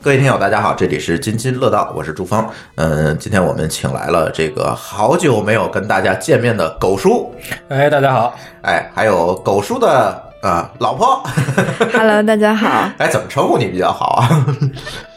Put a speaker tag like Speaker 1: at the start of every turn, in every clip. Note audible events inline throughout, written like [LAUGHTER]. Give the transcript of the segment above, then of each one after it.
Speaker 1: 各位听友，大家好，这里是津津乐道，我是朱峰。嗯，今天我们请来了这个好久没有跟大家见面的狗叔，
Speaker 2: 哎，大家好，
Speaker 1: 哎，还有狗叔的呃老婆， [LAUGHS]
Speaker 3: [LAUGHS]
Speaker 4: Hello，大家好。
Speaker 1: 哎，怎么称呼你比较好啊？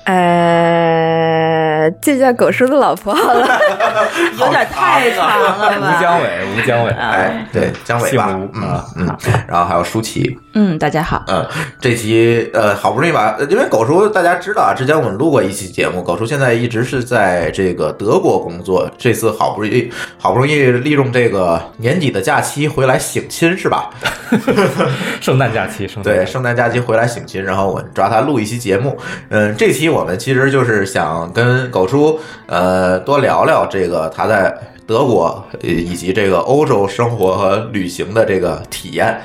Speaker 4: 呃，这叫狗叔的老婆好了。
Speaker 3: [LAUGHS] 有点太长了
Speaker 2: 吴
Speaker 3: 吧？
Speaker 2: 江伟，吴江伟，
Speaker 1: 哎，对，姜伟吧
Speaker 2: 姓吴，
Speaker 1: 嗯
Speaker 2: 啊
Speaker 1: 嗯，然后还有舒淇，
Speaker 5: 嗯，大家好。
Speaker 1: 嗯，这期呃好不容易把，呃因为狗叔大家知道啊，之前我们录过一期节目，狗叔现在一直是在这个德国工作，这次好不容易好不容易利用这个年底的假期回来省亲是吧？
Speaker 2: 圣诞
Speaker 1: 嗯
Speaker 2: 假期，圣诞
Speaker 1: 对，
Speaker 2: 假期
Speaker 1: 圣诞假期回来省亲，然后我抓他录一期节目。嗯，这期我们其实就是想跟狗叔呃多聊聊这个他在德国呃以及这个欧洲生活和旅行的这个体验。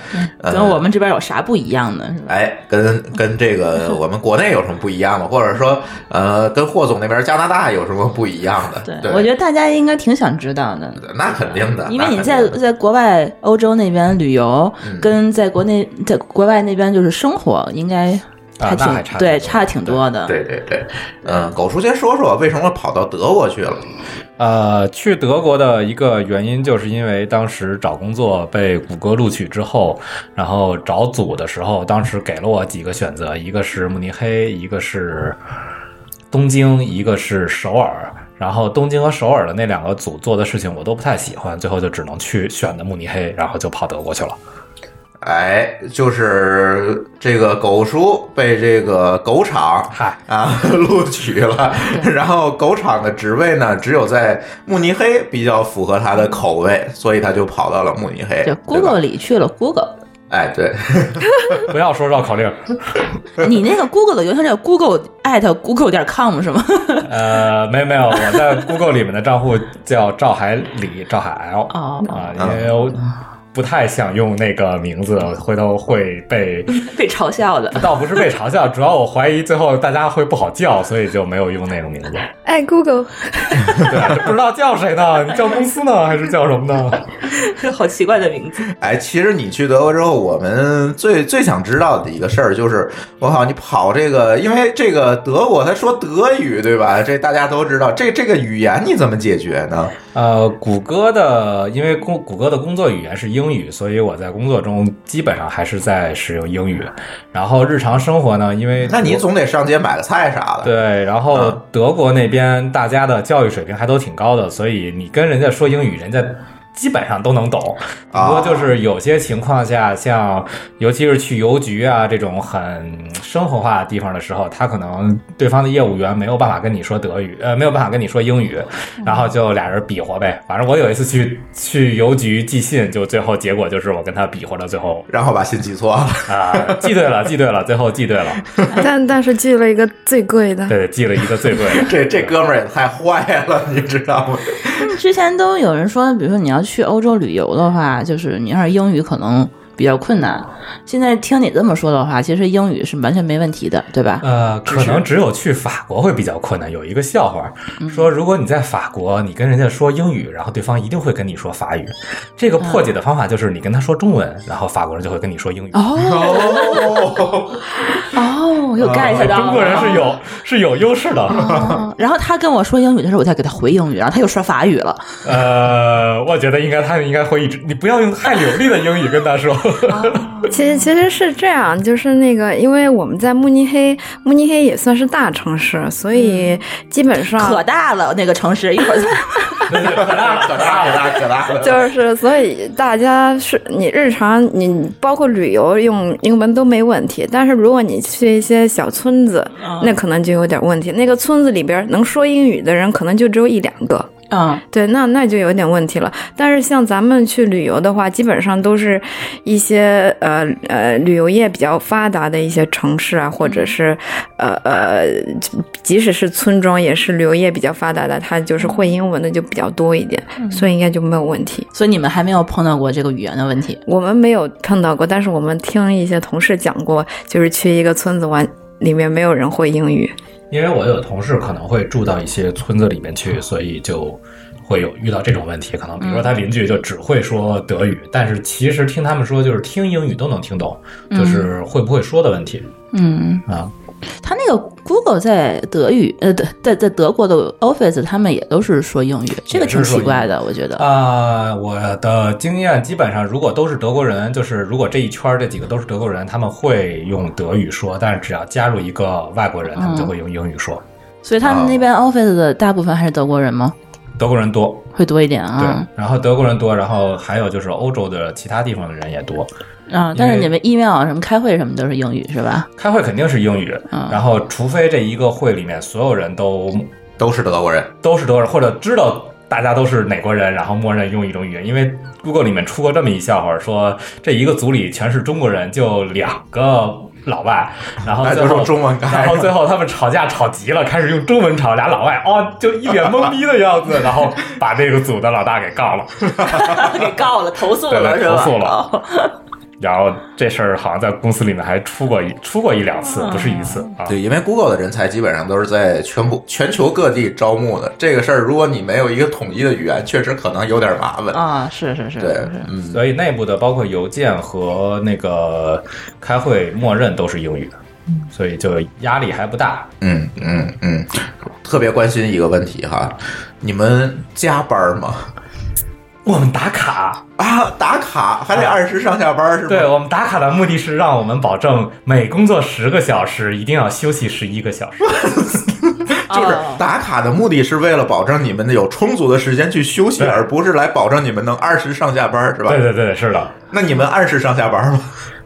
Speaker 1: 呃
Speaker 5: 跟我们这边有啥不一样呢？是吧？
Speaker 1: 哎，跟跟
Speaker 5: [LAUGHS]
Speaker 1: 这个我们国内有什么不一样吗？或者说，呃，跟霍总那边加拿大有什么不一样的？对，
Speaker 5: 我觉得大家应该挺想知道的，
Speaker 1: 得那肯定的，
Speaker 5: 因为
Speaker 1: 那
Speaker 5: 你
Speaker 1: 肯
Speaker 5: 在
Speaker 1: 定的嗯
Speaker 5: 在国外欧洲那边旅游，跟在国内在国外那边就是生活，应该
Speaker 2: 啊，
Speaker 5: 还
Speaker 2: 那
Speaker 5: 挺、
Speaker 2: 还差
Speaker 5: 对
Speaker 2: 挺多
Speaker 5: 差挺多的。
Speaker 1: 对对对，嗯，狗叔先说说为什么跑到德国去了？
Speaker 2: 呃，去德国的一个原因，就是因为当时找工作被谷歌录取之后，然后找组的时候，当时给了我几个选择，一个是慕尼黑，一个是东京，一个是首尔。然后东京和首尔的那两个组做的事情我都不太喜欢，最后就只能去选的慕尼黑，然后就跑德国去了。
Speaker 1: 哎，就是这个狗叔被这个狗场
Speaker 2: 嗨
Speaker 1: 啊录取了，然后狗场的职位呢，只有在慕尼黑比较符合他的口味，所以他就跑到了慕尼黑。
Speaker 5: 就
Speaker 1: 对吧
Speaker 5: Google 里去了 Google，
Speaker 1: 哎，对， [LAUGHS]
Speaker 2: 不要说绕口令，
Speaker 5: 你那
Speaker 1: [LAUGHS]
Speaker 5: 个 Google 的邮箱叫 Google at Google 点 com 是吗？
Speaker 2: 呃，没有没有，我在 Google 里面的账户叫赵海李，赵海 L
Speaker 5: 哦
Speaker 2: 啊，因为我不太想用那个名字，回头会被，。
Speaker 5: [LAUGHS] 被嘲笑的
Speaker 2: 倒不是被嘲笑，主要我怀疑最后大家会不好叫，所以就没有用那个名 [LAUGHS] 字。
Speaker 4: 哎，Google，
Speaker 2: 对，不知道叫谁呢？你叫公司呢，还是叫什么呢？
Speaker 5: 好奇怪的名字，
Speaker 1: 哎，其实你去德国之后，我们最最想知道的一个事儿就是，我靠，你跑这个，因为这个德国他说德语对吧？这大家都知道，这这个语言你怎么解决呢？
Speaker 2: 呃，谷歌的，因为工谷歌的工作语言是英语，所以我在工作中基本上还是在使用英语。然后日常生活呢，因为
Speaker 1: 那你
Speaker 2: 我
Speaker 1: 总得上街买个菜啥的。
Speaker 2: 对，然后
Speaker 1: 嗯
Speaker 2: 德国那边大家的教育水平还都挺高的，所以你跟人家说英语，人家。基本上都能懂，不
Speaker 1: 啊
Speaker 2: 过就是有些情况下，像尤其是去邮局啊这种很生活化的地方的时候，他可能对方的业务员没有办法跟你说德语，呃，没有办法跟你说英语，
Speaker 1: 嗯
Speaker 2: 然后就俩人比划呗。反正我有一次去去邮局寄信，就最后结果就是我跟他比划到最后
Speaker 1: 然后把信寄错了，
Speaker 2: 啊、寄对了，寄对了，最后寄对了，
Speaker 4: 但但是寄了一个最贵的。
Speaker 2: 对，寄了一个最贵的。
Speaker 1: [LAUGHS] 这这哥们儿也太坏了，你知道
Speaker 2: [LAUGHS]
Speaker 1: 吗？
Speaker 5: 之前都有人说，比如说你要去欧洲旅游的话，就是你要是英语可能比较困难。现在听你这么说的话，其实英语是完全没问题的，对吧？
Speaker 2: 呃，可能只有去法国会比较困难。有一个笑话
Speaker 5: 嗯
Speaker 2: 说，如果你在法国，你跟人家说英语，然后对方一定会跟你说法语。这个破解的方法就是你跟他说中文，然后法国人就会跟你说英语。
Speaker 5: 嗯哦
Speaker 1: 哦，
Speaker 5: 哦，又 get 到了。
Speaker 2: 中国人是有是有优势 [LAUGHS] 的。
Speaker 5: 哦。 [LAUGHS] 然后他跟我说英语的时候，我再给他回英语，然后他又说法语了。
Speaker 2: 呃，我觉得应该他们应该会一直，你不要用太流利的英语跟他说。
Speaker 4: 其实其实是这样，就是那个，因为我们在慕尼黑，慕尼黑也算是大城市，所以基本上
Speaker 3: 嗯可大了那个城市，一会儿
Speaker 1: 可大了，可大了，可大了可大 [LAUGHS] 了。
Speaker 4: 就是，所以大家是你日常你包括旅游用英文都没问题，但是如果你去一些小村子，那可能就有点问题。那个村子里边能说英语的人可能就只有一两个，
Speaker 5: [LAUGHS] 嗯，
Speaker 4: 对，那那就有点问题了。但是像咱们去旅游的话，基本上都是一些呃呃旅游业比较发达的一些城市啊，或者是呃呃，即使是村庄，也是旅游业比较发达的，它就是会英文的就比较多一点，所以应该就没有问题。
Speaker 5: 所以你们还没有碰到过这个语言的问题。
Speaker 4: 我们没有碰到过，但是我们听一些同事讲过，就是去一个村子玩，里面没有人会英语。
Speaker 2: 因为我有同事可能会住到一些村子里面去，所以就会有遇到这种问题。可能比如说他邻居就只会说德语，但是其实听他们说就是听英语都能听懂，就是会不会说的问题
Speaker 5: 嗯，
Speaker 2: 啊。
Speaker 5: 他那个 Google 在德语，呃，对在在德国的 Office，他们也都是说英语，这个挺奇怪的，我觉得。
Speaker 2: 啊、我的经验基本上，如果都是德国人，就是如果这一圈儿这几个都是德国人，他们会用德语说，但是只要加入一个外国人，他嗯们就会用英语说。
Speaker 5: 所以他们那边 Office 的大部分还是德国人吗？
Speaker 2: 德国人多，
Speaker 5: 会多一点
Speaker 2: 对
Speaker 5: 啊，
Speaker 2: 然后德国人多，然后还有就是欧洲的其他地方的人也多。
Speaker 5: 啊！但是你们 email 什么开会什么都是英语是吧？
Speaker 2: 开会肯定是英语，
Speaker 5: 嗯
Speaker 2: 然后除非这一个会里面所有人都
Speaker 1: 都是德国
Speaker 2: [LAUGHS]
Speaker 1: 人，
Speaker 2: 都是德国人，或者知道大家都是哪国人，然后默认用一种语言。因为 Google 里面出过这么一笑话，说这一个组里全是中国人，就两个老外，然后
Speaker 1: 那
Speaker 2: 最
Speaker 1: 就
Speaker 2: 后
Speaker 1: 用哎中文
Speaker 2: 然
Speaker 1: 干
Speaker 2: 啊后。最后他们吵架吵急了，开始用中文吵，俩老外哦，就一脸懵逼的样子，然后把那个组的老大
Speaker 3: [LAUGHS]
Speaker 2: 给告了，
Speaker 3: [LAUGHS] 给告了，投诉
Speaker 2: 对
Speaker 3: 了是
Speaker 2: 对，投
Speaker 3: 吧？哦
Speaker 2: 诉了。然后这事儿好像在公司里面还出过一出过一两次，
Speaker 3: 嗯
Speaker 2: 不是一次啊。
Speaker 1: [LAUGHS] 对，因为 Google 的人才基本上都是在全部全球各地招募的。这个事儿，如果你没有一个统一的语言，确实可能有点麻烦。
Speaker 5: 啊，是是是，
Speaker 1: 对
Speaker 5: 是是，
Speaker 1: 嗯，
Speaker 2: 所以内部的包括邮件和那个开会，默认都是英语的，所以就压力还不大。
Speaker 1: 嗯嗯嗯，特别关心一个问题哈，你们加班吗？
Speaker 2: 我们打卡，
Speaker 1: 啊，打卡还得按时上下班是吗？
Speaker 2: 对我们打卡的目的是让我们保证每工作十个小时一定要休息十一个小时。
Speaker 1: 就是
Speaker 5: 哦
Speaker 1: 打卡的目的是为了保证你们有充足的时间去休息，
Speaker 2: 对
Speaker 1: 而不是来保证你们能按时上下班是吧？
Speaker 2: 对对对，是的，
Speaker 1: 那你们按时上下班吗？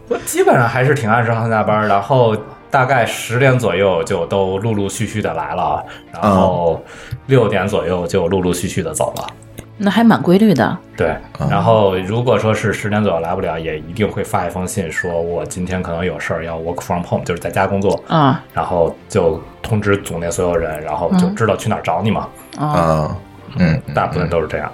Speaker 2: 我基本上还是挺按时上下班，然后大概十点左右就都陆陆续续的来了，然后六点左右就陆陆续续的走了。
Speaker 5: 那还蛮规律的。
Speaker 2: 对，
Speaker 1: 嗯
Speaker 2: 然后如果说是十点左右来不了，也一定会发一封信，说我今天可能有事儿要 work from home，就是在家工作，
Speaker 5: 啊
Speaker 2: 然后就通知组内所有人，然后就知道去哪儿找你嘛。
Speaker 5: 啊，
Speaker 1: 啊，嗯，
Speaker 2: 大部分都是这样。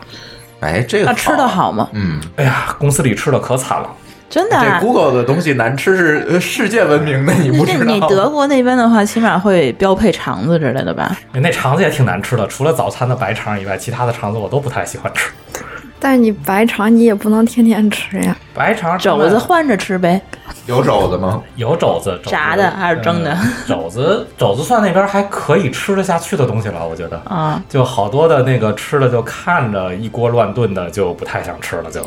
Speaker 1: 哎，这个
Speaker 5: 那吃的，好
Speaker 3: 啊
Speaker 5: 吗？
Speaker 1: 嗯，
Speaker 2: 哎呀，公司里吃的可惨了，
Speaker 5: 真的
Speaker 1: 这
Speaker 5: 啊，
Speaker 1: Google 的东西难吃是呃世界闻名的，你不知
Speaker 5: 这你
Speaker 1: 道。
Speaker 5: 德国那边的话，起码会标配肠子之类的吧？
Speaker 2: 那肠子也挺难吃的，除了早餐的白肠以外，其他的肠子我都不太喜欢吃。
Speaker 4: 但是你白肠你也不能天天吃呀，
Speaker 2: 白肠他
Speaker 5: 肘
Speaker 2: 们
Speaker 5: 子换着吃呗。
Speaker 1: 有肘子吗？
Speaker 2: 有肘子，肘子
Speaker 5: 炸的还是蒸的
Speaker 2: 嗯肘子肘子算那边还可以吃得下去的东西了，我觉得。
Speaker 3: [LAUGHS]
Speaker 5: 啊，
Speaker 2: 就好多的那个吃的，就看着一锅乱炖的，就不太想吃了。就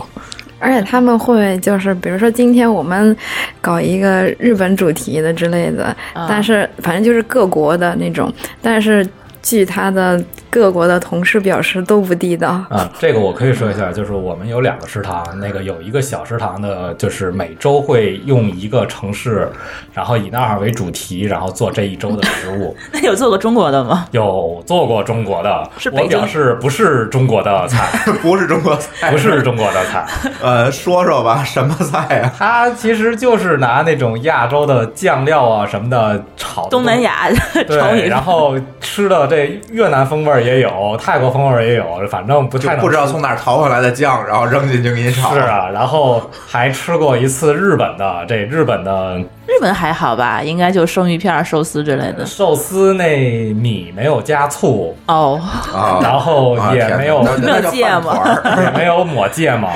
Speaker 4: 而且他们会就是，比如说今天我们搞一个日本主题的之类的，
Speaker 5: 啊
Speaker 4: 但是反正就是各国的那种，但是据他的各国的同事表示都不地道。
Speaker 2: 啊，这个我可以说一下，就是我们有两个食堂，那个有一个小食堂的，就是每周会用一个城市，然后以那儿为主题，然后做这一周的食
Speaker 5: [LAUGHS]
Speaker 2: 物。
Speaker 5: 那有做过中国的吗？
Speaker 2: 有做过中国的，
Speaker 5: 是
Speaker 2: 我
Speaker 5: 北京
Speaker 2: 表示不是中国的
Speaker 5: [LAUGHS]
Speaker 2: 菜，
Speaker 1: 不是中国菜，
Speaker 2: 不是中国的菜。
Speaker 1: 呃，说说吧，什么菜啊呀？
Speaker 2: 它其实就是拿那种亚洲的酱料啊什么的炒的
Speaker 5: 东南亚
Speaker 3: [LAUGHS]
Speaker 5: 炒
Speaker 2: 对，
Speaker 5: 米
Speaker 2: 然
Speaker 5: 饭
Speaker 2: 后吃的这越南风味儿也有，泰国风味儿也有，反正不
Speaker 1: 就
Speaker 2: 太能
Speaker 1: 不知道
Speaker 2: 吃
Speaker 1: 从哪儿淘回来的酱，然后扔进去给你炒。
Speaker 2: 是啊，然后还吃过一次日本的，这日本的
Speaker 5: 日本还好吧？应该就生鱼片儿、寿司之类的。
Speaker 2: 寿司那米没有加醋，
Speaker 5: 哦，
Speaker 1: 啊，
Speaker 2: 然后
Speaker 1: 啊
Speaker 2: 也
Speaker 1: 天哪
Speaker 2: 没有
Speaker 1: 那那叫
Speaker 5: 没有芥
Speaker 1: 饭
Speaker 5: 末 [LAUGHS]
Speaker 1: 团儿
Speaker 2: [LAUGHS] 也没有抹芥末，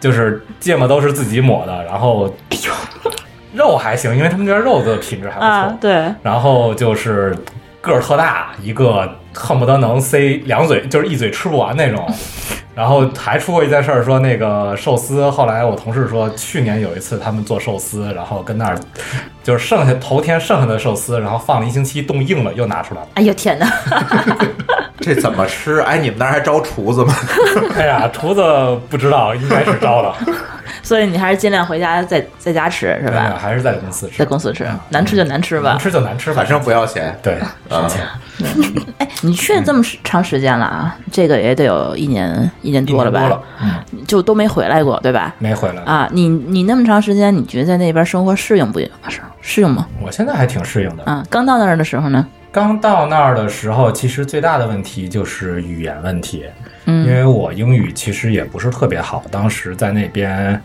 Speaker 2: 就是芥末都是自己抹的，然后肉还行，因为他们这边肉的品质还不错，
Speaker 5: 啊，对，
Speaker 2: 然后就是
Speaker 3: [LAUGHS]
Speaker 2: 个儿特大，一个恨不得能塞两嘴，就是一嘴吃不完那种。然后还出过一件事儿，说那个寿司，后来我同事说，去年有一次他们做寿司，然后跟那儿就是剩下头天剩下的寿司，然后放了一星期冻硬了，又拿
Speaker 3: [LAUGHS]
Speaker 2: 出来了。
Speaker 3: 哎呦天哪！
Speaker 1: 这怎么吃？哎，你们那儿还招厨子吗？
Speaker 2: 哎呀，厨子不知道，应该是招了，
Speaker 3: 所以你还是尽量回家在在家吃是
Speaker 2: 对啊
Speaker 3: 吧？
Speaker 2: 还是在公司吃，
Speaker 3: 在公司吃，难吃就难吃吧呃
Speaker 2: [LAUGHS] 能。吃就难吃吧，
Speaker 1: 反正不要钱。
Speaker 2: 对，
Speaker 1: 啊，
Speaker 3: 哎，你去这
Speaker 2: 嗯
Speaker 3: 么长时间了啊，这个也得有一年一年
Speaker 2: 一年
Speaker 3: 多了吧？
Speaker 2: 了，嗯，
Speaker 3: 就都没回来过对吧？
Speaker 2: 没回来。
Speaker 3: 啊，你你那么长时间，你觉得在那边生活适应不适适应吗？
Speaker 2: 我现在还挺适应的。
Speaker 3: 啊，刚到那儿的时候呢，
Speaker 2: 刚到那儿的时候，其实最大的问题就是语言问题，
Speaker 3: 嗯
Speaker 2: 因为我英语其实也不是特别好，当时在那边。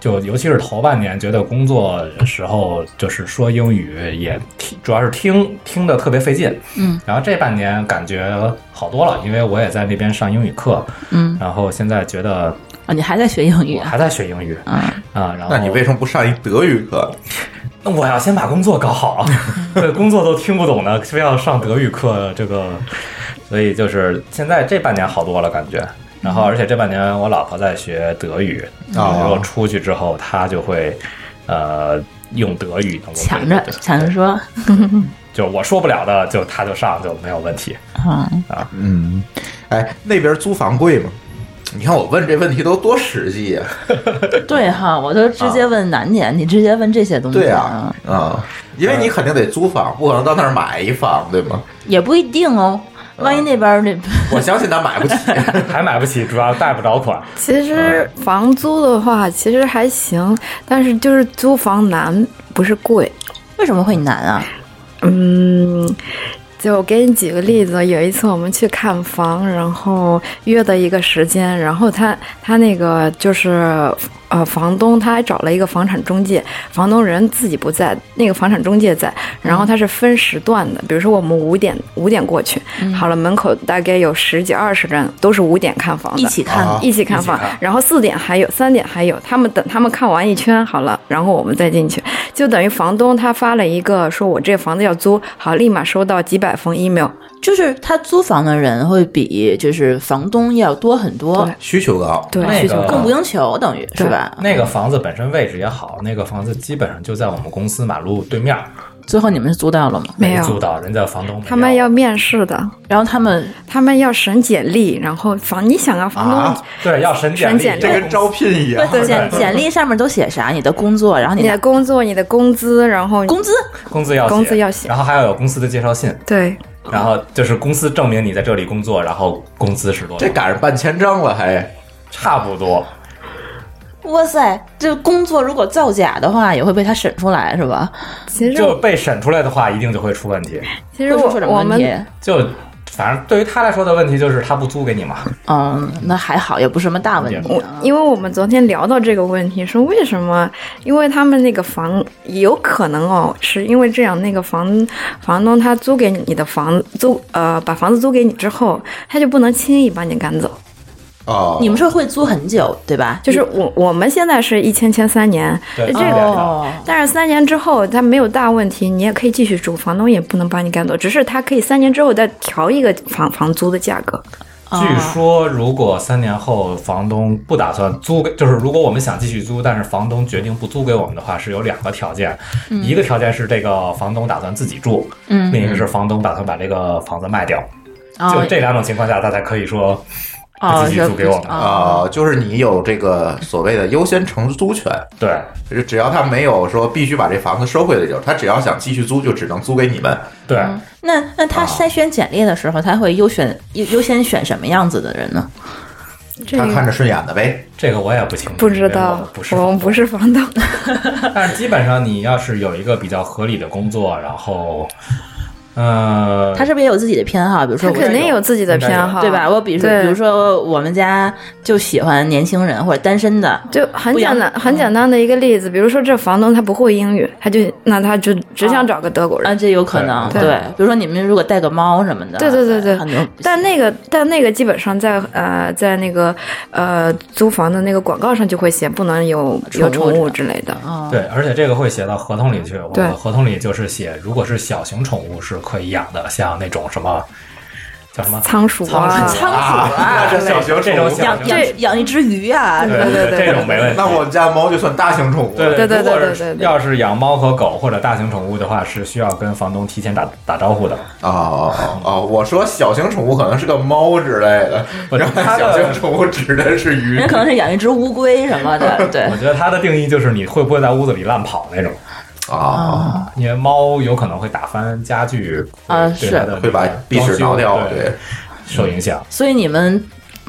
Speaker 2: 就尤其是头半年，觉得工作的时候就是说英语也听，主要是听听的特别费劲。
Speaker 3: 嗯，
Speaker 2: 然后这半年感觉好多了，因为我也在那边上英语课。
Speaker 3: 嗯，
Speaker 2: 然后现在觉得
Speaker 3: 啊，你还在学英语
Speaker 2: 我
Speaker 3: 啊？
Speaker 2: 还在学英语
Speaker 3: 啊，
Speaker 2: 啊，然后
Speaker 1: 那你为什么不上一德语课？
Speaker 2: 那我要先把工作搞好，
Speaker 4: [LAUGHS]
Speaker 2: 这工作都听不懂呢，非要上德语课，这个，所以就是现在这半年好多了，感觉。然后，而且这半年我老婆在学德语，然
Speaker 1: 哦
Speaker 2: 后出去之后，她就会，呃，用德语能够
Speaker 3: 抢着
Speaker 2: 对
Speaker 3: 抢着说
Speaker 2: 就我说不了的，就她就上，就没有问题。 [LAUGHS]
Speaker 3: 啊，
Speaker 1: 嗯，哎，那边租房贵吗？你看我问这问题都多实际啊呀、
Speaker 3: 对哈，我都直接问南姐，你直接问这些东西，
Speaker 1: 对呀，啊，因为你肯定得租房，不可能到那儿买一房，对吗？ [LAUGHS]
Speaker 3: 也不一定哦，
Speaker 2: 嗯
Speaker 3: 万一那边儿那 [LAUGHS]
Speaker 1: 我相信他买不起。
Speaker 2: 还买不起，主要贷不着款。
Speaker 4: 其实房租的话，其实还行，但是就是租房难，不是贵。
Speaker 3: 为什么会难啊？
Speaker 4: 嗯，就我给你举个例子，有一次我们去看房，然后约的一个时间，然后他他那个就是呃房东他还找了一个房产中介，房东人自己不在，那个房产中介在，然后他是分时段的，比如说我们五点五点过去，好了，门口大概有十几二十人都是五点看房的，
Speaker 3: 一起看
Speaker 1: 啊
Speaker 4: 一起看房
Speaker 2: 一起看，
Speaker 4: 然后四点还有，三点还有，他们等他们看完一圈好了，然后我们再进去，就等于房东他发了一个说我这房子要租，好，立马收到几百封 email，
Speaker 3: 就是他租房的人会比就是房东要多很多
Speaker 4: 对，
Speaker 1: 需求高，
Speaker 4: [LAUGHS] 对，
Speaker 2: 那
Speaker 4: 需
Speaker 2: 个
Speaker 4: 求
Speaker 3: 供不应求，等于是吧？
Speaker 2: 那个房子本身位置也好，那个房子基本上就在我们公司马路对面儿，
Speaker 3: 最后你们是租到了吗？
Speaker 4: 没
Speaker 2: 租
Speaker 4: 有，
Speaker 2: 到人家房东没
Speaker 4: 他们要面试的，
Speaker 3: 然后他们
Speaker 4: 他们要审简历，然后房你想啊，房东、
Speaker 1: 啊
Speaker 2: 对要审简
Speaker 4: 审
Speaker 2: 历，
Speaker 4: 简历
Speaker 1: 这跟招聘一样。
Speaker 3: 简简历上面都写啥？你的工作，然后你
Speaker 4: 你
Speaker 3: 的
Speaker 4: 的工作、你的工资，然后
Speaker 3: 工资，
Speaker 2: 工资要
Speaker 4: 工资要写
Speaker 2: 然后还要有公司的介绍信，
Speaker 4: 对，
Speaker 2: 然后就是公司证明你在这里工作，然后工资是多少
Speaker 1: 这，赶上办签证了还，
Speaker 2: 差不多。
Speaker 3: 哇塞，这工作如果造假的话，也会被他审出来是吧？
Speaker 4: 其实
Speaker 2: 就被审出来的话，一定就会出问题。
Speaker 4: 其实
Speaker 3: 会
Speaker 4: 我
Speaker 3: 出什么
Speaker 4: 我
Speaker 3: 问
Speaker 4: 们
Speaker 3: 题？
Speaker 2: 就反正对于他来说的问题就是他不租给你嘛，
Speaker 3: 嗯，那还好，也不是什么大问题
Speaker 4: 我
Speaker 3: 啊。
Speaker 4: 因为我们昨天聊到这个问题，说为什么？因为他们那个房有可能哦，是因为这样，那个房房东他租给你的房租，呃，把房子租给你之后，他就不能轻易把你赶走。
Speaker 1: 哦，
Speaker 3: 你们是会租很久对吧？
Speaker 4: 就是我我们现在是一签签三年，
Speaker 2: 对
Speaker 4: 这
Speaker 2: 这
Speaker 4: 个。
Speaker 2: 样
Speaker 3: 哦，
Speaker 4: 但是三年之后，他没有大问题，你也可以继续住，房东也不能把你赶走，只是他可以三年之后再调一个房房租的价格。
Speaker 2: 据说如果三年后房东不打算租给，就是如果我们想继续租，但是房东决定不租给我们的话，是有两个条件，一个条件是这个房东打算自己住，
Speaker 3: 嗯
Speaker 2: 另一个是房东打算把这个房子卖掉。就
Speaker 3: 哦
Speaker 2: 这两种情况下，他才可以说
Speaker 3: 哦
Speaker 2: 不继续租给我们。
Speaker 1: 啊、就是你有这个所谓的优先承租权，
Speaker 2: 对，
Speaker 1: 就是只要他没有说必须把这房子收回来就，他只要想继续租，就只能租给你们。
Speaker 2: 对，
Speaker 3: 那那他筛选简历的时候，他会优选优优先选什么样子的人呢？
Speaker 4: 这
Speaker 1: 他看着
Speaker 4: 个
Speaker 1: 顺眼的呗。
Speaker 2: 这个我也不清楚，
Speaker 4: 不知
Speaker 2: 因为我
Speaker 4: 道
Speaker 2: 不，是，
Speaker 4: 我们不。是房东。
Speaker 2: [LAUGHS] 但是基本上你要是有一个比较合理的工作，然后，呃，
Speaker 3: 他是不是也有自己的偏好？比如说
Speaker 4: 他
Speaker 3: 我
Speaker 4: 肯定有自己的
Speaker 2: 应该有
Speaker 4: 偏好，
Speaker 3: 对吧？我比如说，
Speaker 4: 对
Speaker 3: 比如说我们家就喜欢年轻人或者单身的，
Speaker 4: 就很
Speaker 3: 不一样
Speaker 4: 简单、很简单的一个例子，比如说这房东他不会英语，他就那他就只想找个德国人。
Speaker 3: 啊，这有可能。
Speaker 2: 对
Speaker 3: 比如说你们如果带个猫什么的，
Speaker 4: 对对对对
Speaker 3: 很牛逼。
Speaker 4: 但那个，但那个基本上在呃，在那个呃租房的那个广告上就会写不能有有
Speaker 3: 宠物
Speaker 4: 宠物之类的。
Speaker 5: 嗯
Speaker 3: 哦
Speaker 2: 对，而且这个会写到合同里去。我
Speaker 4: 对
Speaker 2: 们合同里就是写，如果是小型宠物是可以养的，像那种什么叫什么？
Speaker 4: 仓鼠啊，
Speaker 3: 仓鼠啊，
Speaker 1: 这小型
Speaker 2: 这
Speaker 1: 宠
Speaker 2: 种
Speaker 1: 物
Speaker 2: 小
Speaker 3: 养养养一只鱼啊，
Speaker 2: 对对对，这种没问题。
Speaker 1: 那我们家猫就算大型宠物。
Speaker 2: 对
Speaker 4: 对对
Speaker 2: 如果
Speaker 4: 对对
Speaker 2: 是
Speaker 4: 对对
Speaker 2: 要是养猫和狗或者大型宠物的话，是需要跟房东提前打打招呼的。
Speaker 1: 哦哦哦哦，我说小型宠物可能是个猫之类的，然后小型宠物指的是鱼
Speaker 2: 嗯
Speaker 3: 人。可能是养一只乌龟什么
Speaker 2: [LAUGHS]
Speaker 3: 的，对
Speaker 2: 我。觉得它的定义就是你会不会在屋子里乱跑那种，
Speaker 1: 啊，
Speaker 2: 因为猫有可能会打翻家具
Speaker 5: 啊
Speaker 2: 对它的
Speaker 5: 是
Speaker 2: 那
Speaker 1: 会把
Speaker 2: 个
Speaker 1: 壁纸挠
Speaker 2: 装修
Speaker 1: 掉。
Speaker 2: 对
Speaker 1: 对，，
Speaker 2: 受影响。
Speaker 5: 所以你们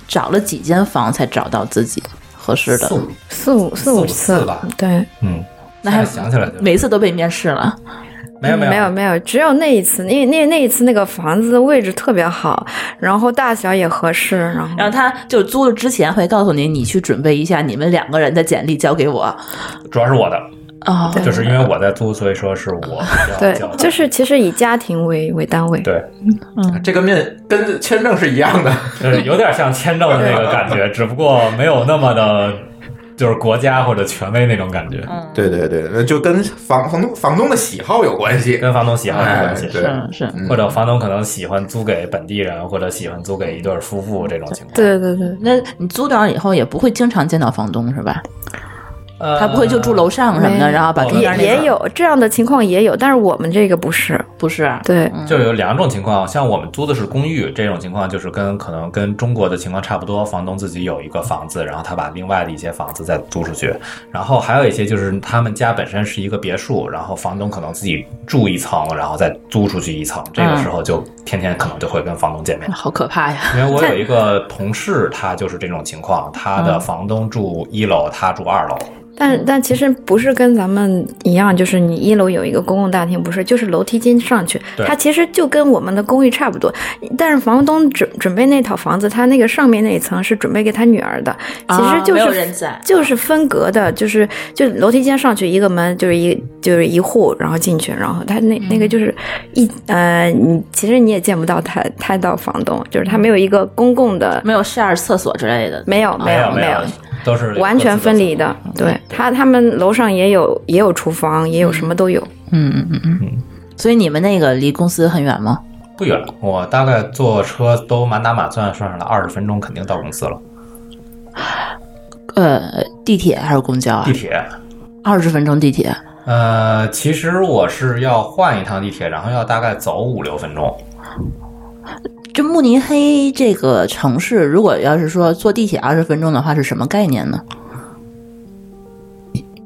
Speaker 5: 找了几间房才找到自己合适的
Speaker 2: 四？五
Speaker 4: 四五四
Speaker 2: 四五
Speaker 4: 五
Speaker 2: 次
Speaker 4: 次
Speaker 2: 吧，
Speaker 4: 对，
Speaker 2: 嗯，
Speaker 5: 嗯那还
Speaker 2: 现在想起来就
Speaker 5: 每次都被面试了，
Speaker 2: 没有
Speaker 4: 嗯没
Speaker 2: 有
Speaker 4: 有没有，只有那一次，那那那一次那个房子的位置特别好，然后大小也合适，然后
Speaker 3: 嗯
Speaker 5: 然后他就租了之前会告诉你，你去准备一下你们两个人的简历交给我
Speaker 2: 主要是我的，
Speaker 5: 哦，
Speaker 4: 对
Speaker 2: 就是因为我在租，所以说是
Speaker 5: [LAUGHS]
Speaker 2: 我要
Speaker 4: 对
Speaker 2: 交，的
Speaker 4: 就是其实以家庭为为单位，
Speaker 2: 嗯对，
Speaker 4: 嗯
Speaker 1: 这个面跟签证是一样的。
Speaker 2: 就是有点像签证的那个感觉，只不过没有那么的，就是国家或者权威那种感觉，
Speaker 1: [LAUGHS]
Speaker 5: 嗯
Speaker 1: 对对对，那就跟房房东房东的喜好有关系。
Speaker 2: 跟房东喜好有
Speaker 1: 哎
Speaker 2: 关，系。
Speaker 1: 对，
Speaker 5: 嗯是，
Speaker 1: 嗯
Speaker 2: 或者房东可能喜欢租给本地人，或者喜欢租给一对夫妇这种情况。，
Speaker 4: 对对对，
Speaker 5: 那你租到以后也不会经常见到房东是吧？
Speaker 2: 呃、哦
Speaker 5: 他不会就住楼上什么的，
Speaker 4: 没
Speaker 5: 然后把中间
Speaker 4: 也
Speaker 5: 那个
Speaker 4: 也有这样的情况也有，但是我们这个不是，
Speaker 5: 不是啊？
Speaker 4: 对，
Speaker 2: 就有两种情况，像我们租的是公寓，这种情况就是跟可能跟中国的情况差不多，房东自己有一个房子，然后他把另外的一些房子再租出去。然后还有一些就是他们家本身是一个别墅，然后房东可能自己住一层，然后再租出去一层，这个时候就天天可能就会跟房东见面。
Speaker 4: 嗯
Speaker 5: 好可怕呀！
Speaker 2: 因为
Speaker 4: [LAUGHS]
Speaker 2: 我有一个同事，他就是这种情况，他
Speaker 4: 嗯
Speaker 2: 的房东住一楼，他住二楼，
Speaker 4: 但但其实不是跟咱们一样，就是你一楼有一个公共大厅，不是，就是楼梯间上去，
Speaker 2: 对
Speaker 4: 它其实就跟我们的公寓差不多。但是房东准准备那套房子，他那个上面那一层是准备给他女儿的，其
Speaker 3: 啊
Speaker 4: 实就
Speaker 5: 啊没
Speaker 4: 是、
Speaker 5: 有人在
Speaker 4: 就是分隔的，就是就楼梯间上去一个门，就是一就是一户，然后进去，然后他那那个就是一呃，你其实你也见不到他他到房东，就是他没有一个公共的，
Speaker 5: 没有 share 厕所之类的，
Speaker 4: 没有没哦
Speaker 2: 有没
Speaker 4: 没有，
Speaker 2: 都是
Speaker 4: 完全分离的。
Speaker 2: 各自各自嗯
Speaker 4: 对他，他们楼上也有也有厨房，也有什么都有。
Speaker 5: 嗯嗯嗯嗯。所以你们那个离公司很远吗？
Speaker 2: 不远，我大概坐车都满打满算算上了二十分钟，肯定到公司了。
Speaker 5: 呃，地铁还是公交啊
Speaker 2: 地？铁，
Speaker 5: 二十分钟地铁。
Speaker 2: 呃，其实我是要换一趟地铁，然后要大概走五六分钟。
Speaker 5: 这慕尼黑这个城市，如果要是说坐地铁二十分钟的话，是什么概念呢？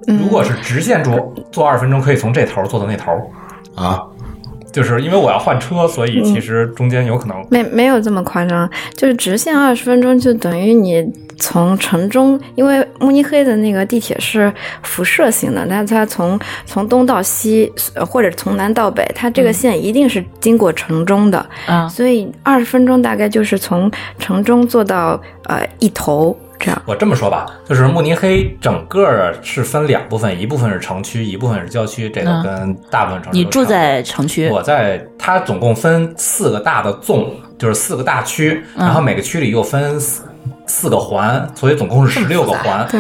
Speaker 5: 嗯
Speaker 2: 如果是直线坐坐二十分钟，可以从这头坐到那头，
Speaker 1: 啊，
Speaker 2: 就是因为我要换车，所
Speaker 5: 嗯
Speaker 2: 以其实中间有可能
Speaker 4: 没没有这么夸张，就是直线二十分钟，就等于你从城中，因为慕尼黑的那个地铁是辐射型的，那它从从东到西，呃或者从南到北，它
Speaker 2: 嗯
Speaker 4: 这个线一定是经过城中的，
Speaker 5: 啊，
Speaker 4: 所以二十分钟大概就是从城中坐到呃一头这
Speaker 2: [LAUGHS]
Speaker 4: 样。
Speaker 2: 我这么说吧，就是慕尼黑整个是分两部分，一部分是城区，一部分是郊区，这个
Speaker 5: 嗯
Speaker 2: 跟大部分城市
Speaker 5: 你
Speaker 2: 都差不多
Speaker 5: 住在城区，
Speaker 2: 我在它总共分四个大的纵，就是四个大区，
Speaker 5: 嗯
Speaker 2: 然后每个区里又分四四个环，所以总共是十六个环
Speaker 4: 对，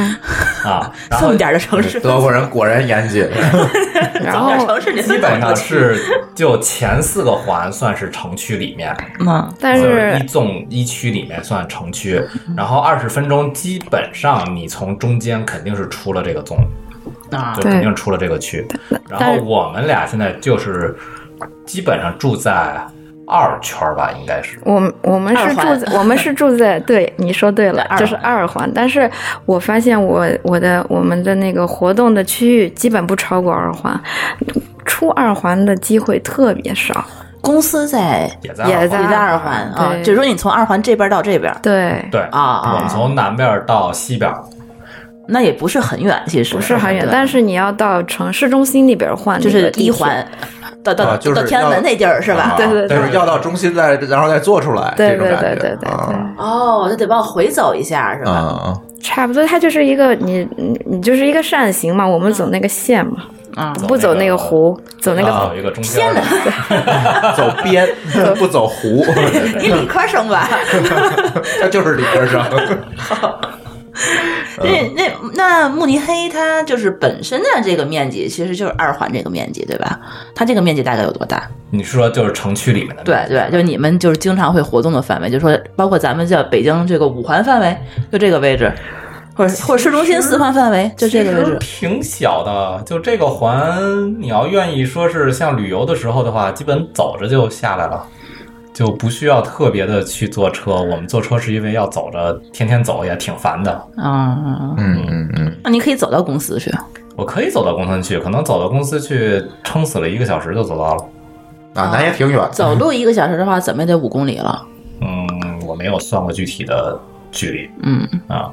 Speaker 2: 啊。然
Speaker 5: 这
Speaker 2: 后
Speaker 5: 么点儿的城市，
Speaker 1: 嗯德国人果然严
Speaker 4: [LAUGHS]
Speaker 1: 谨。
Speaker 4: 然
Speaker 5: 这么点儿
Speaker 4: 后
Speaker 5: 城市你
Speaker 2: 基本上是就前四个环算是城区里面，
Speaker 5: 吗？
Speaker 4: 但
Speaker 2: 就是一纵一区里面算城区，然后二十分钟基本上你从中间肯定是出了这个纵，
Speaker 5: 啊
Speaker 2: 就
Speaker 4: 对
Speaker 2: 肯定出了这个区。然后我们俩现在就是基本上住在二圈儿吧，应该是。
Speaker 4: 我们我们是住在我们是住在对你说对了，就是二环。但是我发现我我的我们的那个活动的区域基本不超过二环，出二环的机会特别少。
Speaker 5: 公司在
Speaker 2: 也在
Speaker 4: 也
Speaker 2: 二
Speaker 4: 在
Speaker 2: 环
Speaker 5: 也在二环啊，
Speaker 4: 对
Speaker 5: 就是说你从二环这边到这边，
Speaker 4: 对，
Speaker 2: 对
Speaker 5: 啊啊
Speaker 2: 我们从南边儿到西边儿，
Speaker 5: 那也不是很远，其实
Speaker 4: 不是很远，
Speaker 5: 对
Speaker 4: 但是你要到城市中心那边换，
Speaker 5: 就是一。环到到
Speaker 1: 啊就是
Speaker 5: 到天安门那地儿是吧？
Speaker 4: 对对对
Speaker 1: 啊就是要到中心再，然后再做出来，
Speaker 4: 对
Speaker 1: 这种
Speaker 4: 对
Speaker 1: 感觉
Speaker 4: 对对对
Speaker 1: 啊
Speaker 4: 对，
Speaker 5: 哦，那得往回走一下是
Speaker 1: 啊
Speaker 3: [LAUGHS]
Speaker 5: 吧？
Speaker 1: 啊！
Speaker 4: 差不多，它就是一个你你你就是一个扇形嘛，我们
Speaker 5: 嗯
Speaker 4: 走那个线嘛，
Speaker 5: 啊，
Speaker 4: 不走那个湖，走那个
Speaker 2: 呃走一个中间儿的。
Speaker 1: 啊走边 [LAUGHS] 不走
Speaker 4: [LAUGHS]
Speaker 1: 湖，
Speaker 5: 你理科生吧？
Speaker 1: 他就是理科生。
Speaker 3: 那 [LAUGHS] 那那慕尼黑它就是本身的这个面积，其实就是二环这个面积，对吧？它这个面积大概有多大？
Speaker 2: 你是说就是城区里面的？
Speaker 3: 对对，就是你们就是经常会活动的范围，就说包括咱们叫北京这个五环范围，就这个位置，或者或者市中心四环范围，就这个位置。
Speaker 2: 挺小的，就这个环，你要愿意说是像旅游的时候的话，基本走着就下来了，就不需要特别的去坐车。我们坐车是因为要走着，天天走也挺烦的。
Speaker 3: 啊、
Speaker 1: 嗯嗯嗯，
Speaker 3: 那你可以走到公司去。
Speaker 2: 我可以走到公司去，可能走到公司去撑死了一个小时就走到了。
Speaker 1: 啊，那也挺远的，
Speaker 3: 走路一个小时的话，怎么也得五公里了。
Speaker 2: 嗯，我没有算过具体的距离
Speaker 3: 嗯，
Speaker 2: 啊，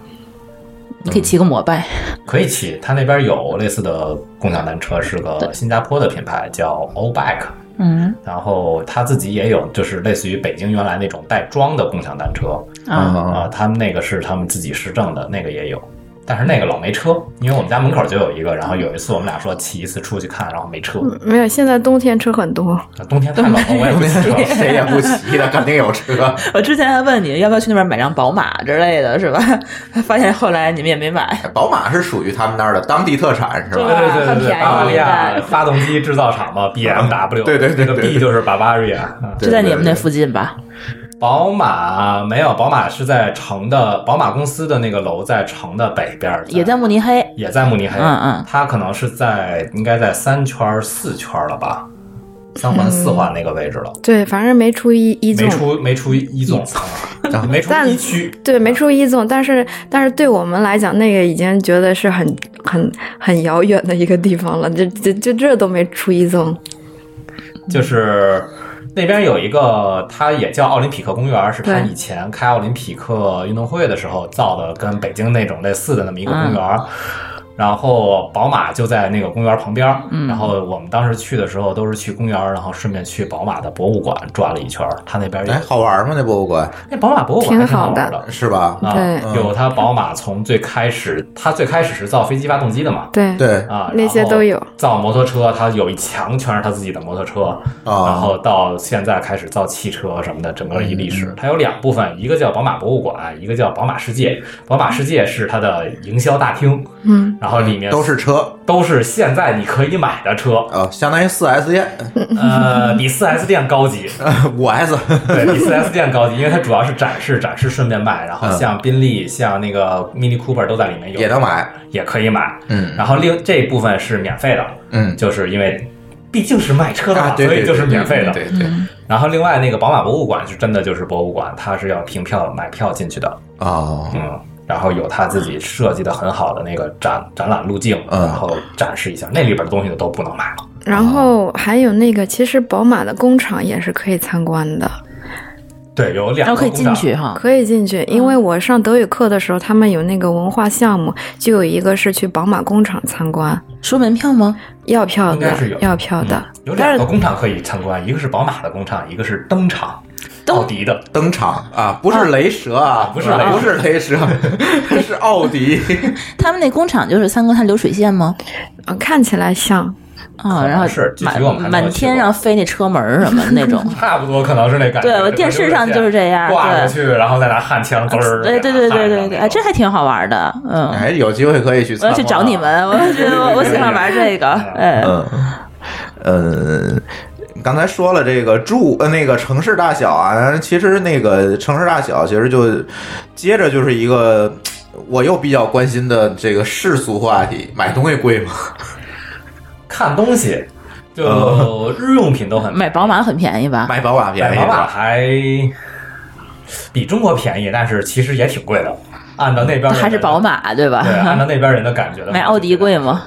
Speaker 3: 你可以骑个摩拜。
Speaker 2: 可以骑。它那边有类似的共享单车，是个新加坡的品牌，叫 O Bike。
Speaker 3: 嗯
Speaker 2: 然后他自己也有，就是类似于北京原来那种带桩的共享单车
Speaker 3: 啊，
Speaker 2: 啊、他们那个是他们自己市政的，那个也有，但是那个老没车，因为我们家门口就有一个。然后有一次我们俩说骑一次出去看，然后没车，
Speaker 4: 没有，现在冬天车很多，
Speaker 2: 冬天太冷了，我也不骑车。
Speaker 1: 谁也不骑的，肯定有车。
Speaker 3: [LAUGHS] 我之前还问你要不要去那边买辆宝马之类的，是吧？ [LAUGHS] 发现后来你们也没买。
Speaker 1: 宝马是属于他们那儿的当地特产，是吧？
Speaker 2: 对对对
Speaker 6: 很
Speaker 2: 对对，
Speaker 6: 便宜
Speaker 2: 巴伐利亚
Speaker 6: 的
Speaker 2: 发动机制造厂嘛，BMW，
Speaker 1: 对对对对
Speaker 2: 那个 B 就是 Bavaria。嗯
Speaker 1: 对
Speaker 3: 就在你们那
Speaker 1: 对
Speaker 3: 附近吧？
Speaker 2: 宝马没有，宝马是在城的，宝马公司的那个楼在城的北边儿，
Speaker 3: 也在慕尼黑。
Speaker 2: 也在慕尼黑，
Speaker 3: 嗯嗯
Speaker 2: 它可能是在应该在三圈儿四圈儿了吧，三环四环那个位置了，
Speaker 4: 对，反正没出一一
Speaker 2: 没
Speaker 4: 纵，
Speaker 2: 出没出一纵，啊没出
Speaker 4: 但
Speaker 2: 一区，
Speaker 4: 对，没出一纵，但是但是对我们来讲，那个已经觉得是很很很遥远的一个地方了，就就就这都没出一纵，
Speaker 2: 就是那边有一个，它也叫奥林匹克公园，是它
Speaker 4: 对
Speaker 2: 以前开奥林匹克运动会的时候造的，跟北京那种类似的那么一个公园。
Speaker 4: 嗯
Speaker 2: 然后宝马就在那个公园旁边，
Speaker 4: 嗯
Speaker 2: 然后我们当时去的时候都是去公园，然后顺便去宝马的博物馆转了一圈儿。它那边有
Speaker 1: 哎，好玩吗？那博物馆
Speaker 2: 那宝马博物馆
Speaker 4: 挺
Speaker 2: 还
Speaker 4: 好
Speaker 2: 好玩
Speaker 4: 的
Speaker 2: 的，
Speaker 1: 是吧？
Speaker 2: 啊
Speaker 4: 对
Speaker 1: 嗯，
Speaker 2: 有它宝马从最开始，它最开始是造飞机发动机的嘛，
Speaker 4: 对
Speaker 1: 对
Speaker 2: 啊，
Speaker 4: 那些
Speaker 2: 然后
Speaker 4: 都有
Speaker 2: 造摩托车，它有一墙全是它自己的摩托车，然
Speaker 1: 啊，
Speaker 2: 后到现在开始造汽车什么的，整个一历
Speaker 1: 嗯
Speaker 2: 史，它有两部分，一个叫宝马博物馆，一个叫宝马世界。宝马世界是它的营销大厅，
Speaker 4: 嗯，
Speaker 2: 然后里面
Speaker 1: 都是车
Speaker 2: 都是现在你可以买的
Speaker 4: [LAUGHS]
Speaker 2: 车，
Speaker 1: 啊，相当于四 S 店，
Speaker 2: 呃，比 4S 店高级，
Speaker 1: [LAUGHS] 五 S
Speaker 2: 对比 4S 店高级，因为它主要是展示，展示顺便卖，然后像宾利、像那个 Mini Cooper 都在里面有，
Speaker 1: 嗯也能，买。
Speaker 2: 也可以买。
Speaker 1: 嗯
Speaker 2: 然后另这一部分是免费的，
Speaker 1: 嗯，
Speaker 2: 就是因为毕竟是卖车的
Speaker 1: 啊
Speaker 2: 嘛，
Speaker 1: 对
Speaker 2: 所
Speaker 1: 对，
Speaker 2: 以就是免费的。嗯
Speaker 1: 对对对
Speaker 2: 然后另外那个宝马博物馆是真的就是博物馆，它是要凭票买票进去的，
Speaker 1: 哦，
Speaker 2: 嗯，然后有它自己设计的很好的那个展展览路径，
Speaker 1: 嗯
Speaker 2: 然后展示一下，那里边的东西都不能买了。
Speaker 4: 然后还有那个，其实宝马的工厂也是可以参观的，
Speaker 2: 对，有
Speaker 3: 然
Speaker 2: 两个
Speaker 3: 后可以
Speaker 2: 工
Speaker 3: 进
Speaker 2: 厂
Speaker 3: 去哈，
Speaker 4: 可以进去。因为我上德语课的时候，他们有那个文化项目，就有一个是去宝马工厂参观，
Speaker 3: 收门票吗？
Speaker 4: 要票
Speaker 2: 应该
Speaker 4: 的
Speaker 2: 是有，
Speaker 4: 要票的。
Speaker 2: 嗯有两个工厂可以参观，一个是宝马的工厂，一个是灯厂，奥迪的。
Speaker 1: 登场啊，不是雷蛇啊，
Speaker 2: 不是雷蛇
Speaker 1: 不是雷蛇， [LAUGHS] 是奥
Speaker 2: [LAUGHS]
Speaker 1: 迪。
Speaker 3: 他们那工厂就是参观它流水线吗？
Speaker 4: 嗯，看起来像，
Speaker 3: 啊，然后
Speaker 2: 是具体我们还
Speaker 3: 满
Speaker 2: 没有
Speaker 3: 满天
Speaker 2: 去过。
Speaker 3: 上飞那车门儿什么那种
Speaker 2: [LAUGHS] 差不多可能是那感觉。
Speaker 3: 对我
Speaker 2: 整个
Speaker 3: 电视上就是这样
Speaker 2: 挂
Speaker 3: 对啊
Speaker 2: 过去，然后再拿焊枪滋儿。
Speaker 3: 对对对对对对，哎，这还挺好玩的，嗯，
Speaker 1: 哎，有机会可以去
Speaker 3: 我
Speaker 1: 参观
Speaker 3: 要
Speaker 1: 啊，
Speaker 3: 去找你们，我觉得我我喜欢玩这个，哎，
Speaker 1: 嗯，呃，刚才说了这个住呃那个城市大小啊，其实那个城市大小其实就接着就是一个我又比较关心的这个世俗话题，买东西贵 [LAUGHS] 吗？
Speaker 2: 看东西，
Speaker 1: 嗯
Speaker 2: 就日用品都很
Speaker 3: 哎买宝马很便宜吧？
Speaker 1: 买宝马便
Speaker 2: 买
Speaker 1: 宜
Speaker 2: 宝马
Speaker 1: 吧？
Speaker 2: 还比中国便宜，但是其实也挺贵的。按照那边人的
Speaker 3: 还是宝，马对吧？ [LAUGHS]
Speaker 2: 对，按照那边人的感觉的话，
Speaker 3: 买奥迪贵吗？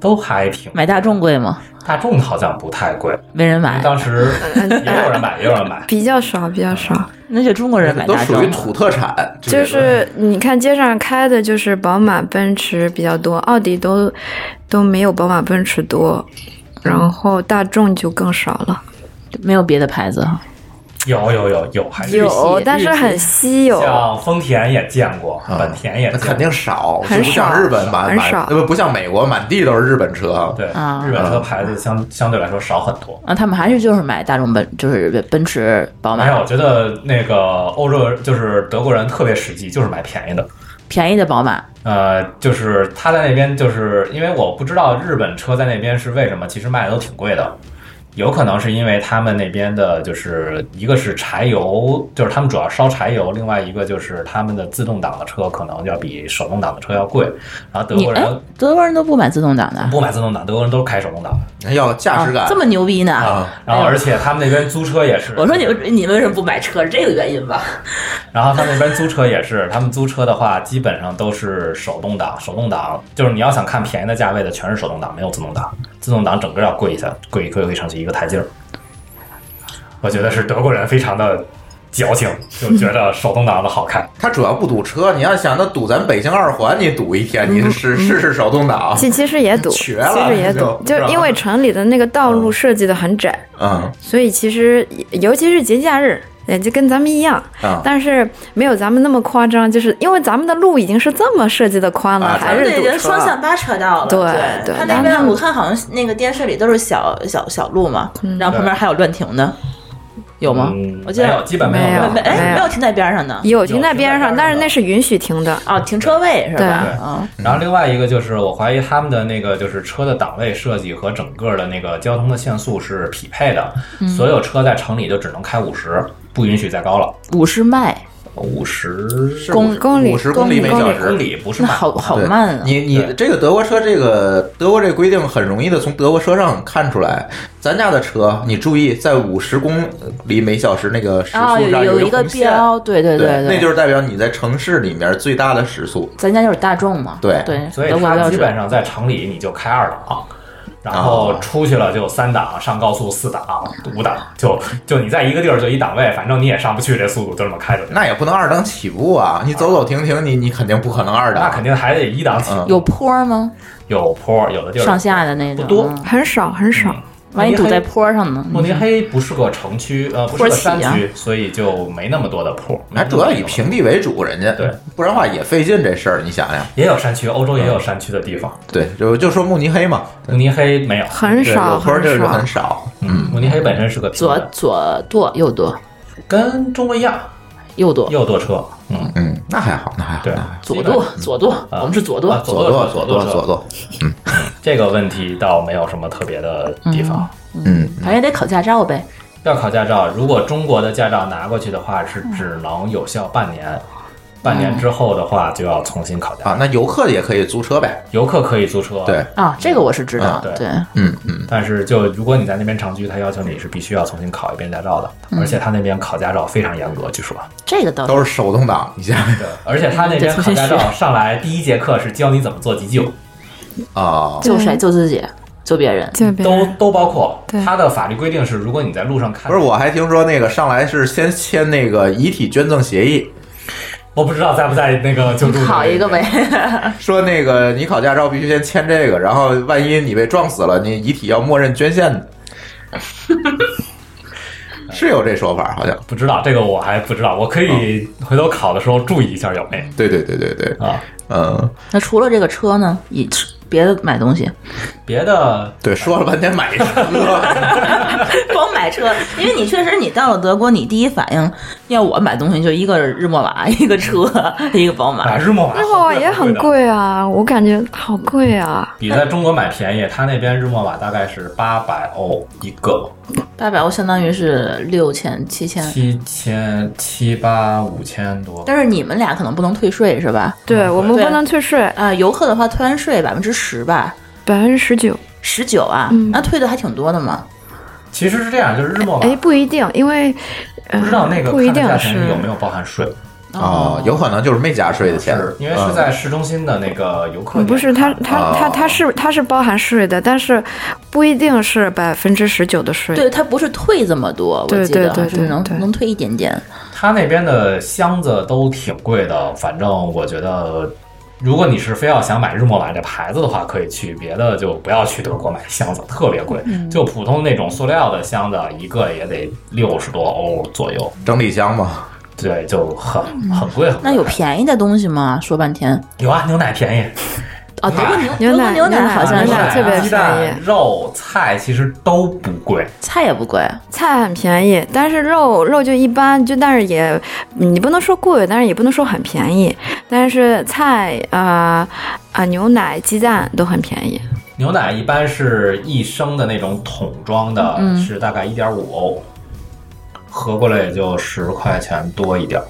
Speaker 2: 都还挺。
Speaker 3: 买哎大众贵吗？
Speaker 2: 大众好像不太贵，
Speaker 3: 没人
Speaker 2: 因为
Speaker 3: 买，
Speaker 2: 当时
Speaker 3: 嗯
Speaker 2: 也有人买，也有人买。
Speaker 4: 比较少，比较
Speaker 2: 啊
Speaker 4: 少。
Speaker 3: 那就中国人买
Speaker 1: 都
Speaker 3: 大
Speaker 1: 属
Speaker 3: 众
Speaker 1: 于。土特产，这
Speaker 4: 就
Speaker 1: 个
Speaker 4: 是你看街上开的，就是宝马、奔驰比较多，奥迪都都没有宝马、奔驰多，
Speaker 1: 嗯
Speaker 4: 然后大众就更少了。
Speaker 3: 没有别的牌子哈，
Speaker 2: 有有有有，还是
Speaker 4: 有，但是很稀有。
Speaker 2: 像丰田也见过，本田也
Speaker 1: 啊那
Speaker 2: 见过
Speaker 1: 肯定少，
Speaker 4: 很
Speaker 1: 就不像
Speaker 4: 少
Speaker 1: 日本满
Speaker 4: 很
Speaker 1: 满
Speaker 4: 少
Speaker 1: 呃不不像美国满地都是日本车，
Speaker 2: 对
Speaker 3: 啊
Speaker 2: 日本车牌子相相对来说少很多。
Speaker 3: 啊，他们还是就是买大众奔，就是奔驰、宝
Speaker 2: 没
Speaker 3: 马
Speaker 2: 有，。我觉得那个欧洲人就是德国人特别实际，就是买便宜的。
Speaker 3: 便宜的宝马，
Speaker 2: 呃，就是他在那边，就是因为我不知道日本车在那边是为什么，其实卖的都挺贵的。有可能是因为他们那边的，就是一个是柴油，就是他们主要烧柴油；另外一个就是他们的自动挡的车可能要比手动挡的车要贵。然后德
Speaker 3: 你
Speaker 2: 国
Speaker 3: 哎
Speaker 2: 人，
Speaker 3: 德国人都不买自动挡
Speaker 7: 哎
Speaker 3: 的，
Speaker 2: 不买自动挡，德国人都是开手动挡的。
Speaker 1: 要驾驶
Speaker 3: 啊
Speaker 1: 感
Speaker 3: 这么牛逼呢？
Speaker 1: 啊，
Speaker 2: 然后而且他们那边租车也是，
Speaker 7: 哎我说你们你们为什么不买车？是这个原因吧？
Speaker 2: 然后他们那边租车也是，他们租车的话基本上都是手动挡，手动挡就是你要想看便宜的价位的，全是手动挡，没有自动挡，自动挡整个要贵一下，贵贵贵上去一个台阶儿。我觉得是德国人非常的矫情，就觉得手动挡的好看。
Speaker 1: 它主要不堵车，你要想那堵咱北京二环，你堵一天，你试
Speaker 4: 嗯
Speaker 1: 试试手动挡，
Speaker 4: 其其实也堵，其
Speaker 1: 瘸了
Speaker 4: 实也
Speaker 1: 就
Speaker 4: 堵，
Speaker 1: 是吧
Speaker 4: 就因为城里的那个道路设计的很窄，
Speaker 1: 嗯
Speaker 4: 所以其实尤其是节假日，也就跟咱们一样，
Speaker 1: 啊
Speaker 4: 但是没有咱们那么夸张，就是因为咱们的路已经是这么设计的宽了，
Speaker 1: 啊
Speaker 4: 还是
Speaker 3: 已
Speaker 4: 堵
Speaker 3: 经
Speaker 4: 车
Speaker 3: 双。向八车道了。
Speaker 4: 对
Speaker 3: 对，
Speaker 4: 对
Speaker 3: 他
Speaker 4: 然
Speaker 3: 那
Speaker 4: 后他
Speaker 3: 边
Speaker 4: 们
Speaker 3: 我看好像那个电视里都是小小小路嘛，然后旁边还有乱停的，有吗
Speaker 2: 嗯？
Speaker 3: 我记得
Speaker 2: 没有基本没有
Speaker 4: 没有
Speaker 3: 没哎
Speaker 4: 没有
Speaker 3: 没有停在边上的
Speaker 4: 有停在边
Speaker 2: 有停在边上
Speaker 4: 上，
Speaker 2: 的
Speaker 4: 但是那是允许停的。
Speaker 3: 哦，停车位是吧？
Speaker 4: 对
Speaker 3: 啊，
Speaker 2: 然后另外一个就是，我怀疑他们的那个就是车的档位设计和整个的那个交通的限速是匹配的，所有车在城里就只能开五十，不允许再高了，
Speaker 3: 五十迈，
Speaker 2: 五十
Speaker 1: 是
Speaker 3: 公
Speaker 4: 公里
Speaker 1: 五十公里每小时，
Speaker 2: 公里不是
Speaker 3: 嗯那
Speaker 2: 慢。
Speaker 3: 好好
Speaker 1: 对
Speaker 3: 慢啊！
Speaker 1: 你你
Speaker 2: 对
Speaker 1: 这个德国车，这个德国这规定很容易的从德国车上看出来。咱家的车，你注意在五十公里每小时那个时
Speaker 3: 啊，
Speaker 1: 速
Speaker 3: 有
Speaker 1: 上
Speaker 3: 有一
Speaker 1: 一
Speaker 3: 个
Speaker 1: 红线，
Speaker 3: 标，对对对
Speaker 1: 那就是代表你在城市里面最大的时速。
Speaker 3: 咱家就是大众嘛，
Speaker 1: 对
Speaker 3: 对，
Speaker 2: 所以
Speaker 3: 德国
Speaker 2: 它
Speaker 3: 标
Speaker 2: 基本
Speaker 3: 准。
Speaker 2: 上在城里你就开二档，
Speaker 3: 啊
Speaker 2: 然后出去了就三档，上高速四档、五档，就就你在一个地儿就一档位，反正你也上不去，这速度就这么开着。
Speaker 1: 那也不能二档起步啊！你走走停停，你你肯定不可能二档。啊
Speaker 2: 那肯定还得一档起，
Speaker 1: 嗯
Speaker 3: 有坡吗？
Speaker 2: 有坡，有的地儿
Speaker 3: 上下的那种
Speaker 2: 不多
Speaker 3: 嗯
Speaker 4: 很少很少，
Speaker 3: 万一堵在坡上呢？
Speaker 2: 慕尼黑不是个城区，呃，不是
Speaker 3: 坡
Speaker 2: 个
Speaker 3: 起
Speaker 2: 山
Speaker 3: 啊
Speaker 2: 区，所以就没那么多的坡。没
Speaker 1: 还
Speaker 2: 那么
Speaker 1: 主要以
Speaker 2: 多的
Speaker 1: 平地为主，人家
Speaker 2: 对，
Speaker 1: 不然话也费劲这事儿。你想想，
Speaker 2: 也有山区，欧洲也有山区的地方，
Speaker 1: 对，就就说慕尼黑嘛，
Speaker 2: 慕尼黑没有。
Speaker 4: 很
Speaker 1: 对，
Speaker 4: 少
Speaker 1: 有坡儿就是
Speaker 4: 少
Speaker 1: 很。少。
Speaker 2: 嗯，慕尼黑本身是个平
Speaker 3: 左
Speaker 2: 原，
Speaker 3: 左舵，右舵，
Speaker 2: 跟中国一样，
Speaker 3: 右舵，
Speaker 2: 右舵车。嗯，
Speaker 1: 嗯，那还好，那还好。
Speaker 2: 对
Speaker 1: 那还好，
Speaker 3: 左舵，左舵，我们是左
Speaker 2: 嗯啊
Speaker 3: 舵。
Speaker 2: 左
Speaker 1: 左
Speaker 2: 舵
Speaker 1: 舵，
Speaker 2: 车
Speaker 1: 左
Speaker 2: 舵
Speaker 1: 舵，
Speaker 2: 车
Speaker 1: 左舵。
Speaker 2: 这个问题倒没有什么特别的地方。
Speaker 1: 嗯，
Speaker 3: 反正也得考驾照呗。
Speaker 2: 要考驾照，如果中国的驾照拿过去的话，
Speaker 3: 嗯
Speaker 2: 是只能有效半年，半年之后的话就要重新考驾照。
Speaker 1: 啊，那游客也可以租车
Speaker 3: 嗯
Speaker 1: 呗。
Speaker 2: 游客可以租车，
Speaker 1: 对，，
Speaker 3: 啊，这个我是知道
Speaker 2: 嗯，对
Speaker 3: 对，
Speaker 1: 嗯嗯，
Speaker 2: 但是就如果你在那边长居，他要求你是必须要重新考一遍驾照的，
Speaker 3: 嗯
Speaker 2: 而且他那边考驾照非常严格，据说。
Speaker 3: 这个倒是
Speaker 1: 啊都是手动挡，你想
Speaker 2: 对，而且他那边考驾
Speaker 3: 得重
Speaker 2: 照
Speaker 3: 新
Speaker 2: 上来第一节课是教你怎么做急救，
Speaker 1: 啊，
Speaker 3: 救谁救自己，救别人。
Speaker 4: 这边
Speaker 2: 都都包括。
Speaker 4: 对
Speaker 2: 他的法律规定是，如果你在路上看，
Speaker 1: 不是，我还听说那个上来是先签那个遗体捐赠协议，
Speaker 2: 我不知道在不在那个救助。
Speaker 3: 考一个呗。，
Speaker 1: 说那个你考驾照必须先签这个，然后万一你被撞死了，你遗体要默认捐献的。是有这说法，好像。
Speaker 2: 不知道这个我还不知道，我可以回头考的时候注意一下有没有
Speaker 1: 对对对对对，
Speaker 2: 啊。
Speaker 1: 嗯，
Speaker 3: 那除了这个车呢，以吃别的买东
Speaker 2: [LAUGHS]
Speaker 3: 西，
Speaker 2: 别的
Speaker 1: 对，说了半天买车，
Speaker 2: 哦
Speaker 3: 光买车，因为你确实你到了德国，你第一反应要我买东西就一个日默瓦，一个车，一个宝马
Speaker 2: 买。啊日默瓦，
Speaker 4: 日默瓦也很
Speaker 2: 的，
Speaker 4: 贵啊，我感觉好贵啊。
Speaker 2: 比在中国买便宜。他那边日默瓦大概是八百欧一个，
Speaker 3: 八百欧相当于是六千七
Speaker 4: 嗯
Speaker 3: 千，
Speaker 2: 七千七八五千多。
Speaker 3: 但是你们俩可能不能退税是吧？
Speaker 4: 对我们
Speaker 3: 嗯对
Speaker 4: 不能退税，
Speaker 3: 啊、游客的话退完税百分之十吧，
Speaker 4: 百分之十九。
Speaker 3: 十九啊，
Speaker 4: 嗯
Speaker 3: 那退的还挺多的嘛。
Speaker 2: 其实是这样，就是日默瓦
Speaker 4: 哎，不一定，因为
Speaker 2: 不知道那个
Speaker 4: 不一
Speaker 2: 看的
Speaker 4: 定
Speaker 2: 价钱
Speaker 4: 是
Speaker 2: 有没有包含税，
Speaker 1: 哦，有可能就是没加税的钱
Speaker 2: 是，嗯因为是在市中心的那个游客
Speaker 4: 嗯
Speaker 2: 点看。啊哦
Speaker 4: 不是它它它它是它是包含税的，但是不一定是百分之十九的税。
Speaker 3: 对，它不是退这么多，我
Speaker 4: 对
Speaker 3: 记得
Speaker 4: 对对
Speaker 3: 就是能
Speaker 4: 对对
Speaker 3: 能退一点点。
Speaker 2: 他那边的箱子都挺贵的，反正我觉得，如果你是非要想买日默瓦这牌子的话，可以去别的就不要去德国买箱子，特别贵。
Speaker 3: 嗯
Speaker 2: 就普通那种塑料的箱子，一个也得六十多欧左右，
Speaker 1: 嗯整理箱嘛。
Speaker 2: 对，就很很贵很贵。
Speaker 3: 那有便宜的东西吗？说半天，
Speaker 2: 有啊，牛奶便宜，
Speaker 3: 啊，德国
Speaker 4: 牛
Speaker 3: 牛德国
Speaker 4: 奶
Speaker 3: 牛
Speaker 4: 牛
Speaker 3: 奶
Speaker 4: 奶
Speaker 3: 好像
Speaker 4: 牛奶
Speaker 3: 是
Speaker 4: 特别便宜
Speaker 2: 鸡蛋、肉、菜其实都不贵，
Speaker 3: 菜也不贵，
Speaker 4: 菜很便宜，但是肉肉就一般，就但是也你不能说贵，但是也不能说很便宜。但是菜啊啊、牛奶、鸡蛋都很便宜。
Speaker 2: 牛奶一般是一升的那种桶装的，
Speaker 3: 嗯
Speaker 2: 是大概一点五欧，合过来也就十块钱多一点儿。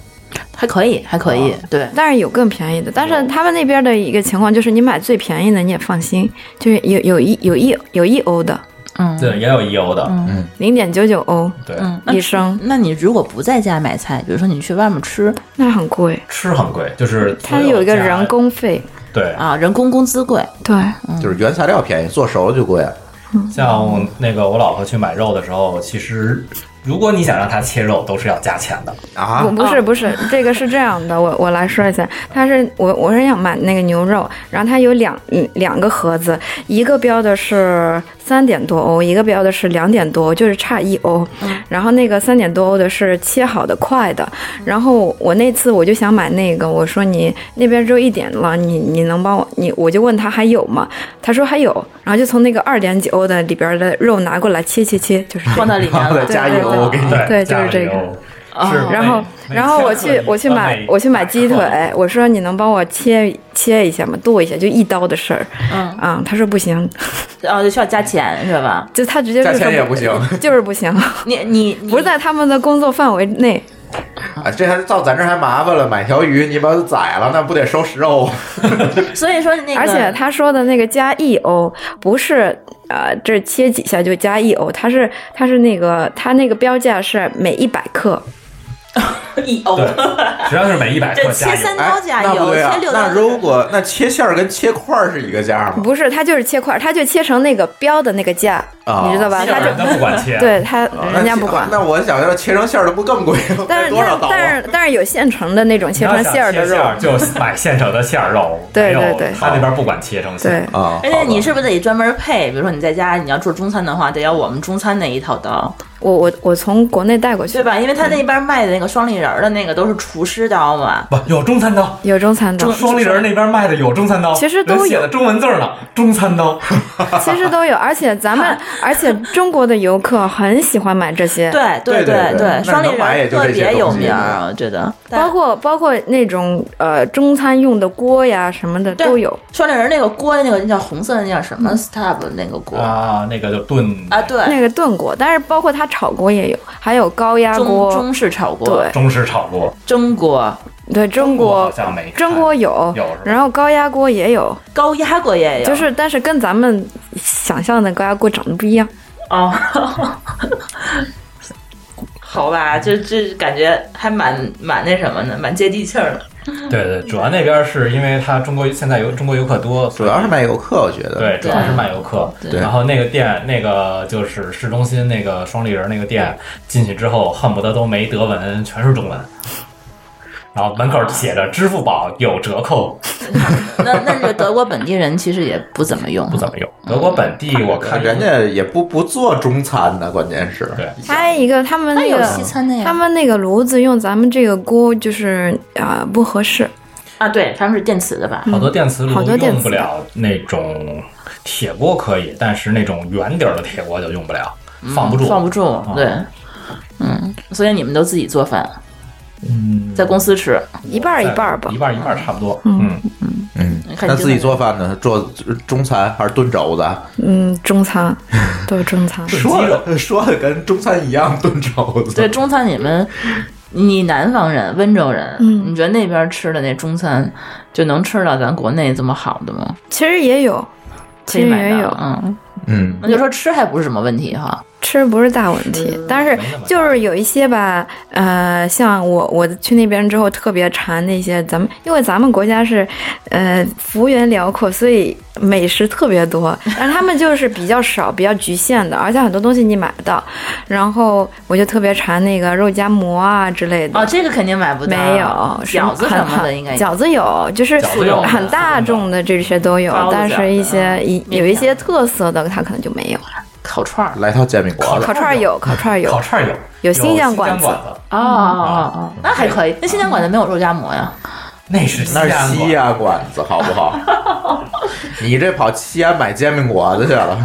Speaker 3: 还可以，还可以，对。
Speaker 4: 但是有更便宜的，但是他们那边的一个情况就是，你买最便宜的你也放心，就是有有一有一有一欧的，
Speaker 3: 嗯，
Speaker 2: 对，也有一欧的，
Speaker 4: 零点九九欧
Speaker 2: 对，
Speaker 3: 嗯，那
Speaker 4: 一升
Speaker 3: 那你如果不在家买菜，比如说你去外面吃
Speaker 4: 那很贵。
Speaker 2: 吃很贵，就是
Speaker 4: 它
Speaker 2: 所
Speaker 4: 有一个
Speaker 2: 家
Speaker 4: 人工费，
Speaker 2: 对，
Speaker 3: 啊，人工工资贵，
Speaker 4: 对，
Speaker 2: 嗯
Speaker 1: 就是原材料便宜，做熟了就贵。
Speaker 4: 嗯
Speaker 2: 像那个我老婆去买肉的时候，其实如果你想让她切肉，都是要加钱的。
Speaker 1: 啊
Speaker 4: 不，不是不是， [LAUGHS] 这个是这样的，我我来说一下，它是我我是想买那个牛肉，然后它有两嗯两个盒子，一个标的是三点多欧，一个标的是两点多欧，就是差一欧。然后那个三点多欧的是切好的块的，然后我那次我就想买那个，我说你那边只有一点了，你你能帮我你我就问他还有吗？他说还有，然后就从那个二点几欧的里边的肉拿过来切切切，就是这样
Speaker 3: 放到里面
Speaker 1: 然后再 [LAUGHS] 加
Speaker 4: 对对嗯
Speaker 3: 了。
Speaker 1: 油，我给你。
Speaker 4: 对
Speaker 2: 加
Speaker 4: 就是这个
Speaker 2: 了油
Speaker 3: 哦
Speaker 2: 是每
Speaker 4: 然后，
Speaker 2: 每
Speaker 4: 然后我
Speaker 2: 千克
Speaker 4: 去
Speaker 2: 里
Speaker 4: 我去
Speaker 2: 呃
Speaker 4: 买
Speaker 2: 每
Speaker 4: 我去买
Speaker 2: 克
Speaker 4: 鸡腿，我说你能帮我切切一下吗？剁一下，就一刀的事儿。
Speaker 3: 嗯
Speaker 4: 啊，他说不行，
Speaker 3: 哦，就需要加钱是吧？
Speaker 4: 就他直接就
Speaker 1: 价
Speaker 4: 说
Speaker 1: 钱也不行
Speaker 4: 就是
Speaker 1: [LAUGHS]
Speaker 4: 不行，
Speaker 3: 你你你
Speaker 4: 不是在他们的工作范围内。
Speaker 1: 啊，这还到咱这儿还麻烦了，买条鱼你把它宰了，那不得收十欧？
Speaker 3: 所以说那个，
Speaker 4: 而且他说的那个加一欧不是呃，这切几下就加一欧，他是他是那个他那个标价是每一百克，
Speaker 8: 一欧
Speaker 3: 哦
Speaker 2: 对，实际上是每一百克
Speaker 3: 这
Speaker 2: 加
Speaker 3: 切
Speaker 2: 油
Speaker 3: 三。
Speaker 1: 哎
Speaker 3: 刀加
Speaker 1: 那不
Speaker 3: 油，
Speaker 1: 对
Speaker 3: 切
Speaker 1: 啊
Speaker 3: 六。刀
Speaker 1: 那如果那切馅儿跟切块儿是一个价吗？
Speaker 4: 不是他就是切块儿，他就切成那个标的那个价，
Speaker 1: 啊
Speaker 4: 你知道吧？
Speaker 2: 基
Speaker 4: 他
Speaker 2: 本
Speaker 4: 就
Speaker 2: 上都不管切，
Speaker 4: 对他
Speaker 1: 啊
Speaker 4: 人家
Speaker 1: 那
Speaker 4: 不管。
Speaker 1: 那我想要切成馅儿的不更贵吗？
Speaker 4: 但
Speaker 1: [LAUGHS]
Speaker 4: 是
Speaker 1: 多少
Speaker 4: 但
Speaker 1: 刀
Speaker 4: 但
Speaker 1: 啊？
Speaker 4: 是但是有现成的那种
Speaker 2: 你
Speaker 4: 切
Speaker 2: 要
Speaker 4: 成
Speaker 2: 想
Speaker 4: 馅儿的
Speaker 2: 切
Speaker 4: 肉。
Speaker 2: 馅，儿就买现成的馅儿肉
Speaker 4: 对
Speaker 2: 没有
Speaker 4: 对对
Speaker 2: 他那边不管切成馅
Speaker 4: 对
Speaker 2: 儿。，
Speaker 1: 啊，
Speaker 3: 而且你是不是得专门配？比如说你在家你要做中餐的话，得要我们中餐那一套刀，
Speaker 4: 我我我从国内带过去
Speaker 3: 对，吧？因为他那边卖的那个双立人儿的那个都是厨师刀嘛。
Speaker 2: 不有中餐刀，
Speaker 4: 有中餐刀，
Speaker 2: 双立人那边卖的有中餐刀，
Speaker 4: 其实都有
Speaker 2: 人写的中文字儿呢，中餐刀。
Speaker 4: 其实都有，而且咱们而且中国的游客很喜欢买这些，
Speaker 3: 对
Speaker 1: 对
Speaker 3: 对
Speaker 1: 对对
Speaker 3: 双立
Speaker 1: 那能
Speaker 3: 人
Speaker 1: 买
Speaker 3: 儿
Speaker 1: 也就
Speaker 3: 特
Speaker 1: 这些
Speaker 3: 别有
Speaker 1: 东西
Speaker 3: 名儿，我觉得。但
Speaker 4: 包括包括那种呃中餐用的锅呀什么的
Speaker 3: 对
Speaker 4: 都有，嗯
Speaker 3: 双立人儿那个锅，那个那叫红色的那叫什么 stub 那个锅
Speaker 2: 啊，那个就炖
Speaker 3: 啊？对，
Speaker 4: 那个炖锅，但是包括它炒锅也有，还有高压
Speaker 3: 中
Speaker 4: 锅，
Speaker 3: 中式炒锅
Speaker 4: 对，
Speaker 2: 中式炒锅，
Speaker 3: 蒸锅、
Speaker 4: 对中
Speaker 2: 我好
Speaker 4: 国
Speaker 2: 像没看
Speaker 4: 中国有
Speaker 2: 有是吧，
Speaker 4: 然后高压锅也有，
Speaker 3: 高压锅也有，
Speaker 4: 就是但是跟咱们想象的高压锅长得不一样。
Speaker 3: 哦， [LAUGHS] 好吧，这这感觉还蛮蛮那什么呢，蛮接地气儿的。
Speaker 2: 对对，主要那边是因为他中国现在游中国游客多，
Speaker 1: 主
Speaker 2: 所以
Speaker 1: 要是卖游客，我觉得。
Speaker 2: 对，主要是卖游客。
Speaker 1: 对
Speaker 2: 然后那个店，那个就是市中心那个双立人那个店，进去之后恨不得都没德文，全是中文。然后门口写着支付宝有折扣，
Speaker 3: [LAUGHS] 那那这德国本地人其实也不怎么用，
Speaker 2: 不怎么用。德国本地我
Speaker 1: 看
Speaker 2: 看
Speaker 1: 人家也不不做中餐呢，关键是。
Speaker 2: 对
Speaker 4: 还有一个他们
Speaker 3: 那
Speaker 4: 那
Speaker 3: 有
Speaker 4: 个
Speaker 3: 西餐的呀，
Speaker 4: 他们那个炉子用咱们这个锅就是啊、呃不合适，
Speaker 3: 啊，对，他们是电磁的吧？
Speaker 2: 好多电磁炉
Speaker 4: 好多电
Speaker 2: 用
Speaker 4: 磁
Speaker 2: 不
Speaker 4: 的
Speaker 2: 了那种铁锅可以，但是那种圆底儿的铁锅就用不了，放不住。啊
Speaker 3: 放不住，对，嗯，所以你们都自己做饭，嗯，在公司吃，
Speaker 4: 一半儿一半儿吧
Speaker 2: 一。半儿一半儿差不多。嗯，
Speaker 1: 嗯
Speaker 3: 你，看你
Speaker 1: 那
Speaker 3: 就
Speaker 1: 自己做饭呢？做中餐还是炖肘子？
Speaker 4: 嗯，中
Speaker 3: [LAUGHS]
Speaker 4: 餐都是中餐。
Speaker 1: 说的说的跟中餐一样，炖肘子。
Speaker 3: 对中餐，你们你南方人、温州人，
Speaker 4: 嗯
Speaker 3: 你觉得那边吃的那中餐就能吃到咱国内这么好的吗？
Speaker 4: 其实也有，
Speaker 3: 可
Speaker 4: 其
Speaker 3: 以
Speaker 4: 实
Speaker 3: 买
Speaker 4: 也
Speaker 3: 到，
Speaker 4: 有，
Speaker 3: 嗯，
Speaker 1: 嗯，
Speaker 3: 那就说吃还不是什么问题哈。
Speaker 4: 吃不是大问题，但是就是有一些吧，呃，像我我去那边之后特别馋那些咱们，因为咱们国家是，呃，幅员辽阔，所以美食特别多，但是他们就是比较少，比较局限的，而且很多东西你买不到。然后我就特别馋那个肉夹馍啊之类的。
Speaker 3: 哦，这个肯定买不到，
Speaker 4: 没有是
Speaker 3: 饺子
Speaker 4: 很
Speaker 3: 什么的
Speaker 4: 很
Speaker 3: 应该
Speaker 4: 饺子有，就是
Speaker 2: 饺子有
Speaker 4: 很大众的这些都有
Speaker 3: 包，子
Speaker 4: 但
Speaker 3: 饺子啊
Speaker 4: 是一些一
Speaker 3: 面
Speaker 4: 有一
Speaker 3: 条
Speaker 4: 些特色的它可能就没有。
Speaker 3: 烤串儿。
Speaker 1: 来套煎饼果子。
Speaker 4: 烤串儿有，烤串儿哎有
Speaker 2: 烤，串儿有，
Speaker 4: 有
Speaker 2: 有
Speaker 4: 新疆
Speaker 2: 馆
Speaker 4: 馆子
Speaker 3: 嗯
Speaker 2: 子，
Speaker 4: 哦
Speaker 3: 哦哦哦，那还可以。那新疆馆子没有肉夹馍呀？
Speaker 2: 那是
Speaker 1: 那
Speaker 2: 安
Speaker 1: 是
Speaker 2: 馆
Speaker 1: 西安馆子，好不好？
Speaker 2: [LAUGHS]
Speaker 1: 你这跑西安买煎饼果子去了，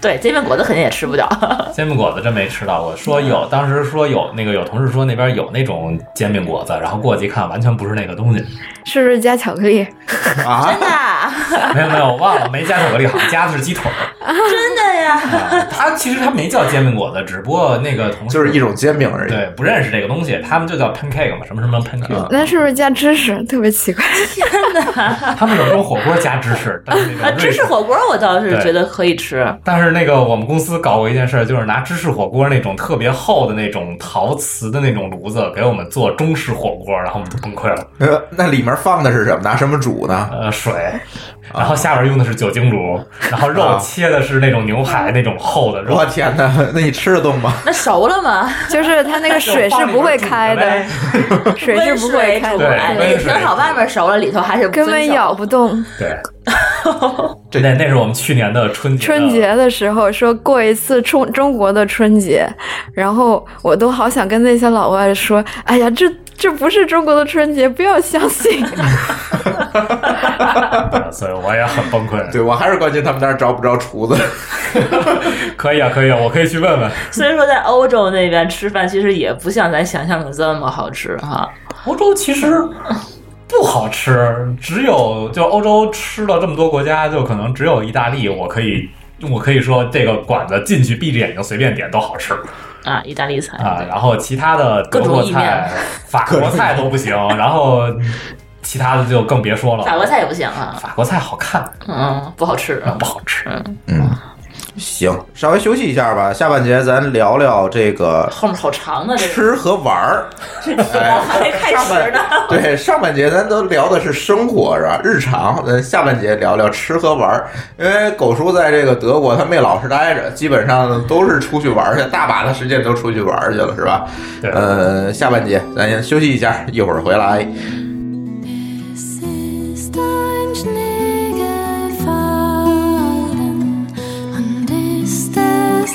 Speaker 3: 对，煎饼果子肯定也吃不了。
Speaker 2: 煎饼果子真没吃到过，说有，当时说有那个有同事说那边有那种煎饼果子，然后过去一看，完全不是那个东西。
Speaker 4: 是不是加巧克力？
Speaker 3: 真的啊，
Speaker 2: [LAUGHS] 没有没有，我忘了没加巧克力，好像加的是鸡腿。嗯
Speaker 3: 真的呀，
Speaker 2: 它其实它没叫煎饼果子，只不过那个同事
Speaker 1: 就是一种煎饼而已。
Speaker 2: 对不认识这个东西，他们就叫 pancake 嘛，什么什么 pancake，
Speaker 4: 那是不是加芝士？特别
Speaker 3: [LAUGHS]
Speaker 4: 奇怪。
Speaker 1: 嗯
Speaker 2: 他们有这种火锅加芝士，但是那
Speaker 3: 啊，
Speaker 2: 种
Speaker 3: 芝
Speaker 2: 瑞
Speaker 3: 士
Speaker 2: 士
Speaker 3: 火锅我倒是
Speaker 2: 对
Speaker 3: 觉得可以吃。
Speaker 2: 但是那个我们公司搞过一件事儿，就是拿芝士火锅那种特别厚的那种陶瓷的那种炉子给我们做中式火锅，然后我们就崩溃了。
Speaker 1: 呃，那里面放的是什么？拿什么煮呢？
Speaker 2: 呃，水，然后下边用的是酒精炉，然后肉
Speaker 1: 啊
Speaker 2: 切的是那种牛排那种厚的肉
Speaker 1: 我，天哪，那你吃得动吗？ [LAUGHS]
Speaker 3: 那熟了吗？
Speaker 4: 就是它那个水是不会开
Speaker 2: 哎
Speaker 4: 的，水是
Speaker 3: 温
Speaker 4: 不
Speaker 3: 水
Speaker 4: 会开
Speaker 3: 煮
Speaker 2: 对
Speaker 4: 的，
Speaker 3: 哎，
Speaker 2: 温
Speaker 3: 那
Speaker 2: 水
Speaker 3: 个挺好，外面熟了，里头还是不
Speaker 4: 根
Speaker 3: 遵
Speaker 4: 本
Speaker 3: 守
Speaker 4: 咬不动。
Speaker 2: [LAUGHS] 对，这那那是我们去年的春节的
Speaker 4: 春节的时候说过一次中中国的春节，然后我都好想跟那些老外说：“哎呀，这这不是中国的春节，不要相信。
Speaker 2: 呃所以我也很崩溃。
Speaker 1: 对，我还是关心他们那儿招不招厨子。
Speaker 2: [LAUGHS]
Speaker 1: [LAUGHS]
Speaker 2: 可以啊，可以啊，我可以去问问。
Speaker 3: 所以说，在欧洲那边吃饭其实也不像咱想象的这么好吃哈。
Speaker 2: 欧洲其实不好吃，只有就欧洲吃了这么多国家，就可能只有意大利，我可以。我可以说，这个馆子进去闭着眼睛随便点都好吃
Speaker 3: 啊，意大利菜
Speaker 2: 啊，然后其他的德国
Speaker 3: 各种意面
Speaker 2: 菜、法国菜都不行，然后其他的就更别说了。
Speaker 3: 法国菜也不行啊，
Speaker 2: 法国菜好看，
Speaker 3: 嗯，不好吃。
Speaker 2: 啊
Speaker 3: 嗯
Speaker 2: 不好吃。
Speaker 1: 行，稍微休息一下吧。下半节咱聊聊这个
Speaker 3: 后面好长啊，这个
Speaker 1: 吃和玩儿。
Speaker 2: 哎
Speaker 3: 我还没开
Speaker 1: 上
Speaker 3: 始
Speaker 1: 半
Speaker 3: 呢。
Speaker 1: 对，上半节咱都聊的是生活是吧？日常，咱下半节聊聊吃喝玩儿。因为狗叔在这个德国，他没老实待着，基本上都是出去玩儿去，大把的时间都出去玩儿去了，是吧？
Speaker 2: 对
Speaker 1: 呃，下半节咱先休息一下，一会儿回来。
Speaker 9: Es ist ein Schnee gefallen und ist es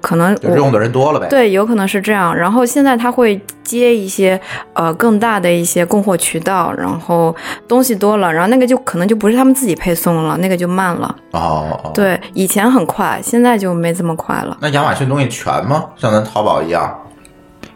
Speaker 4: 可能
Speaker 1: 就
Speaker 4: 我
Speaker 1: 是用的人多了呗。，
Speaker 4: 对，有可能是这样。然后现在他会接一些呃更大的一些供货渠道，然后东西多了，然后那个就可能就不是他们自己配送了，那个就慢了。
Speaker 1: 哦哦，。
Speaker 4: 对，以前很快，现在就没这么快了。
Speaker 1: 那亚马逊东西全吗？像咱淘宝一样？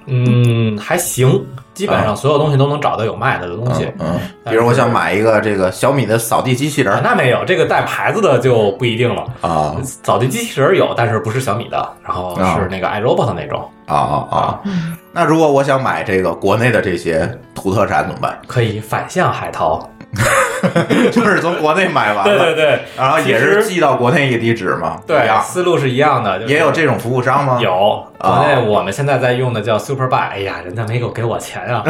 Speaker 2: 嗯，还行，基本
Speaker 1: 啊
Speaker 2: 上所有东西都能找到有卖的的东西。
Speaker 1: 嗯嗯，
Speaker 2: 但
Speaker 1: 比
Speaker 2: 是
Speaker 1: 如我想买一个这个小米的扫地机器人
Speaker 2: 啊
Speaker 1: 儿
Speaker 2: 那没有，这个带牌子的就不一定了。
Speaker 1: 啊
Speaker 2: 扫地机器人有，但是不是小米的，然后
Speaker 1: 啊
Speaker 2: 是那个 iRobot 那种，
Speaker 1: 啊啊啊！
Speaker 4: 嗯
Speaker 1: 那如果我想买这个国内的这些土特产怎么办？ [LAUGHS]
Speaker 2: 可以反向海淘。
Speaker 1: 就是从国内买完
Speaker 2: 对对
Speaker 1: 了，
Speaker 2: 对，
Speaker 1: 啊然后也是
Speaker 2: 其实
Speaker 1: 寄到国内一个地址嘛？一
Speaker 2: 对
Speaker 1: 样
Speaker 2: 思路是一样的，就是
Speaker 1: 也有这种服务商吗？，
Speaker 2: 有，
Speaker 1: 啊
Speaker 2: 国内我们现在在用的叫 Superbuy，哎呀，人家没有给我钱啊，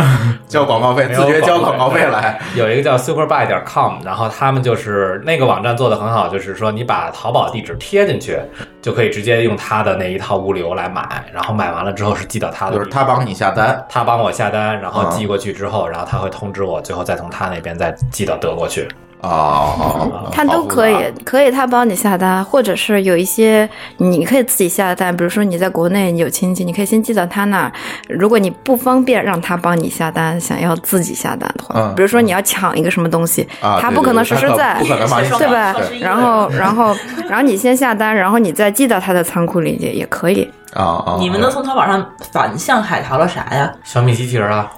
Speaker 1: 交广告费，
Speaker 2: 没
Speaker 1: 自
Speaker 2: 有
Speaker 1: 觉交
Speaker 2: 广
Speaker 1: 广
Speaker 2: 告
Speaker 1: 告
Speaker 2: 费
Speaker 1: 费来。
Speaker 2: 有一个叫 Superbuy 点 com，然后他们就是那个网站做的很好，就是说你把淘宝地址贴进去，就可以直接用他的那一套物流来买，然后买完了之后是寄到他的地
Speaker 1: 就
Speaker 2: 址，
Speaker 1: 是他帮你下单，
Speaker 2: 他帮我下单，然后
Speaker 1: 啊
Speaker 2: 寄过去之后，然后他会通知我，最后再从他那边再寄到德国去。
Speaker 1: 哦，
Speaker 4: 它都可以，可以他帮你下单，或者是有一些你可以自己下单，比如说你在国内有亲戚，你可以先寄到他那儿。如果你不方便让他帮你下单，想要自己下单的话，
Speaker 1: 嗯
Speaker 4: 比如说你要抢一个什么东西，
Speaker 1: 啊
Speaker 4: 他
Speaker 1: 对
Speaker 4: 不
Speaker 1: 对
Speaker 4: 可能
Speaker 1: 对
Speaker 4: 实
Speaker 1: 他
Speaker 4: 实
Speaker 1: 可
Speaker 4: 在，
Speaker 1: 不可能帮你
Speaker 4: 对吧
Speaker 1: 对？
Speaker 4: 然后，然后，然后你先下单，然后你再寄到他的仓库里去也可以。
Speaker 1: 啊啊！
Speaker 3: 你们能从淘宝上反向海淘了啥呀？
Speaker 2: 小米机器人啊，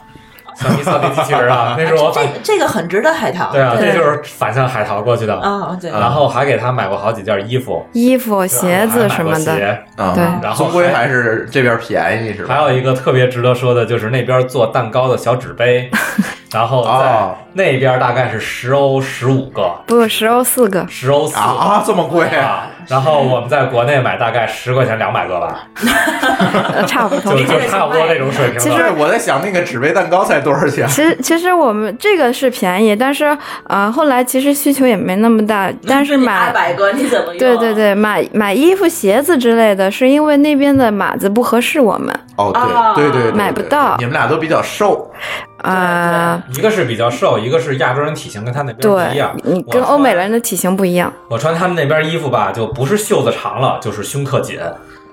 Speaker 2: 小米扫地机器人啊，那是我
Speaker 3: 哎这
Speaker 2: 反
Speaker 4: 哎
Speaker 3: 个这个很值得海淘。
Speaker 2: 对啊，这就是反向海淘过去的。
Speaker 4: 哦
Speaker 3: 啊，对，
Speaker 2: 然后还给他买过好几件衣服、
Speaker 4: 衣服、鞋子什么
Speaker 2: 还买过
Speaker 4: 的，
Speaker 2: 鞋
Speaker 1: 啊
Speaker 4: 对
Speaker 2: 然后
Speaker 1: 终归
Speaker 2: 还
Speaker 1: 还是这边便宜是吧？
Speaker 2: 还有一个特别值得说的，就是那边做蛋糕的小
Speaker 4: [LAUGHS]
Speaker 2: 纸杯，然后
Speaker 1: 哦
Speaker 2: 在那边大概是十欧十五个，
Speaker 4: 不，十欧四个，
Speaker 2: 十欧四
Speaker 1: 啊啊，这么贵
Speaker 2: 啊！然后我们在国内买大概十块钱两百个吧，
Speaker 4: 呃差不多
Speaker 2: 就。就差不多这种水平了。
Speaker 4: 其
Speaker 1: 不
Speaker 4: 实
Speaker 1: 是，我在想那个纸杯蛋糕才多少钱？
Speaker 4: 其实其实我们这个是便宜，但是呃后来其实需求也没那么大，但是
Speaker 3: 八
Speaker 4: 买。
Speaker 3: 百个你怎么用？啊
Speaker 4: 对对，对，买买衣服、鞋子之类的，是因为那边的码子不合适我们，
Speaker 1: 哦，
Speaker 3: 啊
Speaker 1: 对对对对，
Speaker 4: 买不到
Speaker 1: 你们俩都比较瘦，
Speaker 4: 呃，
Speaker 2: 一个是比较瘦，一个是亚洲人体型跟他那边不一
Speaker 4: 对
Speaker 2: 样，
Speaker 4: 你
Speaker 2: 我
Speaker 4: 跟欧美
Speaker 2: 穿
Speaker 4: 人的体型不一样，
Speaker 2: 我穿他们那边衣服吧，就不是袖子长了，就是胸特紧。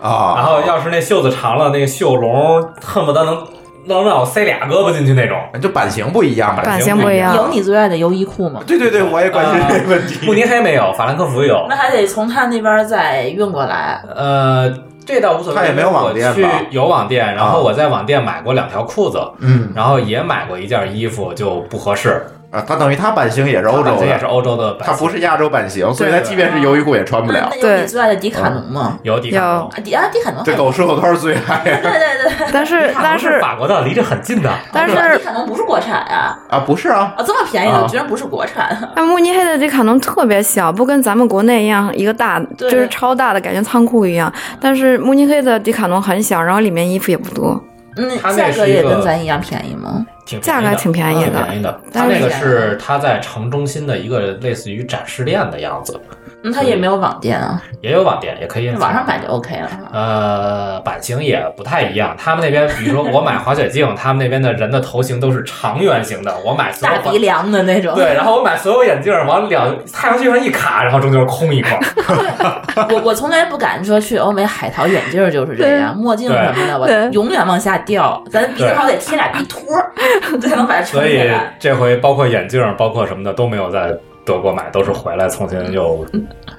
Speaker 4: 哦
Speaker 1: 啊，
Speaker 2: 然后要是那袖子长了，那个袖笼恨不得能能让我塞俩胳膊进去那种。
Speaker 4: [LAUGHS]
Speaker 1: 就版型不一样吧？
Speaker 4: 版
Speaker 2: 版
Speaker 4: 型
Speaker 2: 型
Speaker 4: 不
Speaker 2: 不
Speaker 4: 一
Speaker 2: 一
Speaker 4: 样。
Speaker 5: 有你最爱的优衣库吗？
Speaker 1: 对对对，我也关
Speaker 2: 啊
Speaker 1: 心这个问题。
Speaker 2: 慕尼黑没有，法兰克福有
Speaker 3: 那。还得从他那边再运过来。
Speaker 2: 呃，这倒无所谓，
Speaker 1: 他也没有网店吧啊
Speaker 2: 因为我去有网店，然后我在网店买过两条裤子，
Speaker 1: 嗯
Speaker 2: 然后也买过一件衣服，就不合适。
Speaker 1: 啊，他等于他版型也是欧洲
Speaker 2: 它也是
Speaker 1: 的，
Speaker 2: 欧洲的版
Speaker 1: 他
Speaker 2: 型，
Speaker 1: 不是亚洲版型，所以他即便是鱿鱼裤也穿不了嗯
Speaker 3: 那。有
Speaker 4: 对
Speaker 3: 你最爱的迪卡侬吗？
Speaker 2: 有迪卡侬
Speaker 4: 有
Speaker 3: 啊，迪啊，迪卡侬还
Speaker 1: 这
Speaker 3: 有，
Speaker 1: 狗说我都是最爱啊
Speaker 3: 对对对，
Speaker 4: 但是
Speaker 2: 迪卡侬
Speaker 4: 但是
Speaker 2: 法国的，离这很近的。
Speaker 4: 但是
Speaker 3: 迪卡侬不是国产啊，
Speaker 1: 啊，不是啊，
Speaker 3: 啊，这么便宜的
Speaker 1: 啊
Speaker 3: 居然不是国产，
Speaker 4: 哎，慕尼黑的迪卡侬特别小，不跟咱们国内一样一个大，就
Speaker 3: 对
Speaker 4: 是超大的感觉仓库一样。但是慕尼黑的迪卡侬很小，然后里面衣服也不多，
Speaker 3: 嗯，
Speaker 2: 它那
Speaker 3: 价格
Speaker 2: 是一
Speaker 3: 也
Speaker 2: 个
Speaker 3: 跟咱一样便宜吗？
Speaker 2: 挺
Speaker 4: 价格
Speaker 2: 便宜的嗯
Speaker 4: 挺便宜
Speaker 2: 挺
Speaker 4: 的
Speaker 2: 便宜的。它
Speaker 4: 但是
Speaker 2: 那个是它在城中心的一个类似于展示店的样子，
Speaker 3: 嗯，它也没有网店啊，
Speaker 2: 也有网店，也可以
Speaker 3: 网上买就 OK 了。
Speaker 2: 呃，版型也不太一样。他们那边，比如说我买滑雪镜，他们那边的人的头型都是长圆形的。我买所有
Speaker 3: 大
Speaker 2: 滑
Speaker 3: 鼻梁的 [LAUGHS] 那种，
Speaker 2: 对，然后我买所有眼镜儿往两太阳穴上一卡，然后中间空一块儿。
Speaker 3: 我我从来不敢说去欧美海淘眼镜儿就是这样，墨镜什么的我
Speaker 4: 对
Speaker 3: 永远往下掉，咱鼻子上得贴俩鼻托儿，才能把它撑
Speaker 2: 所
Speaker 3: [LAUGHS] 起
Speaker 2: 以
Speaker 3: 来。
Speaker 2: 这回包括眼镜儿，包括什么的都没有在德国买，都是回来重新又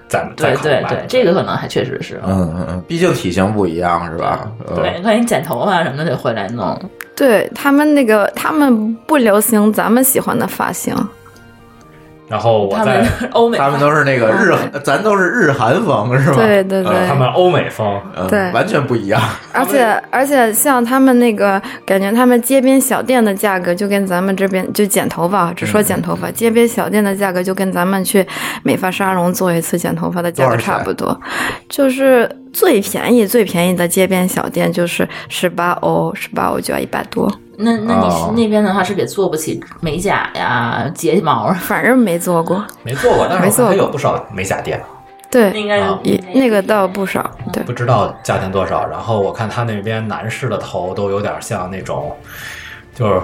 Speaker 2: 再再
Speaker 3: 对
Speaker 2: 考虑
Speaker 3: 对
Speaker 2: 买
Speaker 3: 对，这个可能还确实是。
Speaker 1: 嗯嗯嗯，毕竟体型不一样是吧？嗯
Speaker 3: 对，你看你剪头啊发什么的得回来弄，
Speaker 4: 对他们那个他们不流行咱们喜欢的发型，
Speaker 2: 然后我
Speaker 3: 他
Speaker 2: 在
Speaker 3: [LAUGHS] 们欧美
Speaker 1: 呃他们都是那个日，咱都是日韩风是吧？
Speaker 4: 对对对。
Speaker 2: 呃他们欧美风，
Speaker 3: [LAUGHS]
Speaker 1: 嗯
Speaker 4: 对
Speaker 1: 完全不一样。
Speaker 4: 而且而且像他们那个感觉，他们街边小店的价格就跟咱们这边就剪头发，只说剪头发，街边小店的价格就跟咱们去美发沙龙做一次剪头发的价格差不多，就是最便宜最便宜的街边小店就是十八欧，十八欧就要一百多，
Speaker 3: 那那你是
Speaker 1: 哦
Speaker 3: 那边的话是得做不起美甲呀、睫毛
Speaker 2: 嗯
Speaker 3: 啊，
Speaker 4: 反正没做过，
Speaker 2: 没做过，但
Speaker 4: 没
Speaker 2: 是
Speaker 4: 做
Speaker 2: 我
Speaker 4: 过
Speaker 2: 看有不少美甲店，
Speaker 4: 对，
Speaker 3: 应该
Speaker 2: 啊
Speaker 4: 也那个倒不少，对
Speaker 2: 不知道价钱多少。然后我看他那边男士的头都有点像那种，就是。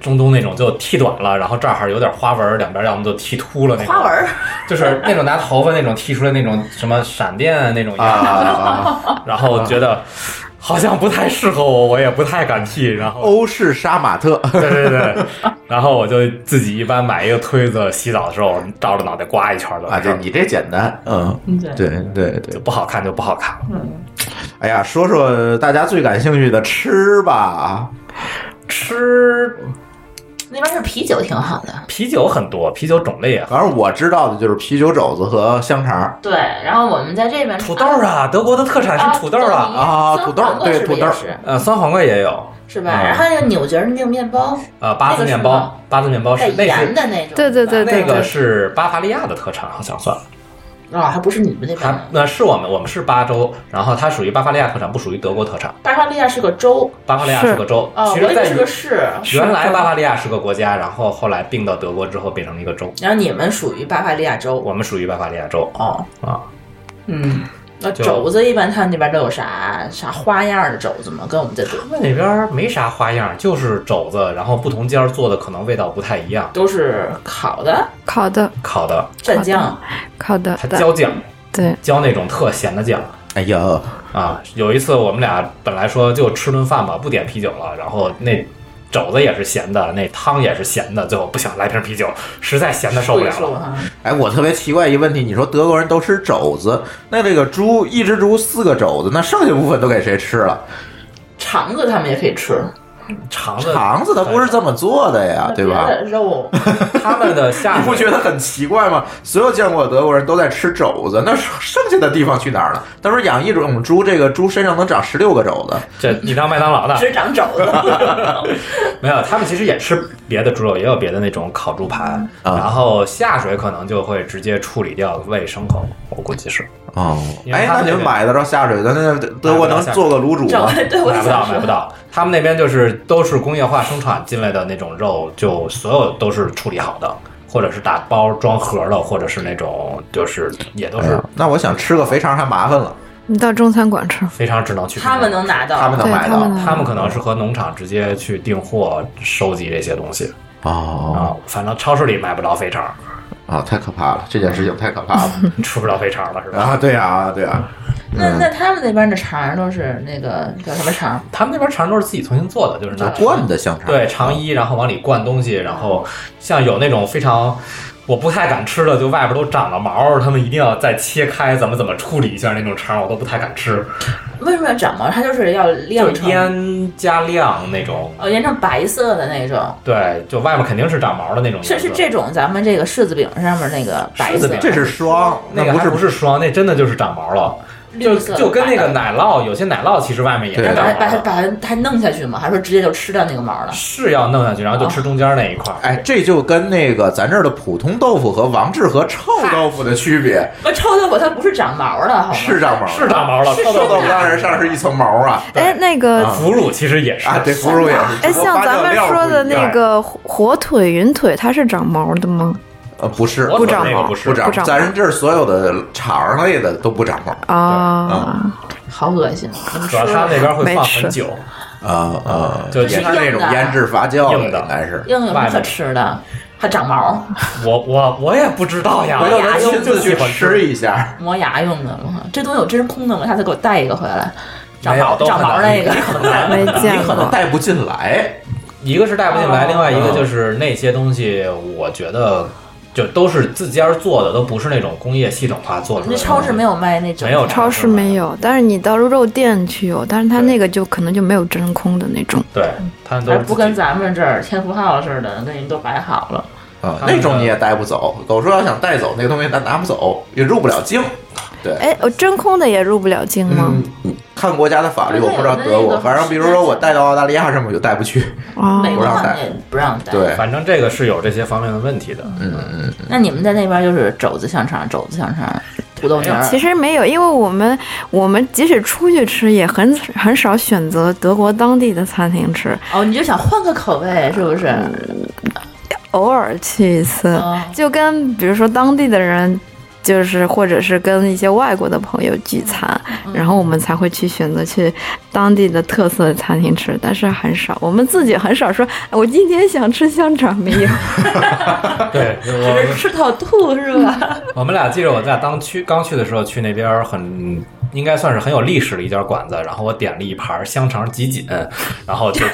Speaker 2: 中东那种就剃短了，然后这儿有点花纹，两边要么就剃秃了那种。
Speaker 3: 花纹儿，
Speaker 2: 就是那种拿头发那种剃出来那种什么闪电那种
Speaker 1: 啊
Speaker 2: 样子。
Speaker 1: 啊，啊
Speaker 2: [LAUGHS] 然后觉得好像不太适合我，我也不太敢剃。然后，
Speaker 1: 欧式杀马特，
Speaker 2: 对对对，然后我就自己一般买一个推子，洗澡的时候照着脑袋刮一圈儿就
Speaker 1: 啊，
Speaker 2: 完事
Speaker 1: 这
Speaker 2: 儿
Speaker 1: 你这简单，嗯，对对对
Speaker 2: 就。不好看就不好看。
Speaker 1: 哎呀，说说大家最感兴趣的吃吧，啊
Speaker 2: 吃
Speaker 3: 那边是啤酒挺好的。
Speaker 2: 啤酒很多，啤酒种类也很
Speaker 1: 反正我知道的就是啤酒肘子和香肠。
Speaker 3: 对，然后我们在这边
Speaker 2: 土豆儿啊，德国的特产是土豆儿啊，
Speaker 1: 啊土豆儿对土豆儿
Speaker 3: 是
Speaker 2: 呃，酸黄瓜也有，
Speaker 3: 是吧？然后那个纽结儿那个面包
Speaker 2: 呃，八字面
Speaker 3: 那个是
Speaker 2: 包，八字面包
Speaker 3: 带
Speaker 2: 哦是那
Speaker 3: 盐
Speaker 2: 是
Speaker 3: 的那种，
Speaker 4: 对对对对
Speaker 2: 那个
Speaker 4: 对，
Speaker 2: 是巴伐利亚的特产，好像算。
Speaker 3: 啊，还不是你们那边
Speaker 2: 它
Speaker 3: 的。
Speaker 2: 那是我们我们是巴州，然后它属于巴伐利亚特产，不属于德国特产。
Speaker 3: 巴伐利亚是个州，
Speaker 2: 巴伐利亚是个州，
Speaker 3: 哦，我
Speaker 2: 其
Speaker 3: 以
Speaker 2: 实在
Speaker 3: 为是个市。
Speaker 2: 原来巴伐利亚是个国家，然后后来并到德国之后变成了一个州。
Speaker 3: 然后你们属于巴伐利亚州
Speaker 2: 我们属于巴伐利亚州
Speaker 3: 哦，
Speaker 2: 啊，
Speaker 3: 嗯，那
Speaker 2: 就
Speaker 3: 肘子一般他们那边都有啥啥花样的肘子吗？跟我们这
Speaker 2: 他们那边没啥花样，就是肘子，然后不同尖儿做的可能味道不太一样，
Speaker 3: 都是烤的
Speaker 4: 烤的
Speaker 2: 烤的
Speaker 3: 蘸酱，
Speaker 4: 烤的
Speaker 2: 它，
Speaker 4: 对
Speaker 2: 浇酱，
Speaker 4: 对，
Speaker 2: 浇那种特咸的酱
Speaker 1: 哎呀，
Speaker 2: 啊。有一次我们俩本来说就吃顿饭吧，不点啤酒了，然后那。肘子也是咸的，那汤也是咸的，最后不行，来瓶啤酒，实在咸的受不了
Speaker 3: 贵
Speaker 2: 了。
Speaker 3: 哈。
Speaker 1: 哎，我特别奇怪一问题，你说德国人都吃肘子，那这个猪一只猪四个肘子，那剩下部分都给谁吃了？
Speaker 3: 肠子他们也可以吃，
Speaker 2: 肠子，
Speaker 1: 肠子它不是这么做的呀，对吧
Speaker 3: 别？的
Speaker 2: [LAUGHS]
Speaker 3: 肉
Speaker 2: 他们
Speaker 1: [LAUGHS]
Speaker 2: 的下
Speaker 1: 你
Speaker 2: 水
Speaker 1: 不觉得很奇怪吗？所有见过德国人都在吃肘子，那剩下的地方去哪儿了？他说养一种猪，这个猪身上能长十六个肘子。
Speaker 2: 这你当麦当劳的，
Speaker 3: 只长肘子。
Speaker 2: 没有，他们其实也吃别的猪肉，也有别的那种烤猪排，
Speaker 1: 啊
Speaker 2: 然后下水可能就会直接处理掉喂牲口，我估计是
Speaker 1: 哦，
Speaker 2: 因为
Speaker 1: 哎，
Speaker 2: 他
Speaker 1: 那
Speaker 2: 们
Speaker 1: 你们
Speaker 2: 这个
Speaker 1: 买得着下水的？那德国能做个卤煮
Speaker 3: 肘
Speaker 1: 吗？
Speaker 3: 子对，我
Speaker 2: 买
Speaker 3: 也
Speaker 2: 不到，
Speaker 3: 想
Speaker 2: 买不
Speaker 3: 说，
Speaker 2: 到。他们那边就是都是工业化生产进来的那种肉，就所有都是处理好的，或者是打包装盒的，或者是那种就是也都
Speaker 1: 哎
Speaker 2: 是
Speaker 1: 呀那我想吃个肥肠还麻烦了。
Speaker 4: 你到中餐馆吃，
Speaker 2: 非常智能去。
Speaker 3: 他们能拿到，
Speaker 1: 他们能
Speaker 4: 对
Speaker 1: 买
Speaker 4: 他
Speaker 1: 到
Speaker 4: 们能
Speaker 2: 他们可能是和农场直接去订货收集这些东西
Speaker 1: 哦
Speaker 2: 啊，反正超市里买不着肥肠，
Speaker 1: 啊，太可怕了！这件事情太可怕
Speaker 2: [LAUGHS]
Speaker 1: 了
Speaker 2: 吃不着肥肠了是吧？
Speaker 1: 啊！对啊，对啊，
Speaker 2: 嗯
Speaker 3: 那那他们那边的肠儿都是那个叫什么肠儿？
Speaker 2: 他们那边肠都是自己重新做的，就是拿
Speaker 1: 那灌的香肠，
Speaker 2: 对，长衣，然后往里灌东西，然后像有那种非常，我不太敢吃的，就外边都长了毛，他们一定要再切开，怎么怎么处理一下那种肠，我都不太敢吃。
Speaker 3: 为什么要长毛？它就是要
Speaker 2: 就
Speaker 3: 晾
Speaker 2: 是
Speaker 3: 成，
Speaker 2: 腌加晾那种，
Speaker 3: 哦，腌成白色的那种。
Speaker 2: 对，就外面肯定是长毛的那种颜色。
Speaker 3: 是是这种，咱们这个柿子饼上面那个白
Speaker 2: 柿
Speaker 3: 色
Speaker 2: 子饼，
Speaker 1: 这是霜，
Speaker 2: 那个
Speaker 1: 不
Speaker 2: 还
Speaker 1: 是
Speaker 2: 不是霜，那真的就是长毛了，就
Speaker 3: 绿色的
Speaker 2: 就跟那个
Speaker 3: 白的
Speaker 2: 奶酪，有些奶酪其实外面也是
Speaker 1: 对
Speaker 2: 长
Speaker 3: 把
Speaker 2: 毛
Speaker 3: 它把它
Speaker 2: 的，
Speaker 3: 把它它弄下去吗？还是说直接就吃掉那个毛
Speaker 2: [LAUGHS]
Speaker 3: 了？
Speaker 2: 是要弄下去，然后就吃中间那一块儿。
Speaker 1: 哎，这就跟那个咱这儿的普通豆腐和王致和臭豆腐的区别
Speaker 3: 那臭豆腐它不是长毛的，好吗？
Speaker 1: 是长毛，
Speaker 2: 哦是长毛了，
Speaker 1: 臭豆腐当然上是一层毛啊
Speaker 4: 哎，那个
Speaker 1: 啊
Speaker 2: 腐乳其实也是
Speaker 1: 啊，对，腐乳也是。
Speaker 4: 哎，
Speaker 1: 只不过
Speaker 4: 像
Speaker 1: 发
Speaker 4: 咱
Speaker 1: 酵
Speaker 4: 们
Speaker 1: 料
Speaker 4: 说的
Speaker 1: 不一样
Speaker 4: 那个火火腿、云腿，它是长毛的吗？
Speaker 1: 呃，不是
Speaker 2: 我
Speaker 4: 不长
Speaker 2: 那个
Speaker 4: 毛
Speaker 2: 不
Speaker 1: 不
Speaker 2: 是
Speaker 1: 长
Speaker 4: 不，长
Speaker 1: 咱这儿所有的肠类的都不长毛嗯
Speaker 4: 啊，
Speaker 3: 好恶心，
Speaker 2: 主要他那边会
Speaker 4: 没
Speaker 2: 放
Speaker 4: 吃
Speaker 2: 很久，
Speaker 1: 啊啊，
Speaker 2: 就
Speaker 1: 也
Speaker 2: 是
Speaker 1: 是那种腌制发酵
Speaker 2: 硬的
Speaker 1: 应该是。
Speaker 3: 硬有什么可吃的？还长毛，
Speaker 2: 我我我也不知道呀，
Speaker 1: 回头咱
Speaker 2: 就
Speaker 1: 亲自去
Speaker 2: 就喜欢
Speaker 1: 吃一下，
Speaker 3: 磨牙用的吗？这东西我真是空的吗？下次给我带一个回来，长
Speaker 2: 没有
Speaker 3: 毛
Speaker 2: 都
Speaker 3: 长
Speaker 2: 很
Speaker 3: 毛
Speaker 2: 难
Speaker 3: 那个
Speaker 2: 你。可能带
Speaker 4: 没见
Speaker 1: 你可能
Speaker 4: 过。
Speaker 1: 带不进来。
Speaker 2: [LAUGHS] 一个是带不进来，
Speaker 3: 哦
Speaker 2: 另外一个就是那些东西，我觉得就都是自家儿做的，都不是那种工业系统化做出来
Speaker 3: 那
Speaker 2: 的。
Speaker 3: 超市没有卖那种，
Speaker 2: 没有
Speaker 4: 超市没有，但是你到肉店去有，但是它
Speaker 2: 对
Speaker 4: 那个就可能就没有真空的那种。
Speaker 2: 对，他们都
Speaker 3: 还
Speaker 2: 是
Speaker 3: 不
Speaker 2: 自己
Speaker 3: 跟咱们这儿天福号似的，给你们都摆好了。
Speaker 1: 啊，
Speaker 2: 他们
Speaker 1: 那种
Speaker 2: 的
Speaker 1: 你也带不走。狗说要想带走那个东西，咱拿不走，也入不了境。对，
Speaker 4: 哎，哦真空的也入不了境吗？
Speaker 1: 嗯，看国家的法律，
Speaker 3: 那
Speaker 1: 我不知道
Speaker 3: 有的
Speaker 1: 德
Speaker 3: 那
Speaker 1: 国，
Speaker 3: 个
Speaker 1: 反正比如说我带到澳大利亚什么，我就带不去。
Speaker 4: 啊，
Speaker 3: 美国
Speaker 1: 不让
Speaker 3: 他们
Speaker 1: 带
Speaker 3: 也不让带。
Speaker 1: 对，
Speaker 2: 反正这个是有这些方面的问题的。
Speaker 1: 嗯嗯嗯，
Speaker 3: 那你们在那边就是肘子香肠、肘子香肠、土豆泥儿。
Speaker 4: 其实没有，因为我们我们即使出去吃，也很很少选择德国当地的餐厅吃，
Speaker 3: 哦，你就想换个口味是不是？
Speaker 4: 偶尔去一次，
Speaker 1: 嗯
Speaker 3: 哦
Speaker 2: 嗯
Speaker 4: 就跟比如说当地的人。就是，或者是跟一些外国的朋友聚餐，然后我们才会去选择去当地的特色餐厅吃，但是很少，我们自己很少说，哎我今天想吃香肠没有？
Speaker 2: 对，我
Speaker 3: 吃到吐是吧？
Speaker 2: [LAUGHS] 我们俩记着我在当去刚去的时候，去那边儿很应该算是很有历史的一家馆子，然后我点了一盘香肠集锦，然后就
Speaker 1: [LAUGHS]
Speaker 2: 决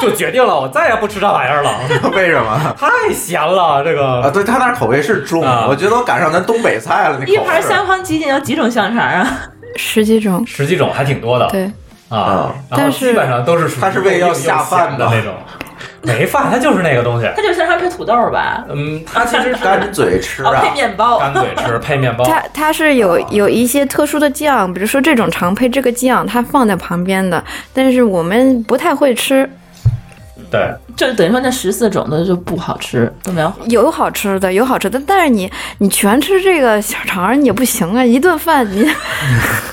Speaker 2: 就决定了，我再也不吃这玩意儿了，
Speaker 1: 为什么？
Speaker 2: 太咸了，这
Speaker 1: 啊，
Speaker 2: 个。
Speaker 1: 对他那儿口味是重，
Speaker 2: 啊
Speaker 1: 我觉得我赶上咱东北菜了。那口
Speaker 3: 一
Speaker 1: 味
Speaker 3: 盘香肠集锦有几种香肠啊？ [LAUGHS]
Speaker 4: 十几种，
Speaker 2: 十几种还挺多的，
Speaker 4: 对，
Speaker 2: 啊，然后
Speaker 4: 但是
Speaker 2: 基本上都是属于
Speaker 1: 它是为要下饭
Speaker 2: 的
Speaker 1: 的
Speaker 2: 那种，没饭，它就是那个东西。
Speaker 3: 它就是香肠配土豆吧？
Speaker 2: 嗯，它其实
Speaker 1: 干嘴吃
Speaker 3: 哦，
Speaker 1: 啊
Speaker 3: 配，面包。
Speaker 2: 干嘴吃配面包，
Speaker 4: 它它是有有一些特殊的酱，比如说这种常配这个酱，它放在旁边的，但是我们不太会吃，
Speaker 2: 对，
Speaker 3: 就等于说那十四种的就不好吃，都没有。
Speaker 2: 嗯
Speaker 4: 有好吃的，有好吃的，但是你你全吃这个小肠儿也不行啊，一顿饭你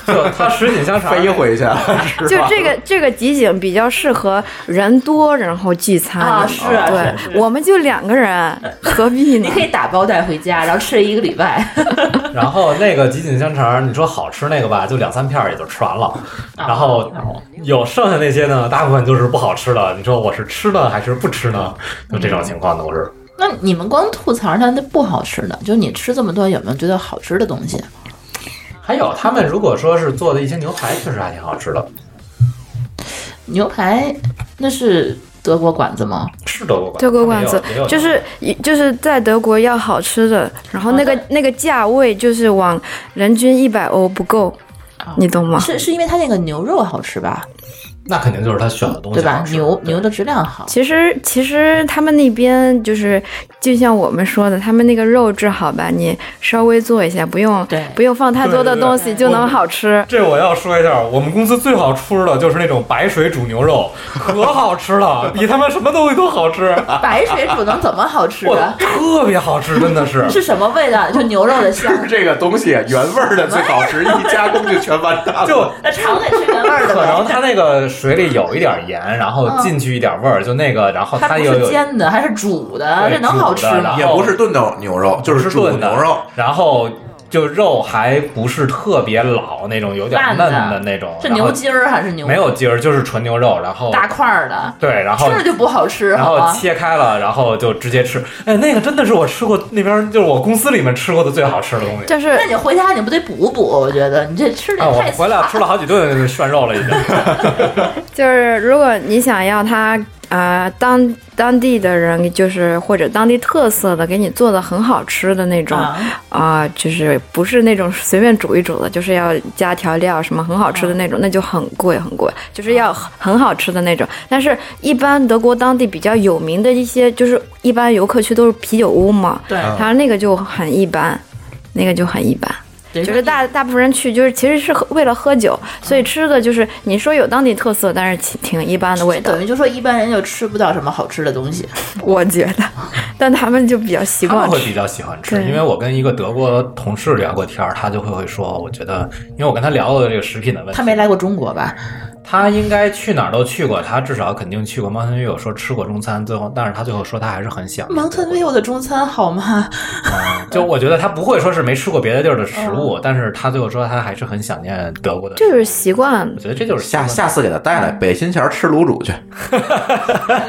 Speaker 2: 就它什锦
Speaker 1: [LAUGHS]
Speaker 2: 香肠
Speaker 1: 飞回去了，
Speaker 4: 就这个这个集锦比较适合人多然后聚餐
Speaker 3: 啊是啊
Speaker 4: 对，
Speaker 3: 是是
Speaker 4: 我们就两个人，何必
Speaker 3: [LAUGHS]
Speaker 4: 呢
Speaker 3: 你？可以打包带回家，然后吃一个礼拜。 [LAUGHS]
Speaker 2: [LAUGHS] 然后那个集锦香肠，你说好吃那个吧，就两三片儿也就吃完了。啊然后有剩下那些呢，大部分就是不好吃的。你说我是吃呢还是不吃呢？就这种情况都是。
Speaker 3: 那你们光吐槽它那不好吃的，就你吃这么多，有没有觉得好吃的东西？
Speaker 2: 还有他们如果说是做的一些牛排，确实还挺好吃的，
Speaker 3: 牛排那是德国馆子吗？
Speaker 2: 是德国馆，
Speaker 4: 德国馆子
Speaker 2: 也有也有
Speaker 4: 就是一就是在德国要好吃的，然后那
Speaker 3: 啊
Speaker 4: 个、那个价位就是往人均一百欧不够，
Speaker 3: 啊
Speaker 4: 你懂
Speaker 2: 啊
Speaker 4: 吗？
Speaker 3: 是是因为它那个牛肉好吃吧？
Speaker 2: 那肯定就是他选的东西
Speaker 3: 对吧
Speaker 2: 好？吃
Speaker 3: 牛
Speaker 2: 对
Speaker 3: 牛的质量好。
Speaker 4: 其实，其实他们那边就是，就像我们说的，他们那个肉质好吧，你稍微做一下，不用
Speaker 3: 对
Speaker 4: 不用放太多的
Speaker 2: 对对对
Speaker 4: 东西就能好吃。
Speaker 2: 这我要说一下，我们公司最好吃的就是那种白水煮牛肉，可好吃了，比他妈什么东西都
Speaker 3: [LAUGHS]
Speaker 2: 好吃，
Speaker 3: 白水煮能怎么好吃
Speaker 2: 哇，
Speaker 3: 啊？
Speaker 2: 特别好吃，真的是。
Speaker 3: [LAUGHS] 是什么味道？就牛肉的香
Speaker 1: 就是。这个东西原味儿的最好吃，一加工就全完蛋了。
Speaker 2: 就
Speaker 3: 那肠得是原味儿的
Speaker 2: [LAUGHS] 可能
Speaker 3: 呗，
Speaker 2: 它那个水里有一点盐，然后进去一点味儿，就那个，然后
Speaker 3: 它
Speaker 2: 哦它
Speaker 3: 不
Speaker 2: 又
Speaker 3: 是
Speaker 2: 有
Speaker 3: 煎的，还是煮的，
Speaker 2: 对
Speaker 3: 这能好吃
Speaker 2: 煮的然
Speaker 3: 吗
Speaker 2: 后？
Speaker 1: 也不是炖的牛肉，就是煮
Speaker 2: 炖的
Speaker 1: 牛肉，，
Speaker 2: 然后就肉还不是特别老那种，有点
Speaker 3: 烂
Speaker 2: 嫩的那种，
Speaker 3: 是
Speaker 2: 然后
Speaker 3: 牛筋儿还是牛？
Speaker 2: 没有筋儿，就是纯牛肉，然后
Speaker 3: 大块儿的，
Speaker 2: 对，然后
Speaker 3: 吃着就不好吃，
Speaker 2: 然
Speaker 3: 好啊
Speaker 2: 后
Speaker 3: 吗？
Speaker 2: 切开了，然后就直接吃。哎，那个真的是我吃过那边，就是我公司里面吃过的最好吃的东西。
Speaker 4: 就是
Speaker 3: 那你回家你不得补补？我觉得你这吃的
Speaker 2: 啊，我
Speaker 3: 太
Speaker 2: 回来
Speaker 3: 散
Speaker 2: 吃了好几顿涮肉了，已经。
Speaker 4: 就是，如果你想要它呃当当地的人，就是或者当地特色的，给你做的很好吃的那种啊、
Speaker 3: 啊，
Speaker 4: 就是不是那种随便煮一煮的，就是要加调料什么很好吃的那种，那就很贵很贵，就是要很很好吃的那种。但是，一般德国当地比较有名的一些，就是一般游客去都是啤酒屋嘛，
Speaker 3: 对，
Speaker 2: 嗯
Speaker 4: 它那个就很一般，那个就很一般。
Speaker 3: 对
Speaker 4: 就是大大部分人去，就是其实是喝为了喝酒，所以吃的就是你说有当地特色，但是挺挺一般的味道
Speaker 3: 等，于就说一般人就吃不到什么好吃的东西。
Speaker 4: 我觉得。 [LAUGHS] 但他们就比较习
Speaker 2: 他们
Speaker 4: 惯
Speaker 2: 会
Speaker 4: 吃
Speaker 2: 比较喜欢吃，
Speaker 4: 对
Speaker 2: 因为我跟一个德国同事聊过天儿，他就会会说，哦我觉得，因为我跟他聊过这个食品的问题，
Speaker 3: 他没来过中国吧？
Speaker 2: 他应该去哪儿都去过，他至少肯定去过。猫头鹰有说吃过中餐，最后，但是他最后说他还是很想
Speaker 3: 蒙特利尔的中餐好吗？
Speaker 2: 就我觉得他不会说是没吃过别的地儿的食物，
Speaker 3: 哦
Speaker 2: 但是他最后说他还是很想念德国的食物。
Speaker 4: 就是习惯
Speaker 2: 我觉得这就是嗯
Speaker 1: 下
Speaker 2: 习惯
Speaker 1: 下次给他带来北新桥吃卤煮去，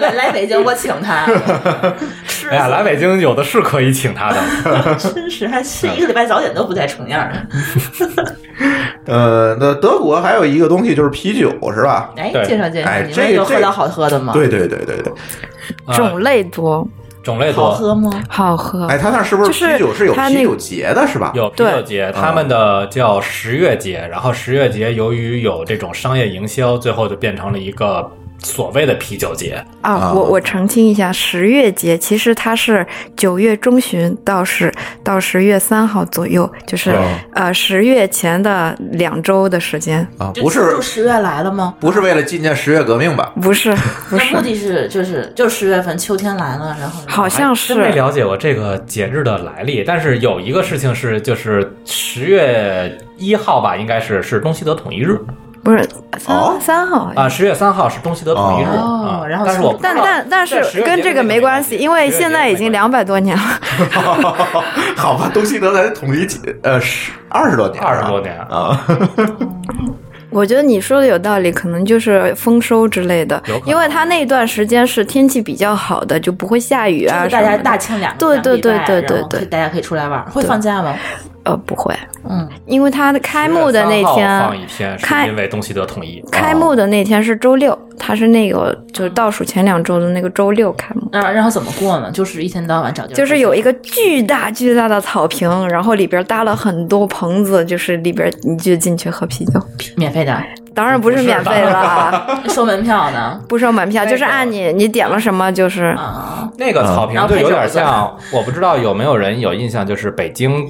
Speaker 3: 来来北京我请 [LAUGHS] 他，吃
Speaker 2: 哎呀，来北京有的是可以请他的。
Speaker 3: 真是还是一个礼拜早点都不带重样的。
Speaker 1: 呃，那德国还有一个东西就是啤酒，是吧？
Speaker 3: 哎，
Speaker 2: 对
Speaker 3: 介绍介绍，
Speaker 1: 哎
Speaker 3: 你
Speaker 1: 这
Speaker 3: 们
Speaker 1: 个
Speaker 3: 有喝
Speaker 1: 这个
Speaker 3: 到好喝的吗？
Speaker 1: 对对对对对，
Speaker 2: 啊
Speaker 4: 种类多，
Speaker 2: 种类
Speaker 3: 好
Speaker 2: 多，
Speaker 3: 喝吗？
Speaker 4: 好喝。啊
Speaker 2: 嗯
Speaker 1: 哎，他那是不
Speaker 4: 就是是
Speaker 1: 啤酒是有
Speaker 4: 它
Speaker 1: 啤
Speaker 4: 那
Speaker 1: 酒节的，是吧？
Speaker 2: 有啤
Speaker 4: 对
Speaker 2: 酒节，他
Speaker 1: 嗯
Speaker 2: 们的叫十月节，然后十月节由于有这种商业营销，最后就变成了一个所谓的啤酒节。
Speaker 4: 啊，我我澄清一下，十月节其实它是九月中旬到十到十月三号左右，就是、
Speaker 1: 哦
Speaker 4: 呃十月前的两周的时间，
Speaker 1: 啊，
Speaker 3: 就
Speaker 1: 不是
Speaker 3: 就十月来了吗？
Speaker 1: 不是为了纪念十月革命
Speaker 2: [LAUGHS]
Speaker 1: 吧？ [LAUGHS]
Speaker 4: 不是不
Speaker 3: 那
Speaker 4: 是
Speaker 3: 目，的是就是就十月份秋天来了，然后
Speaker 4: 好像
Speaker 2: 哎真没
Speaker 4: 是
Speaker 2: 了解过这个节日的来历，但是有一个事情是，就是十月一号吧，应该是是东西德统一日
Speaker 4: 不是三、
Speaker 1: 哦
Speaker 4: 三号
Speaker 2: 啊，十月三号是东西德统一日
Speaker 3: 哦
Speaker 2: 啊。
Speaker 3: 然后
Speaker 2: 但是我不知道
Speaker 4: 但但但
Speaker 2: 在10
Speaker 4: 是
Speaker 2: 月
Speaker 4: 跟
Speaker 2: 节
Speaker 4: 这个没关系，因为现在已经两
Speaker 2: 百
Speaker 4: 百多年了。
Speaker 1: 好吧，东西德才统一几呃十二十多年了，
Speaker 2: 二十多年
Speaker 1: 啊，
Speaker 4: [LAUGHS] 我觉得你说的有道理，可能就是丰收之类的
Speaker 2: 有可，能
Speaker 4: 因为它那段时间是天气比较好的，就不会下雨
Speaker 3: 就
Speaker 4: 啊
Speaker 3: 是
Speaker 4: 什
Speaker 3: 大
Speaker 4: 么的。
Speaker 3: 家大清两
Speaker 4: 对
Speaker 3: 两个礼
Speaker 4: 对
Speaker 3: 拜
Speaker 4: 对对
Speaker 3: 然后
Speaker 4: 对
Speaker 3: 可以大家可以出来玩儿，会放假吗？
Speaker 4: 呃不会，
Speaker 3: 嗯，
Speaker 4: 因为它的开
Speaker 2: 10月
Speaker 4: 幕的那
Speaker 2: 3号
Speaker 4: 天
Speaker 2: 放一天，
Speaker 4: 开
Speaker 2: 是因为东西德统一。哦
Speaker 4: 开幕的那天是周六，它是那个就是倒数前两周的那个周六开幕，
Speaker 3: 那呃然后怎么过呢？嗯就是一天到晚找地儿，
Speaker 4: 就是有一个巨大巨大的草坪，然后里边搭了很多棚子，就是里边你就进去喝啤酒，
Speaker 3: 免费的，
Speaker 4: 当然不是免费 [LAUGHS] 啦，
Speaker 3: 收门票呢。
Speaker 4: 不收门票，
Speaker 2: 那
Speaker 4: 就是
Speaker 2: 个
Speaker 4: 按你你点了什么就是
Speaker 3: 啊，
Speaker 2: 那个草
Speaker 3: 嗯
Speaker 2: 坪就有
Speaker 3: 然后
Speaker 2: 点
Speaker 3: 配酒
Speaker 2: 像，我不知道有没有人有印象，就是北京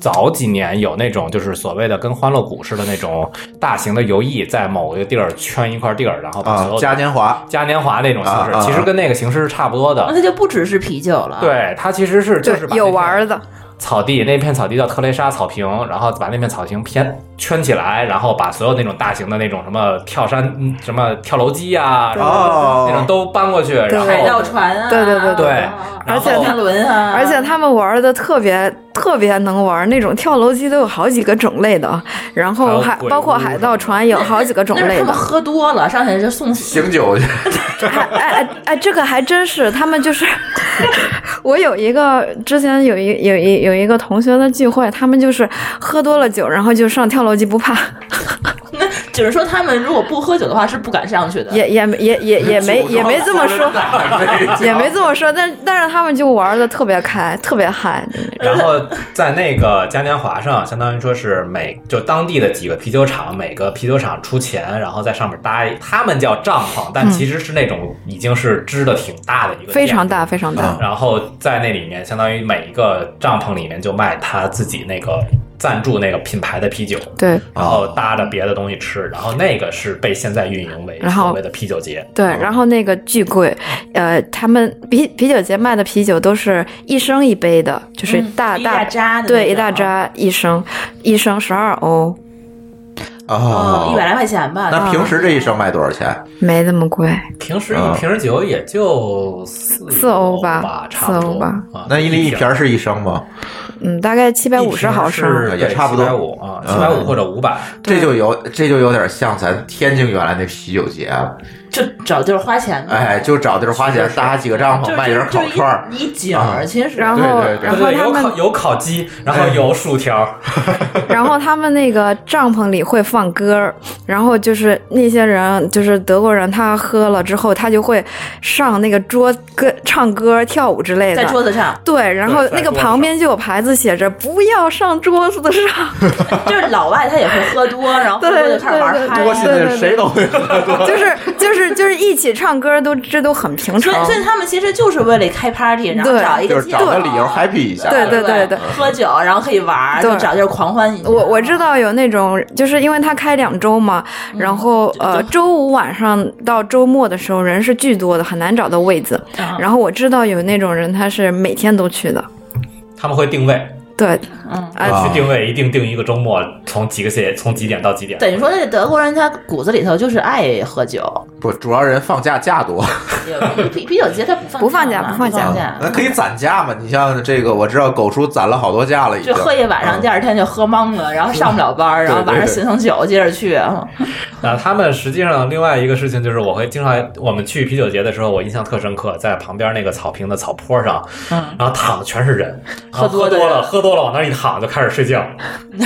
Speaker 2: 早几年有那种就是所谓的跟欢乐谷似的那种大型的游艺，在某个地儿圈一块地儿，然后把所
Speaker 1: 啊
Speaker 2: 有，的
Speaker 1: 嘉年华
Speaker 2: 嘉年华那种形
Speaker 1: 啊
Speaker 2: 式，
Speaker 1: 啊啊
Speaker 2: 其实跟那个形式是差不多的。
Speaker 3: 那它就不只是啤酒了，，
Speaker 2: 对，它其实是
Speaker 4: 就
Speaker 2: 就是把
Speaker 4: 哦有
Speaker 2: 那片
Speaker 4: 玩儿的，
Speaker 3: 啊
Speaker 2: 草地，那片草地叫特蕾莎草坪，然后把那片草坪偏圈起来，然后把所有那种大型的那种什么跳山、嗯什么跳楼机啊，然
Speaker 1: 哦
Speaker 2: 后那种都搬过去，然后
Speaker 3: 海盗船啊，
Speaker 4: 哦对对对
Speaker 2: 对
Speaker 3: 然
Speaker 4: 而
Speaker 3: 后
Speaker 4: 且
Speaker 3: 天
Speaker 4: 它
Speaker 3: 轮啊，
Speaker 4: 而且他们玩的特别特别能玩，那种跳楼机都有好几个种类的，然后
Speaker 2: 还
Speaker 4: 还
Speaker 2: 有鬼
Speaker 4: 包括
Speaker 2: 屋
Speaker 4: 海
Speaker 2: 什
Speaker 4: 盗
Speaker 2: 么的
Speaker 4: 船有好几个种
Speaker 3: [LAUGHS] 那是
Speaker 4: 类
Speaker 3: 他
Speaker 4: 的
Speaker 3: 们。喝多了，上去就送死。
Speaker 1: 醒酒去，
Speaker 4: 哎哎哎哎，这个还真是，他们就是， [LAUGHS] 我有一个之前有一有一有一个同学的聚会，他们就是喝多了酒，然后就上跳楼机不怕，
Speaker 3: [LAUGHS] 那就是说，他们如果不喝酒的话，是不敢上去的。
Speaker 4: 也也没也也也没也没这么说，
Speaker 1: [LAUGHS]
Speaker 4: 也没这么说，但但是他们就玩的特别开，特别嗨，
Speaker 2: 然后在那个嘉年华上，相当于说是每就当地的几个啤酒厂，每个啤酒厂出钱，然后在上面搭一，他们叫帐篷，但其实是那种已经是支的挺大的一个，
Speaker 4: 嗯非常大。非常大
Speaker 1: 啊。
Speaker 2: 然后在那里面，相当于每一个帐篷里面就卖他自己那个赞助那个品牌的啤酒，
Speaker 4: 对
Speaker 2: 然后搭着别的东西吃，然后那个是被现在运营为
Speaker 4: 然后
Speaker 2: 所谓的啤酒节。
Speaker 4: 对，
Speaker 1: 啊
Speaker 4: 然后那个巨贵，呃，他们啤啤酒节卖的啤酒都是一升一杯的，就是
Speaker 3: 嗯
Speaker 4: 大、
Speaker 3: 一
Speaker 4: 大
Speaker 3: 大扎的那
Speaker 4: 对，
Speaker 3: 种啊
Speaker 4: 一大扎一升，一升十二欧，
Speaker 1: 哦
Speaker 3: 哦，一百来块钱吧。
Speaker 1: 那平时这一升卖多少钱？
Speaker 2: 嗯
Speaker 4: 没那么贵。
Speaker 2: 平时
Speaker 1: 啊
Speaker 2: 一瓶酒也就四
Speaker 4: 四
Speaker 2: 四
Speaker 4: 欧吧
Speaker 2: 吧，差不
Speaker 4: 四欧
Speaker 2: 多
Speaker 4: 吧
Speaker 2: 啊
Speaker 1: 那一粒一
Speaker 2: 瓶
Speaker 1: 瓶儿是一升吗？
Speaker 4: 嗯，大概七百五十毫升。
Speaker 1: 也差不多
Speaker 2: 七百五啊，七百
Speaker 1: 嗯
Speaker 2: 五或者五百。
Speaker 1: 这就有这就有点像咱天津原来那啤酒节啊，
Speaker 3: 就找地儿花钱呗，
Speaker 1: 哎，就找地儿花钱搭几个帐
Speaker 3: 就
Speaker 1: 篷，
Speaker 3: 是
Speaker 1: 卖人烤串儿
Speaker 3: 就，是一一景儿，
Speaker 1: 啊
Speaker 3: 其实
Speaker 4: 然后
Speaker 1: 对对对
Speaker 4: 然后
Speaker 2: 对，
Speaker 4: 他
Speaker 2: 有
Speaker 4: 们
Speaker 2: 烤有烤鸡，然
Speaker 1: 哎
Speaker 2: 后有薯条，
Speaker 4: 然后他们那个帐篷里会放歌儿，然后就是那些人，就是德国人，他喝了之后，他就会上那个桌歌唱歌、跳舞之类
Speaker 3: 在桌
Speaker 4: 的。
Speaker 3: 子
Speaker 4: [LAUGHS]
Speaker 3: 上，
Speaker 4: 对，然后
Speaker 2: 对在
Speaker 4: 那个
Speaker 2: 桌子
Speaker 4: 旁边就有牌子写着“不要上桌子
Speaker 2: [LAUGHS]
Speaker 4: 上
Speaker 3: 就是老外他也会喝多，然后喝多就开始玩嗨
Speaker 4: 对
Speaker 1: 我
Speaker 4: 对
Speaker 1: 现
Speaker 4: 对对
Speaker 3: 了。
Speaker 10: [LAUGHS]
Speaker 1: 在谁都会喝多”，。
Speaker 4: 就是就是就是一起唱歌都这都很平
Speaker 3: 所以，
Speaker 4: 常
Speaker 3: 所。以他们其实就是为了开 party，然后
Speaker 4: 对
Speaker 3: 找一
Speaker 1: 就
Speaker 3: 个
Speaker 1: 是
Speaker 3: 借
Speaker 1: 找
Speaker 3: 口
Speaker 1: 个理由 happy 一下，
Speaker 4: 对
Speaker 3: 对
Speaker 4: 对对
Speaker 3: 喝酒然后可以玩儿，
Speaker 4: 对
Speaker 3: 就找地儿狂欢一下。
Speaker 4: 我我知道有那种，就是因为他开两周嘛，
Speaker 3: 嗯
Speaker 4: 然后呃，周五晚上到周末的时候人是巨多的，很难找到位子。
Speaker 3: 啊
Speaker 4: 然后我知道有那种人他是每天都去的，
Speaker 2: 他们会定位，
Speaker 4: 对，
Speaker 3: 嗯
Speaker 4: 哎
Speaker 1: 啊
Speaker 2: 去定位一定定一个周末，从几个点从几点到几点。
Speaker 3: 等于说，这德国人他骨子里头就是爱喝酒，
Speaker 1: 不，主要人放假假多，
Speaker 3: 有啤啤酒节他不放
Speaker 4: 不放假
Speaker 3: 嘛
Speaker 4: 不
Speaker 3: 不
Speaker 4: 放假
Speaker 3: 放
Speaker 1: 那可以攒假嘛？你像这个，我知道狗叔攒了好多假了，已经
Speaker 3: 就喝一晚上，第二天就喝懵了，然后上不了班儿，
Speaker 1: 嗯对
Speaker 3: 然后晚
Speaker 1: 对
Speaker 3: 上
Speaker 1: 对
Speaker 3: 醒醒酒接着去。啊
Speaker 2: 那他们实际上另外一个事情就是，我会经常我们去啤酒节的时候，我印象特深刻，在旁边那个草坪的草坡上，
Speaker 3: 嗯，
Speaker 2: 然后躺的全是人，然
Speaker 3: 喝
Speaker 2: 后喝
Speaker 3: 多的
Speaker 2: 多了，
Speaker 3: 人
Speaker 2: 喝多了往那儿一躺就开始睡觉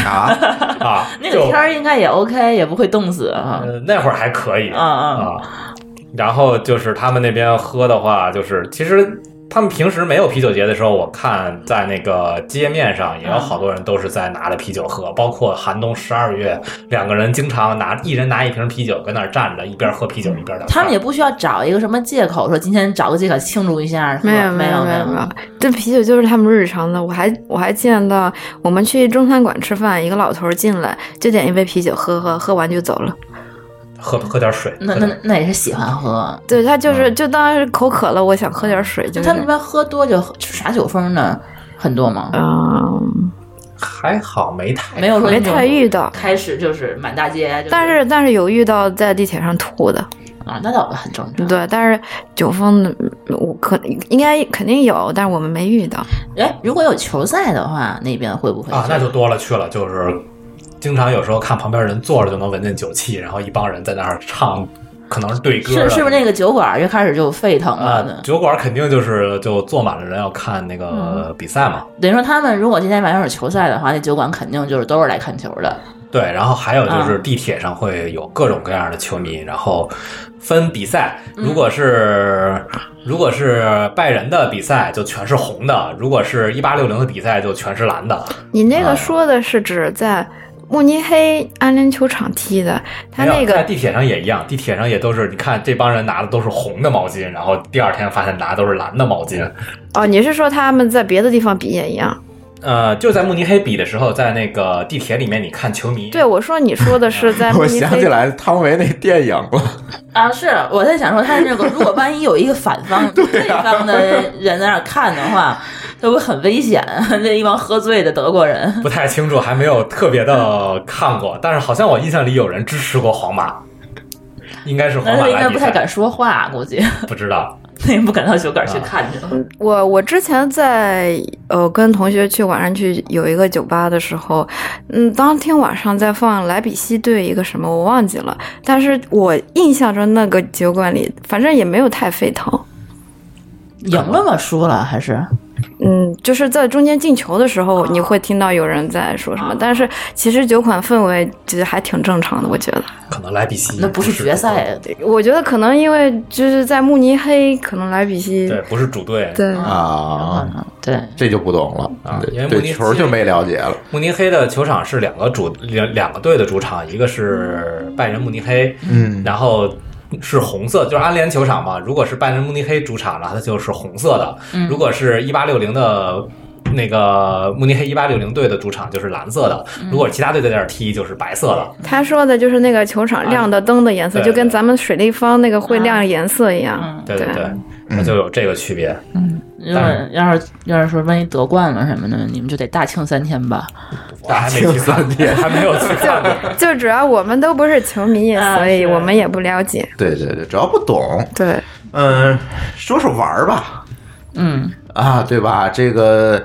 Speaker 1: 啊，
Speaker 2: 啊。
Speaker 3: 那
Speaker 2: 就
Speaker 3: 个天儿应该也 OK，也不会冻死啊。
Speaker 1: 嗯
Speaker 2: 呃，那会儿还可以
Speaker 3: 嗯嗯，
Speaker 2: 啊。然后就是他们那边喝的话，就是其实他们平时没有啤酒节的时候，我看在那个街面上也
Speaker 3: 嗯
Speaker 2: 有好多人都是在拿着啤酒喝，包括寒冬十二月，两个人经常拿一人拿一瓶啤酒跟那儿站着，一边喝啤酒一边聊天
Speaker 3: 他们也不需要找一个什么借口，说今天找个借口庆祝一下。
Speaker 4: 哎没有
Speaker 3: 没
Speaker 4: 有
Speaker 3: 没
Speaker 4: 没没有，这啤酒就是他们日常的。我还我还见到我们去中餐馆吃饭，一个老头儿进来就点一杯啤酒喝喝，喝完就走了。
Speaker 2: 喝喝点水。
Speaker 3: 那
Speaker 2: 喝点
Speaker 3: 那那也是喜欢喝，
Speaker 4: 对他就是就当是口渴了，我想喝点水，就
Speaker 3: 就是他们那边喝多就喝耍酒疯的很多吗？
Speaker 4: 嗯，
Speaker 2: 还好没太
Speaker 3: 没有说
Speaker 4: 没
Speaker 3: 那种
Speaker 4: 太遇到，
Speaker 3: 开始就是满大街，就
Speaker 4: 但是但是有遇到在地铁上吐的，
Speaker 3: 啊，那倒很正常。
Speaker 4: 对，但是酒疯的嗯我可应该肯定有，但是我们没遇到。
Speaker 3: 哎，如果有球赛的话，那边会不会
Speaker 2: 啊，那就多了去了，就是经常有时候看旁边人坐着就能闻见酒气，然后一帮人在那儿唱，可能是对歌啊
Speaker 3: 是
Speaker 2: 的
Speaker 3: 是不是那个酒馆儿就开始就沸腾了呢
Speaker 2: 啊，？酒馆肯定就是就坐满了人要看那
Speaker 4: 嗯
Speaker 2: 个比赛嘛。
Speaker 3: 等于说他们如果今天晚上有球赛的话，那酒馆肯定就是都是来看球的。
Speaker 2: 对，然后还有
Speaker 4: 啊
Speaker 2: 就是地铁上会有各种各样的球迷，然后分比赛。
Speaker 4: 嗯
Speaker 2: 如果是、如果是拜仁的比赛，就全是红的；如果是一八六零的比赛，就全是蓝的。
Speaker 4: 你那
Speaker 2: 啊
Speaker 4: 个说的是指在慕尼黑安联球场踢的，他
Speaker 2: 没有
Speaker 4: 那个
Speaker 2: 在地铁上也一样，地铁上也都是，你看这帮人拿的都是红的毛巾，然后第二天发现拿的都是蓝的毛巾。
Speaker 4: 哦，你是说他们在别的地方比也一样？
Speaker 2: 呃，就在慕尼黑比的时候，在那个地铁里面，你看球迷
Speaker 4: 对，我说你说的是在慕
Speaker 1: 我
Speaker 4: 尼
Speaker 1: 想
Speaker 4: 黑
Speaker 1: 起，来汤唯那电影了，
Speaker 3: 啊，是我在想说，他这个如果万一有一个反方、 [LAUGHS] 对啊方的人在那儿看的 [LAUGHS] 话，会不会很危险？ [LAUGHS] 那一帮喝醉的德国人，
Speaker 2: 不太清楚，还没有特别的看过，但是好像我印象里有人支持过皇马，应该是皇
Speaker 3: 那他
Speaker 2: 马
Speaker 3: 们应该
Speaker 2: 来
Speaker 3: 不
Speaker 2: 比
Speaker 3: 太
Speaker 2: 赛，
Speaker 3: 敢说话，估计 [LAUGHS]
Speaker 2: 不知道
Speaker 3: 那也不敢到酒馆去看去。
Speaker 4: 我我之前在呃跟同学去晚上去有一个酒吧的时候，嗯，当天晚上在放莱比锡对一个什么我忘记了，但是我印象中那个酒馆里反正也没有太沸腾，
Speaker 3: 赢了吗？输了还是？
Speaker 4: 嗯，就是在中间进球的时候你会听到有人在说什么，但是其实酒馆氛围其实还挺正常的，我觉得。
Speaker 2: 可能莱比锡
Speaker 3: 那不是决赛，
Speaker 4: 我觉得可能因为就是在慕尼黑，可能莱比锡
Speaker 2: 对，不是主队。
Speaker 4: 对
Speaker 3: 嗯
Speaker 1: 啊，
Speaker 3: 对，
Speaker 1: 这就不懂了
Speaker 2: 啊因为慕尼
Speaker 1: 对
Speaker 2: 黑
Speaker 1: 球就没了解了。
Speaker 2: 慕尼黑的球场是两个主两两个队的主场，一个是拜仁慕尼黑，
Speaker 1: 嗯
Speaker 2: 然后是红色，就是安联球场嘛。如果是拜仁慕尼黑主场了，它就是红色的；
Speaker 3: 嗯
Speaker 2: 如果是一八六零的。那个慕尼黑一八六零队的主场就是蓝色的，
Speaker 3: 嗯
Speaker 2: 如果其他队在那儿踢就是白色的。
Speaker 4: 他说的就是那个球场亮的灯的颜色，
Speaker 2: 对
Speaker 4: 就跟咱们水立方那个会亮颜色一样。
Speaker 3: 嗯
Speaker 2: 对对对，那就有这个区别。
Speaker 3: 如果要是要是说万一夺冠了什么的，你们就得大庆三天吧。
Speaker 2: 我还没去看过，还没有去
Speaker 4: [LAUGHS]
Speaker 2: 看过。
Speaker 4: 就主要我们都不是球迷，
Speaker 3: 啊
Speaker 4: 所以
Speaker 3: 是
Speaker 4: 我们也不了解。
Speaker 1: 对对对，主要不懂。
Speaker 4: 对，
Speaker 1: 嗯，说说玩儿吧，
Speaker 3: 嗯，
Speaker 1: 啊，对吧？这个，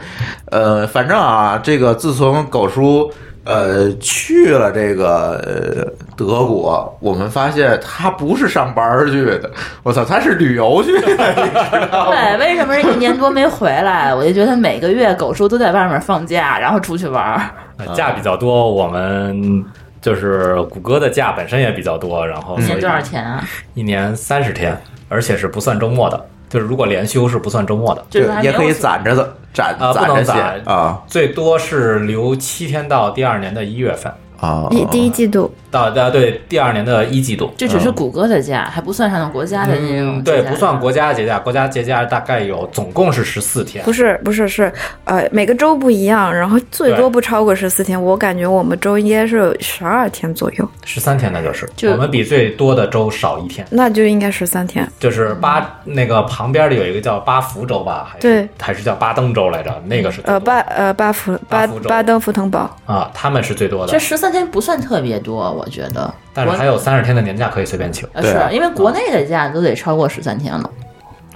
Speaker 1: 呃，反正啊，这个自从狗叔呃，去了这个呃德国，我们发现他不是上班儿去的，我操，他是旅
Speaker 3: [LAUGHS]
Speaker 1: 游去的，你知道吗？
Speaker 3: [LAUGHS] 对，为什么一年多没回来？我就觉得每个月狗叔都在外面放假，然后出去玩儿。
Speaker 2: 呃假比较多，我们就是谷歌的假本身也比较多，然后
Speaker 3: 一
Speaker 2: 所
Speaker 3: 年
Speaker 2: 以
Speaker 3: 多少钱啊？
Speaker 2: 一年三十天，而且是不算周末的，就是如果连休是不算周末的，
Speaker 3: 就是
Speaker 1: 对
Speaker 3: 还没
Speaker 1: 也
Speaker 3: 有
Speaker 1: 可以
Speaker 3: 什么
Speaker 1: 攒着的，攒
Speaker 2: 啊
Speaker 1: 攒
Speaker 2: 不
Speaker 1: 着
Speaker 2: 能
Speaker 1: 些
Speaker 2: 攒
Speaker 1: 啊
Speaker 2: 最多是留七天到第二年的一月份，
Speaker 1: 啊！
Speaker 4: 一第一季度
Speaker 2: 到啊对第二年的一季度。
Speaker 3: 这只是谷歌的假，还不算上国家的那种节假
Speaker 2: 嗯，对
Speaker 3: 日、，
Speaker 2: 不算国家节假，国家节假大概有总共是十四天
Speaker 4: 不，是不是是呃每个州不一样，然后最多
Speaker 2: 对
Speaker 4: 不超过十四天。我感觉我们州应该是有十二天左右，
Speaker 2: 十三天那就是，
Speaker 3: 就
Speaker 2: 我们比最多的州少一天，
Speaker 4: 那就应该十三天。
Speaker 2: 就是巴那个旁边的有一个叫巴福州吧，还是
Speaker 4: 对
Speaker 2: 还是叫巴登州来着，那个是最
Speaker 4: 呃
Speaker 2: 多
Speaker 4: 巴
Speaker 2: 的
Speaker 4: 呃巴福
Speaker 2: 巴
Speaker 4: 巴
Speaker 2: 福州
Speaker 4: 巴登福腾堡，
Speaker 2: 啊，他们是最多
Speaker 3: 这
Speaker 2: 的，
Speaker 3: 十三天不算特别多，我觉得。
Speaker 2: 但是还有三十天的年假可以随便请，
Speaker 3: 呃
Speaker 1: 对啊
Speaker 3: 是因为国内的假都得超过十三天了。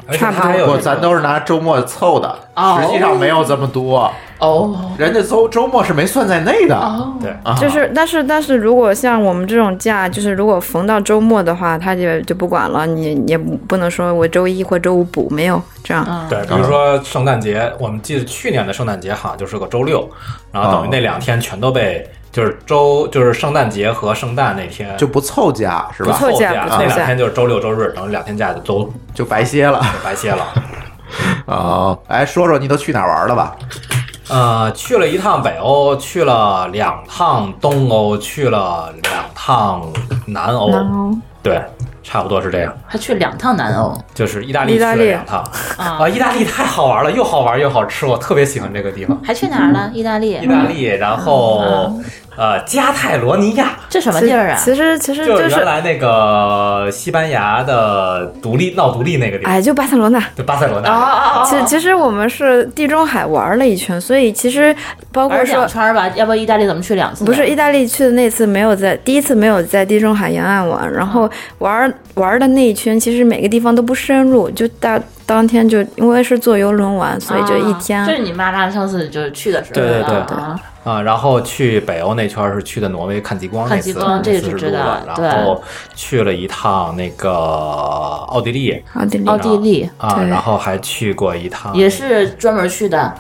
Speaker 2: 而且
Speaker 4: 差不多
Speaker 2: 他还有
Speaker 1: 不，
Speaker 2: 那
Speaker 1: 咱
Speaker 2: 个
Speaker 1: 都是拿周末凑的，
Speaker 3: 哦
Speaker 1: 实际上没有这么多，
Speaker 3: 哦，
Speaker 1: 人家周周末是没算在内的
Speaker 2: 对。
Speaker 1: 啊。
Speaker 4: 就是但是但是如果像我们这种假，就是如果逢到周末的话，他就就不管了，你你也不能说我周一或周五补，没有这样。
Speaker 1: 啊
Speaker 2: 对，比如说圣诞节，我们记得去年的圣诞节好像就是个周六，然后等于那两天全都被就是周就是圣诞节和圣诞那天
Speaker 1: 就不凑假是
Speaker 2: 不
Speaker 1: 吧？
Speaker 4: 凑假不凑
Speaker 2: 那两
Speaker 4: 假
Speaker 2: 天就是周六周日，等于两天假就都
Speaker 1: 就白歇了
Speaker 2: 白歇了。
Speaker 1: 啊！哎，说说你都去哪儿玩了吧？
Speaker 2: 呃，去了一趟北欧，去了两趟东欧，去了两趟南欧，
Speaker 4: 然后
Speaker 2: 对，差不多是这样。
Speaker 3: 还去两趟南欧，
Speaker 2: 就是意大利
Speaker 4: 意
Speaker 2: 去
Speaker 4: 大
Speaker 2: 了
Speaker 4: 利
Speaker 2: 两趟啊，意大利太好玩了，又好玩又好吃，我特别喜欢这个地方。
Speaker 3: 还去哪儿了？意大利。嗯
Speaker 2: 意大利，然后呃，加泰罗尼亚。
Speaker 3: 这什么
Speaker 4: 其
Speaker 3: 地儿啊？
Speaker 4: 其实其实
Speaker 2: 就是原来那个西班牙的独立闹独立那个地方，
Speaker 4: 哎，就巴塞罗那。
Speaker 2: 就巴塞罗
Speaker 3: 哦
Speaker 2: 那。
Speaker 3: 哦哦，
Speaker 4: 其其实我们是地中海玩了一圈，所以其实包括
Speaker 3: 玩两
Speaker 4: 说
Speaker 3: 圈儿吧，要不意大利怎么去两次？啊
Speaker 4: 不是意大利去的那次没有在第一次没有在地中海沿岸玩，然
Speaker 3: 啊
Speaker 4: 后玩玩的那一圈其实每个地方都不深入，就大当天就因为是坐游轮玩，所以就一天。
Speaker 3: 啊这是你妈妈上次就是去的时候
Speaker 2: 对对对
Speaker 3: 啊啊
Speaker 2: 啊，然后去北欧那圈儿是去的挪威看极光
Speaker 3: 看
Speaker 2: 那
Speaker 3: 极
Speaker 2: 次，
Speaker 3: 光
Speaker 2: 那
Speaker 3: 这个
Speaker 2: 次是
Speaker 3: 就
Speaker 2: 住
Speaker 3: 知道
Speaker 2: 的，
Speaker 3: 对
Speaker 2: 然后去了一趟那个奥地利
Speaker 4: 奥地利
Speaker 3: 奥地利
Speaker 2: 啊，
Speaker 4: 对
Speaker 2: 然后还去过一趟
Speaker 3: 也是专门去的，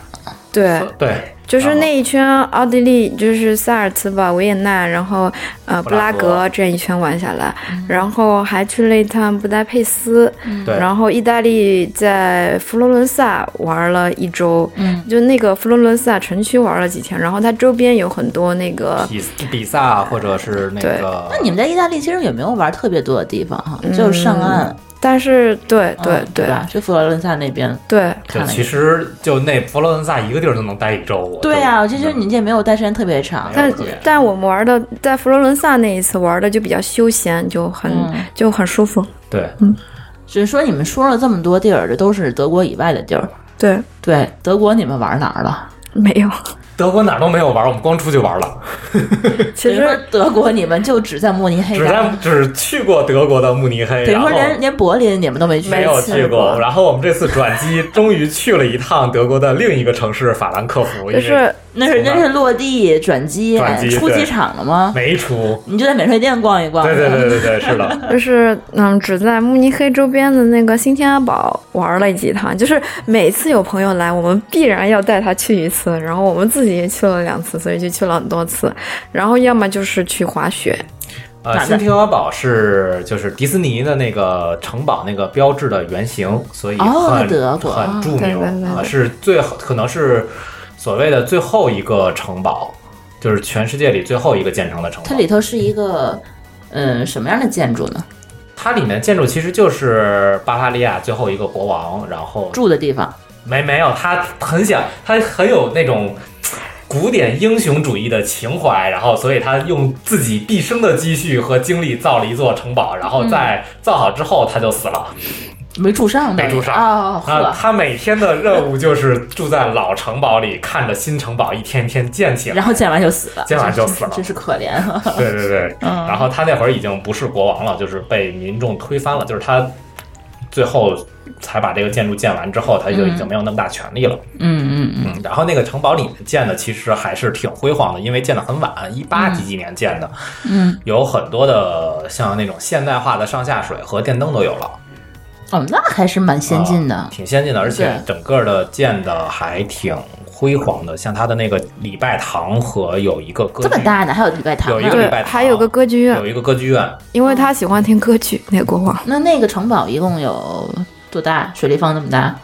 Speaker 4: 对，
Speaker 2: 对
Speaker 4: 就是那一圈奥地利，就是塞尔茨堡、维也纳，然后呃
Speaker 2: 布
Speaker 4: 布
Speaker 2: 拉
Speaker 4: 拉
Speaker 2: 格
Speaker 4: 格这样一圈玩下来，然后还去了一趟布达佩斯，
Speaker 2: 对，
Speaker 4: 然后意大利在佛罗伦萨玩了一周，嗯，就那个佛罗伦萨城区玩了几天，然后它周边有很多那个，
Speaker 2: 比比萨或者是那
Speaker 4: 对
Speaker 2: 个
Speaker 3: 那你们在意大利其实也没有玩特别多的地方哈，就是上岸，
Speaker 4: 但是对嗯对
Speaker 3: 嗯
Speaker 4: 对
Speaker 3: 吧？就佛罗伦萨那边
Speaker 4: 对，
Speaker 2: 就
Speaker 3: 看了一
Speaker 2: 其
Speaker 3: 下。
Speaker 2: 实就那佛罗伦萨一个地儿就能待一周，我
Speaker 3: 对
Speaker 2: 就
Speaker 3: 啊，我就觉得你这没有待时间特别长，
Speaker 4: 但
Speaker 2: 对啊
Speaker 4: 但我们玩的在佛罗伦萨那一次玩的就比较休闲，就很就很舒服，
Speaker 2: 对
Speaker 3: 嗯只是说你们说了这么多地儿，这都是德国以外的地儿。
Speaker 4: 对，
Speaker 3: 对，德国你们玩哪儿了？
Speaker 4: 没有，
Speaker 2: 德国哪儿都没有玩，我们光出去玩了，
Speaker 4: 其
Speaker 3: 等
Speaker 4: 实
Speaker 3: 于说德国你们就只在慕尼黑
Speaker 2: 只在
Speaker 3: 站，
Speaker 2: 只去过德国的慕尼黑，
Speaker 3: 等于
Speaker 2: 然后
Speaker 3: 说连连柏林你们都没去，
Speaker 2: 没有去过。然后我们这次转机，终于去了一趟德国的另一个城市法兰克福，
Speaker 4: 就
Speaker 2: 因为
Speaker 4: 是
Speaker 3: 那是那是落地转机哎
Speaker 2: 转机，
Speaker 3: 出
Speaker 2: 对
Speaker 3: 机场了吗？
Speaker 2: 没出。
Speaker 3: 你就在免税店逛一逛。
Speaker 2: 对对对对对，是 [LAUGHS] 的，
Speaker 4: 就是嗯，只在慕尼黑周边的那个新天鹅堡玩了几趟，就是每次有朋友来，我们必然要带他去一次，然后我们自己也去了两次，所以就去了很多次。然后要么就是去滑雪，
Speaker 2: 呃，
Speaker 3: 哪个
Speaker 2: 新天鹅堡是就是迪士尼的那个城堡那个标志的原型，所以很、
Speaker 3: 哦德国
Speaker 2: 很著
Speaker 4: 对
Speaker 2: 名
Speaker 4: 对对
Speaker 2: 啊、
Speaker 4: 对
Speaker 2: 是最后可能是所谓的最后一个城堡，就是全世界里最后一个建成的城堡
Speaker 3: 它。里头是一个，
Speaker 5: 呃
Speaker 3: 嗯，什么样的建筑呢？
Speaker 2: 它里面建筑其实就是巴伐利亚最后一个国王，然后
Speaker 3: 住的地方。
Speaker 2: 没没有，他很想，他很有那种古典英雄主义的情怀，然后所以他用自己毕生的积蓄和精力造了一座城堡，然后在造好之后他就死了。
Speaker 3: 没住上的，
Speaker 2: 没住上
Speaker 3: 哦，
Speaker 2: 啊，
Speaker 3: 呵，
Speaker 2: 他每天的任务就是住在老城堡里，看着新城堡一天一天建起来。
Speaker 3: 然后建完就死了，
Speaker 2: [LAUGHS] 建完就死了
Speaker 3: 真是可怜。
Speaker 5: 啊
Speaker 2: 对对对，然后他那会儿已经不是国王了，就是被民众推翻了，就是他。最后才把这个建筑建完之后，他就已经没有那么大权力了。
Speaker 5: 嗯嗯
Speaker 2: 嗯，然后那个城堡里面建的其实还是挺辉煌的，因为建的很晚，一八几几年建的，
Speaker 5: 嗯，
Speaker 2: 有很多的像那种现代化的上下水和电灯都有了，
Speaker 5: 哦，那还是蛮先进
Speaker 3: 嗯
Speaker 2: 啊
Speaker 5: 的，
Speaker 2: 挺先进的，而且
Speaker 5: 对
Speaker 2: 整个的建的还挺辉煌的，像它的那个礼拜堂和有一个歌剧
Speaker 5: 这么大呢，还有礼拜堂
Speaker 2: 有一
Speaker 5: 呢
Speaker 2: 个。礼
Speaker 4: 对
Speaker 2: 拜，堂
Speaker 4: 还有个歌剧院
Speaker 2: 有，一个歌剧院，
Speaker 4: 因为他喜欢听歌曲，那个国王。
Speaker 5: 那那个城堡一共有多大？水立方那么大，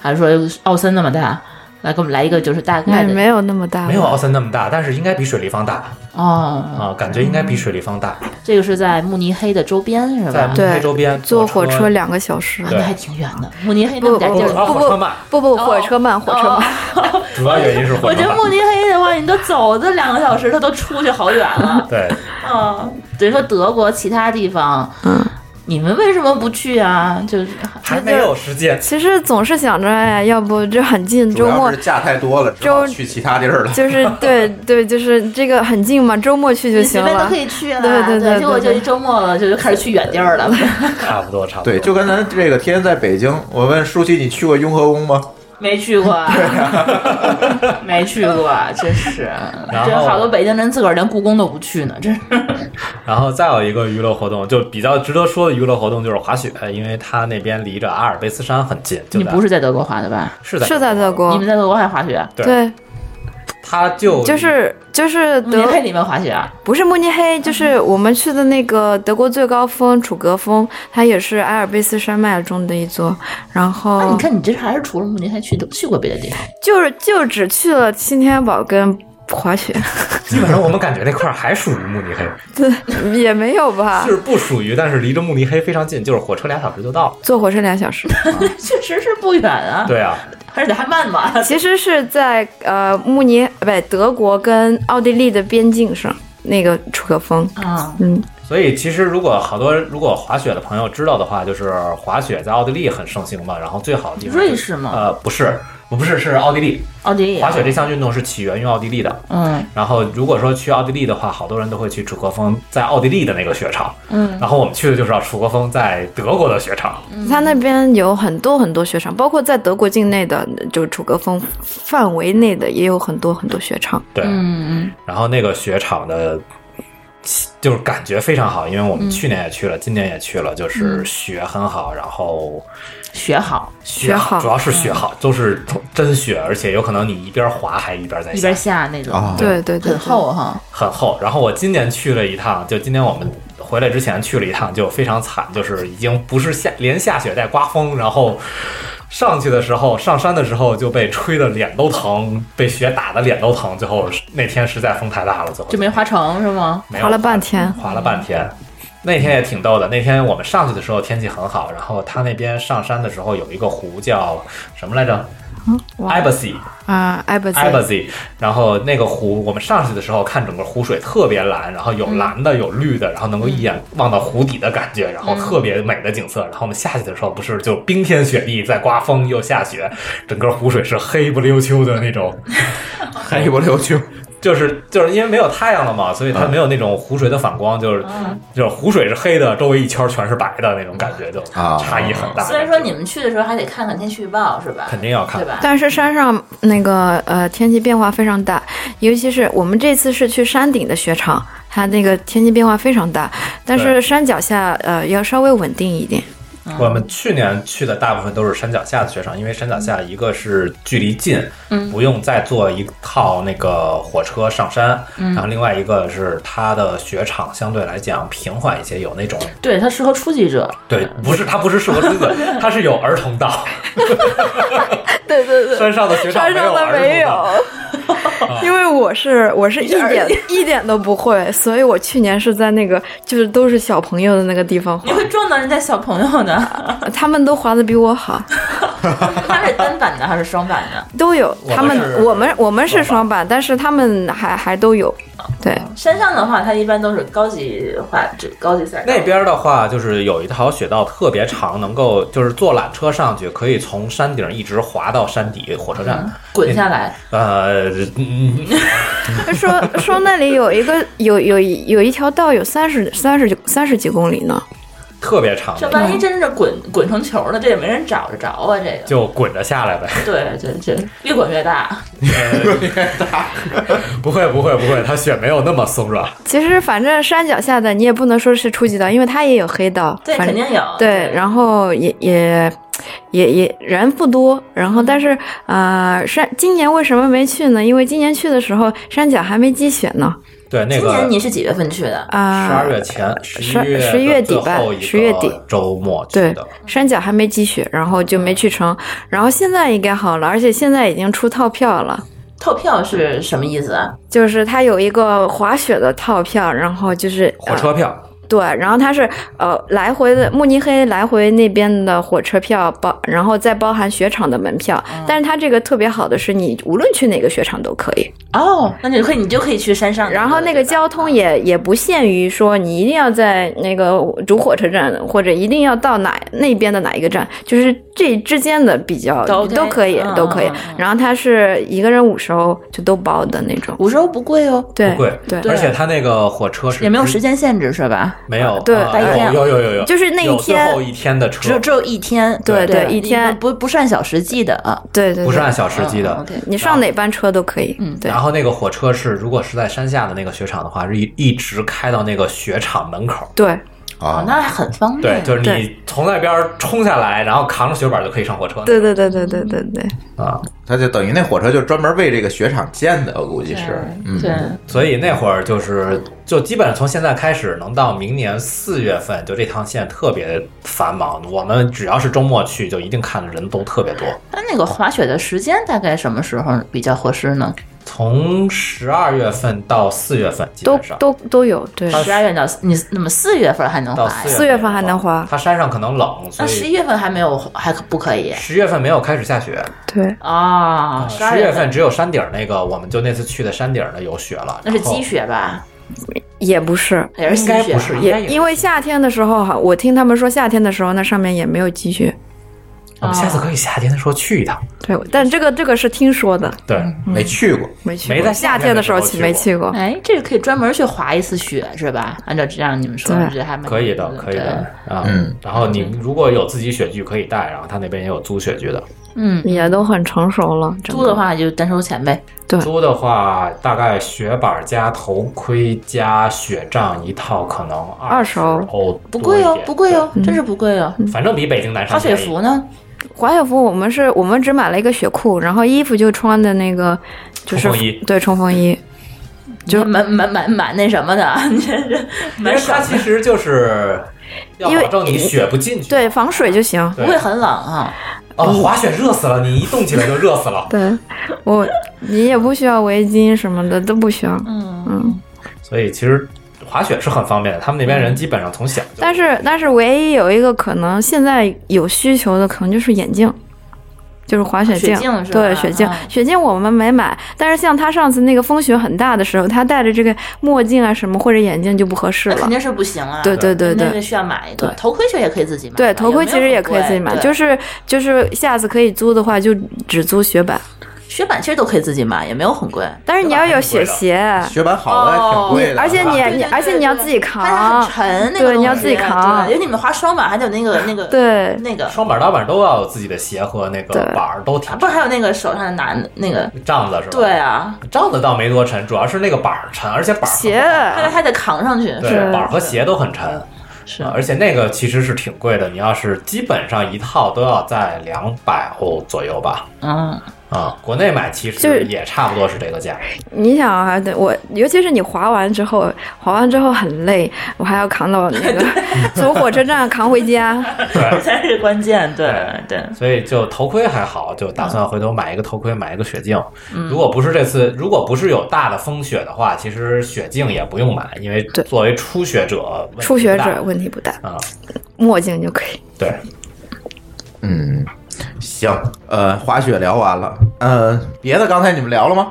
Speaker 5: 还是说奥森那么大？来给我们来一个，就是大概
Speaker 4: 没
Speaker 5: 的
Speaker 4: 哎没有那么大，
Speaker 2: 没有啊奥森那么大，但是应该比水立方大
Speaker 5: 哦。
Speaker 3: 嗯
Speaker 2: 啊，感觉应该比水立方大，
Speaker 5: 这个是在慕尼黑的周边
Speaker 3: 嗯
Speaker 5: 是吧
Speaker 2: 在慕？尼
Speaker 4: 对
Speaker 2: 黑周边
Speaker 4: 坐火车两个小时
Speaker 5: 啊。
Speaker 2: 对
Speaker 5: 那还挺远的，慕尼黑那
Speaker 4: 不
Speaker 5: 么
Speaker 4: 不
Speaker 5: 点
Speaker 4: 不
Speaker 5: 地
Speaker 2: 不
Speaker 5: 儿。
Speaker 2: 不
Speaker 4: 不
Speaker 2: 火车慢
Speaker 4: 不不，火车
Speaker 3: 哦
Speaker 4: 慢，火车慢。
Speaker 2: 主要原因是火
Speaker 3: 我
Speaker 2: 车
Speaker 3: 觉得
Speaker 2: 慢
Speaker 3: 慕尼黑的话，你都走这两个小时，它都出去好远了。
Speaker 2: 对，
Speaker 3: 嗯，
Speaker 5: 等于说德国其他地方，
Speaker 4: 嗯，
Speaker 5: 你们为什么不去啊？就是
Speaker 2: 还没有
Speaker 4: [LAUGHS]
Speaker 2: 时间，
Speaker 4: 其实总是想着，哎呀，要不这很近，
Speaker 1: 主
Speaker 4: 周
Speaker 1: 要
Speaker 4: 末
Speaker 1: 是假太多了，只好
Speaker 4: 周
Speaker 1: 去其他地儿了。
Speaker 4: [LAUGHS] 就是对对，就是这个很近嘛，周末去就
Speaker 3: 你随
Speaker 4: 行
Speaker 3: 便都
Speaker 4: 了
Speaker 3: 可。以去
Speaker 5: 啊
Speaker 3: 了。
Speaker 4: 对对对对
Speaker 3: 结果就
Speaker 4: 对
Speaker 3: 一周末了，就就开始去远地
Speaker 4: [LAUGHS]
Speaker 3: 儿了。
Speaker 2: 差不多差不多。
Speaker 1: 对，就跟咱这个天天在北京，我问舒淇，你去过雍和宫吗？
Speaker 3: 没去
Speaker 5: 啊
Speaker 4: [LAUGHS]
Speaker 3: 过，没去过，真是，
Speaker 2: 然
Speaker 3: 这
Speaker 2: 后
Speaker 3: 好多北京人自个儿连故宫都不去呢，真是。
Speaker 2: 然后再有一个娱乐活动，就比较值得说的娱乐活动就是滑雪，因为它那边离着阿尔卑斯山很近。就
Speaker 5: 你
Speaker 2: 在
Speaker 5: 不是在德国滑的吧？
Speaker 2: 是在
Speaker 4: 是在德，
Speaker 5: 你
Speaker 4: 国
Speaker 5: 们，在德国还滑雪？啊
Speaker 2: 对嗯
Speaker 4: 对，
Speaker 2: 它就
Speaker 4: 就是就是
Speaker 5: 慕尼
Speaker 4: 德
Speaker 5: 黑嗯里面滑雪啊？
Speaker 4: 不是慕尼黑，就是我们去的那个德国最高峰楚格峰，它也是阿尔卑斯山脉中的一座。然
Speaker 5: 那
Speaker 4: 后
Speaker 5: 啊哎你看，你这还是除了慕尼黑去都去过别的地方。 [LAUGHS]
Speaker 4: 就是就只去了新天宝跟滑雪，
Speaker 2: [LAUGHS]
Speaker 4: [LAUGHS]
Speaker 2: 基本上我们感觉那块儿还属于慕尼黑，
Speaker 4: 也没有吧
Speaker 5: 啊
Speaker 2: 就？是不属于，但是离着慕尼黑非常近，就是火车俩小时就到了。
Speaker 4: 坐火车两小时，
Speaker 3: 确实是不远啊，
Speaker 2: 对啊，
Speaker 3: 而且还慢
Speaker 2: [LAUGHS]
Speaker 3: 吧。
Speaker 4: 其实是在呃慕尼不对德国跟奥地利的边境上那个楚格峰。
Speaker 3: 啊，
Speaker 4: 嗯，
Speaker 2: 所以其实如果好多如果滑雪的朋友知道的话，就是滑雪在奥地利很盛行嘛，然后最好的地方就是
Speaker 5: 瑞士吗
Speaker 2: 呃，不是，不是，是奥地利。
Speaker 5: 奥地利啊
Speaker 2: 滑雪这项运动是起源于奥地利的，
Speaker 5: 嗯，
Speaker 2: 然后如果说去奥地利的话，好多人都会去楚格峰在奥地利的那个雪场。嗯，然后我们去的就是楚格峰在德国的雪场。
Speaker 5: 嗯
Speaker 4: 它那边有很多很多雪场，包括在德国境内的，就是楚格峰范围内的也有很多很多雪场。
Speaker 2: 对，嗯，然后那个雪场的。就是感觉非常好，因为我们去年也去了，今年也去了，就是雪很好，然后
Speaker 5: 雪好，
Speaker 2: 雪
Speaker 4: 好
Speaker 2: 主要是雪好，嗯都是真雪，而且有可能你一边滑还一边在
Speaker 5: 一边
Speaker 2: 哎下，哦
Speaker 5: 下那种，
Speaker 1: 啊
Speaker 4: 对对对，
Speaker 5: 很厚哈。
Speaker 2: 很厚。然后我今年去了一趟，就今年我们回来之前去了一趟，就非常惨，就是已经不是下连下雪带刮风，然后上去的时候上山的时候就被吹的脸都疼，被雪打的脸都疼。最后那天实在风太大了，最后
Speaker 5: 就没滑成是吗？
Speaker 2: 没有
Speaker 4: 滑了半天。
Speaker 2: 滑了半天。那天也挺逗的。那天我们上去的时候天气很好，然后他那边上山的时候有一个湖叫什么来着？Abbasy
Speaker 4: 嗯啊，艾伯
Speaker 2: Abbasy。然后那个湖，我们上去的时候看整个湖水特别蓝，然后有蓝的有绿的，然后能够一眼望到湖底的感觉，然后特别美的景色。然后我们下去的时候不是就冰天雪地，在刮风又下雪，整个湖水是黑不溜秋的那种。
Speaker 1: 黑不溜
Speaker 4: [LAUGHS]
Speaker 1: 秋，
Speaker 2: 就是就是因为没有太阳了嘛，所以它没有那种湖水的反光，就是就是湖水是黑的，周围一圈全是白的那种感觉，就
Speaker 1: 啊
Speaker 2: 差异很大。
Speaker 3: 虽然说你们去的时候还得看看天气预报是吧？
Speaker 2: 肯定要看
Speaker 3: 对吧？
Speaker 4: 但是山上那个呃天气变化非常大，尤其是我们这次是去山顶的雪场，它那个天气变化非常大，但是
Speaker 2: 对
Speaker 4: 山脚下呃要稍微稳定一点。
Speaker 2: 我们去年去的大部分都是山脚下的雪场，因为山脚下一个是距离近，不用再坐一套那个火车上山，然后另外一个是它的雪场相对来讲平缓一些，有那种
Speaker 5: 对，它适合初级者。
Speaker 2: 对，不是它不是适合狮 [LAUGHS] 子，它是有儿童 [LAUGHS] 道，
Speaker 4: 对对对
Speaker 2: 山上的雪场没有儿童道。，
Speaker 4: 因为我是我是一点一点都不会，所以我去年是在那个就是都是小朋友的那个地方滑
Speaker 3: 你，
Speaker 4: [LAUGHS]
Speaker 3: 会撞到人家小朋友
Speaker 2: [LAUGHS]
Speaker 3: 的，
Speaker 4: 他们都滑的比我好，
Speaker 3: 他是单板的还是双板的？
Speaker 4: 都有
Speaker 2: 我们
Speaker 4: 他们
Speaker 2: 是
Speaker 4: 我们我们是
Speaker 2: 双板
Speaker 4: 双板，但是他们还还都有，对，
Speaker 3: 山上的话，它一般都是高级滑，这高级赛道
Speaker 2: 那边的话，就是有一条雪道特别长，能够就是坐缆车上去，可以从山顶一直滑到山底火车站。
Speaker 3: 滚下来，
Speaker 2: 呃，嗯
Speaker 4: 他说 [LAUGHS] 说那里有一个有有一有一条道有三十三十三十几公里呢，
Speaker 2: 特别长
Speaker 3: 这
Speaker 2: 的，
Speaker 5: 嗯
Speaker 3: 万一真是滚滚成球了，这也没人找着着啊！这个，
Speaker 2: 就滚着下来呗。
Speaker 3: 对对对，越滚越大。
Speaker 2: [LAUGHS] 不会不会不会，它雪没有那么松软。
Speaker 4: 其实反正山脚下的你也不能说是初级道，因为它也有黑道，
Speaker 3: 对，
Speaker 4: 反
Speaker 3: 肯定有。
Speaker 4: 对，然后也也也也人不多，然后但是呃山今年为什么没去呢？因为今年去的时候山脚还没积雪呢，
Speaker 2: 对，那
Speaker 3: 今年
Speaker 2: 个
Speaker 3: 你是几月份去的？
Speaker 4: 啊、
Speaker 2: 十二月前，
Speaker 4: 十
Speaker 2: 一
Speaker 4: 十一
Speaker 2: 月
Speaker 4: 月
Speaker 2: 的
Speaker 4: 底吧
Speaker 2: 最后一个
Speaker 4: 十月底
Speaker 2: 周末去
Speaker 4: 对
Speaker 2: 的。，
Speaker 4: 山脚还没积雪，然后就没去成，然后现在应该好了，而且现在已经出套票了。
Speaker 3: 套票是什么意思啊？
Speaker 4: 就是它有一个滑雪的套票，然后就是呃
Speaker 2: 火车票，
Speaker 4: 对，然后它是呃来回的慕尼黑来回那边的火车票包，然后再包含雪场的门票。但是它这个特别好的是，你无论去哪个雪场都可以。
Speaker 3: 哦，那你就可以，你就可以去山上。
Speaker 4: 然后那个交通也也不限于说你一定要在那个主火车站，或者一定要到哪那边的哪一个站，就是这之间的比较
Speaker 3: 都 OK，
Speaker 4: 都可以
Speaker 3: 嗯
Speaker 4: 都可以
Speaker 3: 嗯嗯。
Speaker 4: 然后它是一个人五十欧就都包的那种，
Speaker 3: 五十欧不贵哦，
Speaker 4: 对
Speaker 2: 不贵，
Speaker 4: 对。
Speaker 2: 而且它那个火车是
Speaker 3: 也没有时间
Speaker 2: 间，
Speaker 3: 限制是吧？
Speaker 2: 没有
Speaker 4: 对
Speaker 2: 啊
Speaker 4: 白
Speaker 3: 天
Speaker 2: 有有有有有，
Speaker 4: 就是那一
Speaker 2: 有最
Speaker 4: 天
Speaker 2: 后一天的
Speaker 3: 只有
Speaker 2: 车，
Speaker 3: 只有一天，
Speaker 4: 对
Speaker 3: 对，
Speaker 4: 对一天
Speaker 3: 不不是按小时计的啊。嗯
Speaker 4: 对对，嗯
Speaker 2: 不是
Speaker 4: 对
Speaker 2: 按小时计的。啊
Speaker 3: OK，
Speaker 4: 你上哪班车都可以。嗯，对
Speaker 2: 然后那个火车是，如果是在山下的那个雪场的话，是一一直开到那个雪场门口。
Speaker 4: 对
Speaker 3: 哦
Speaker 1: 啊，
Speaker 3: 那还很方
Speaker 2: 对，
Speaker 3: 便。
Speaker 2: 就是你
Speaker 4: 对
Speaker 2: 从那边冲下来，然后扛着雪板就可以上火车。
Speaker 4: 对对对对对对对，
Speaker 2: 啊，
Speaker 1: 它就等于那火车就专门为这个雪场建的，我估计是，嗯，
Speaker 3: 对，
Speaker 2: 所以那会儿就是，就基本上从现在开始，能到明年四月份，就这趟线特别繁忙。我们只要是周末去，就一定看的人都特别多。
Speaker 3: 那那个滑雪的时间大概什么时候比较合适呢？
Speaker 2: 从十二月份到四月份，基
Speaker 4: 都
Speaker 2: 本上
Speaker 4: 都都有。对，
Speaker 2: 它
Speaker 3: 十二月到你那么四月份还能
Speaker 2: 到
Speaker 3: 滑
Speaker 2: 四
Speaker 3: 呀？
Speaker 4: 四月份还能滑
Speaker 2: 它山上可能冷，所
Speaker 3: 那啊十一
Speaker 2: 以
Speaker 3: 月份还没有，还可不可以
Speaker 2: 十月份没有开始下雪。
Speaker 4: 对
Speaker 3: 啊？十二
Speaker 2: 十月
Speaker 3: 份
Speaker 2: 份只有山顶儿那个，我们就那次去的山顶儿的有雪了。
Speaker 3: 那是
Speaker 2: 然后
Speaker 3: 积雪吧？
Speaker 4: 也不是，
Speaker 3: 也是
Speaker 2: 应
Speaker 3: 积
Speaker 2: 该
Speaker 3: 雪
Speaker 2: 不是
Speaker 3: 啊，
Speaker 2: 应该
Speaker 4: 也
Speaker 2: 也
Speaker 4: 因为夏天的时候哈，我听他们说夏天的时候那上面也没有积雪。
Speaker 2: 我
Speaker 3: 啊
Speaker 2: 们下次可以夏天的时候去一趟。
Speaker 4: 对，但这个这个是听说的，
Speaker 2: 对，
Speaker 3: 嗯
Speaker 1: 没去过，
Speaker 4: 没去
Speaker 2: 没
Speaker 4: 过
Speaker 2: 在夏
Speaker 4: 夏
Speaker 2: 天的
Speaker 4: 的
Speaker 2: 时
Speaker 4: 时
Speaker 2: 候
Speaker 4: 候
Speaker 2: 去
Speaker 4: 去没去过。
Speaker 3: 哎，这个可以专门去滑一次雪是吧？按照这样你们说，
Speaker 4: 对
Speaker 3: 我觉得还蛮
Speaker 2: 可以的，可以的。啊。
Speaker 1: 嗯，
Speaker 2: 然后你如果有自己雪具可以带，然后他那边也有租雪具的。
Speaker 3: 对嗯，
Speaker 4: 也都很成熟了，整
Speaker 3: 租
Speaker 4: 个
Speaker 3: 的话就单收钱呗。
Speaker 4: 对
Speaker 2: 租的话，大概雪板加头盔加雪杖一套，可能十
Speaker 4: 20欧
Speaker 2: 欧，
Speaker 3: 不贵哦，不贵哦，
Speaker 4: 嗯
Speaker 3: 真是不贵哦。
Speaker 2: 对，反正比北京南
Speaker 3: 滑
Speaker 2: 山
Speaker 3: 雪
Speaker 2: 便宜
Speaker 3: 服呢？
Speaker 4: 滑雪服我们是我们只买了一个雪裤，然后衣服就穿的那个就是
Speaker 2: 冲锋衣
Speaker 4: 对冲锋衣，
Speaker 3: 就蛮蛮蛮蛮那什么的， [LAUGHS] 你这这
Speaker 2: 因为
Speaker 3: 蛮
Speaker 2: 它
Speaker 3: 爽，
Speaker 2: 其实就是要
Speaker 4: 因为
Speaker 2: 保证你雪不进去。
Speaker 4: 对防水就行。
Speaker 2: 对
Speaker 3: 不会很冷啊。
Speaker 2: 哦，滑雪热死了，你一动起来就热死了。
Speaker 4: 对，我你也不需要围巾什么的都不需要。
Speaker 2: 所以其实滑雪是很方便的，他们那边人基本上从小就。
Speaker 4: 但是但是唯一有一个可能现在有需求的，可能就是眼镜。就是滑雪镜，
Speaker 3: 啊雪镜是吧
Speaker 4: 对雪镜，
Speaker 3: 嗯
Speaker 4: 雪镜我们没买，但是像他上次那个风雪很大的时候，他戴着这个墨镜啊什么或者眼镜就不合适
Speaker 3: 那肯
Speaker 4: 了。
Speaker 3: 定是不行啊。
Speaker 4: 对对对
Speaker 3: 那
Speaker 4: 对
Speaker 3: 个啊需要买一个
Speaker 4: 对
Speaker 3: 头盔，确实也可以自己买吧。
Speaker 4: 对，头盔其实也可以自己买，就是是就是下次可以租的话就只租雪板，
Speaker 3: 雪板其实都可以自己买，也没有很贵。
Speaker 4: 但是你要有雪鞋，
Speaker 1: 雪板好的还挺贵的，
Speaker 4: 哦而且你
Speaker 1: 啊
Speaker 4: 你
Speaker 3: 对
Speaker 4: 而且你要自己
Speaker 3: 它
Speaker 4: 扛
Speaker 3: 很，沉，那个
Speaker 4: 对
Speaker 3: 东西啊
Speaker 4: 你要自己扛
Speaker 3: 对尤其你们滑双板，还得有那个
Speaker 4: [LAUGHS]
Speaker 3: 那个
Speaker 4: 对
Speaker 3: 那个，
Speaker 2: 双板、单板都要有自己的鞋和那个
Speaker 4: 对
Speaker 2: 板儿，都挺
Speaker 3: 不是还有那个手上拿那个？
Speaker 2: 杖子是吧？
Speaker 3: 对，啊，
Speaker 2: 杖子倒没多沉，主要是那个板儿沉，而且板儿很
Speaker 4: 鞋，
Speaker 3: 它得还得扛上去。
Speaker 2: 对，板儿和鞋都很沉。
Speaker 3: 是
Speaker 2: 啊而且那个其实是挺贵的，你要是基本上一套都要在两百欧左右吧，
Speaker 3: 嗯， [LAUGHS]
Speaker 2: 啊、国内买其
Speaker 4: 就
Speaker 2: 实
Speaker 4: 是
Speaker 2: 也差不多是这个价，
Speaker 4: 你想啊还得我，尤其是你滑完之后，滑完之后很累，我还要扛到那个从火车站扛啊回家。
Speaker 2: [LAUGHS]
Speaker 3: [LAUGHS] 这才是关键。对对，
Speaker 2: 所以就头盔还好，就打算回头买一个头盔，买一个雪镜。如果不是这次，如果不是有大的风雪的话，其实雪镜也不用买，因为
Speaker 4: 对
Speaker 2: 作为初学者，问题
Speaker 4: 初学
Speaker 2: 不大
Speaker 4: 者问题不大，
Speaker 2: 啊、
Speaker 4: 墨镜就可以。
Speaker 2: 对，
Speaker 1: 嗯，行，呃，滑雪聊完了，呃，别的刚才你们聊了吗？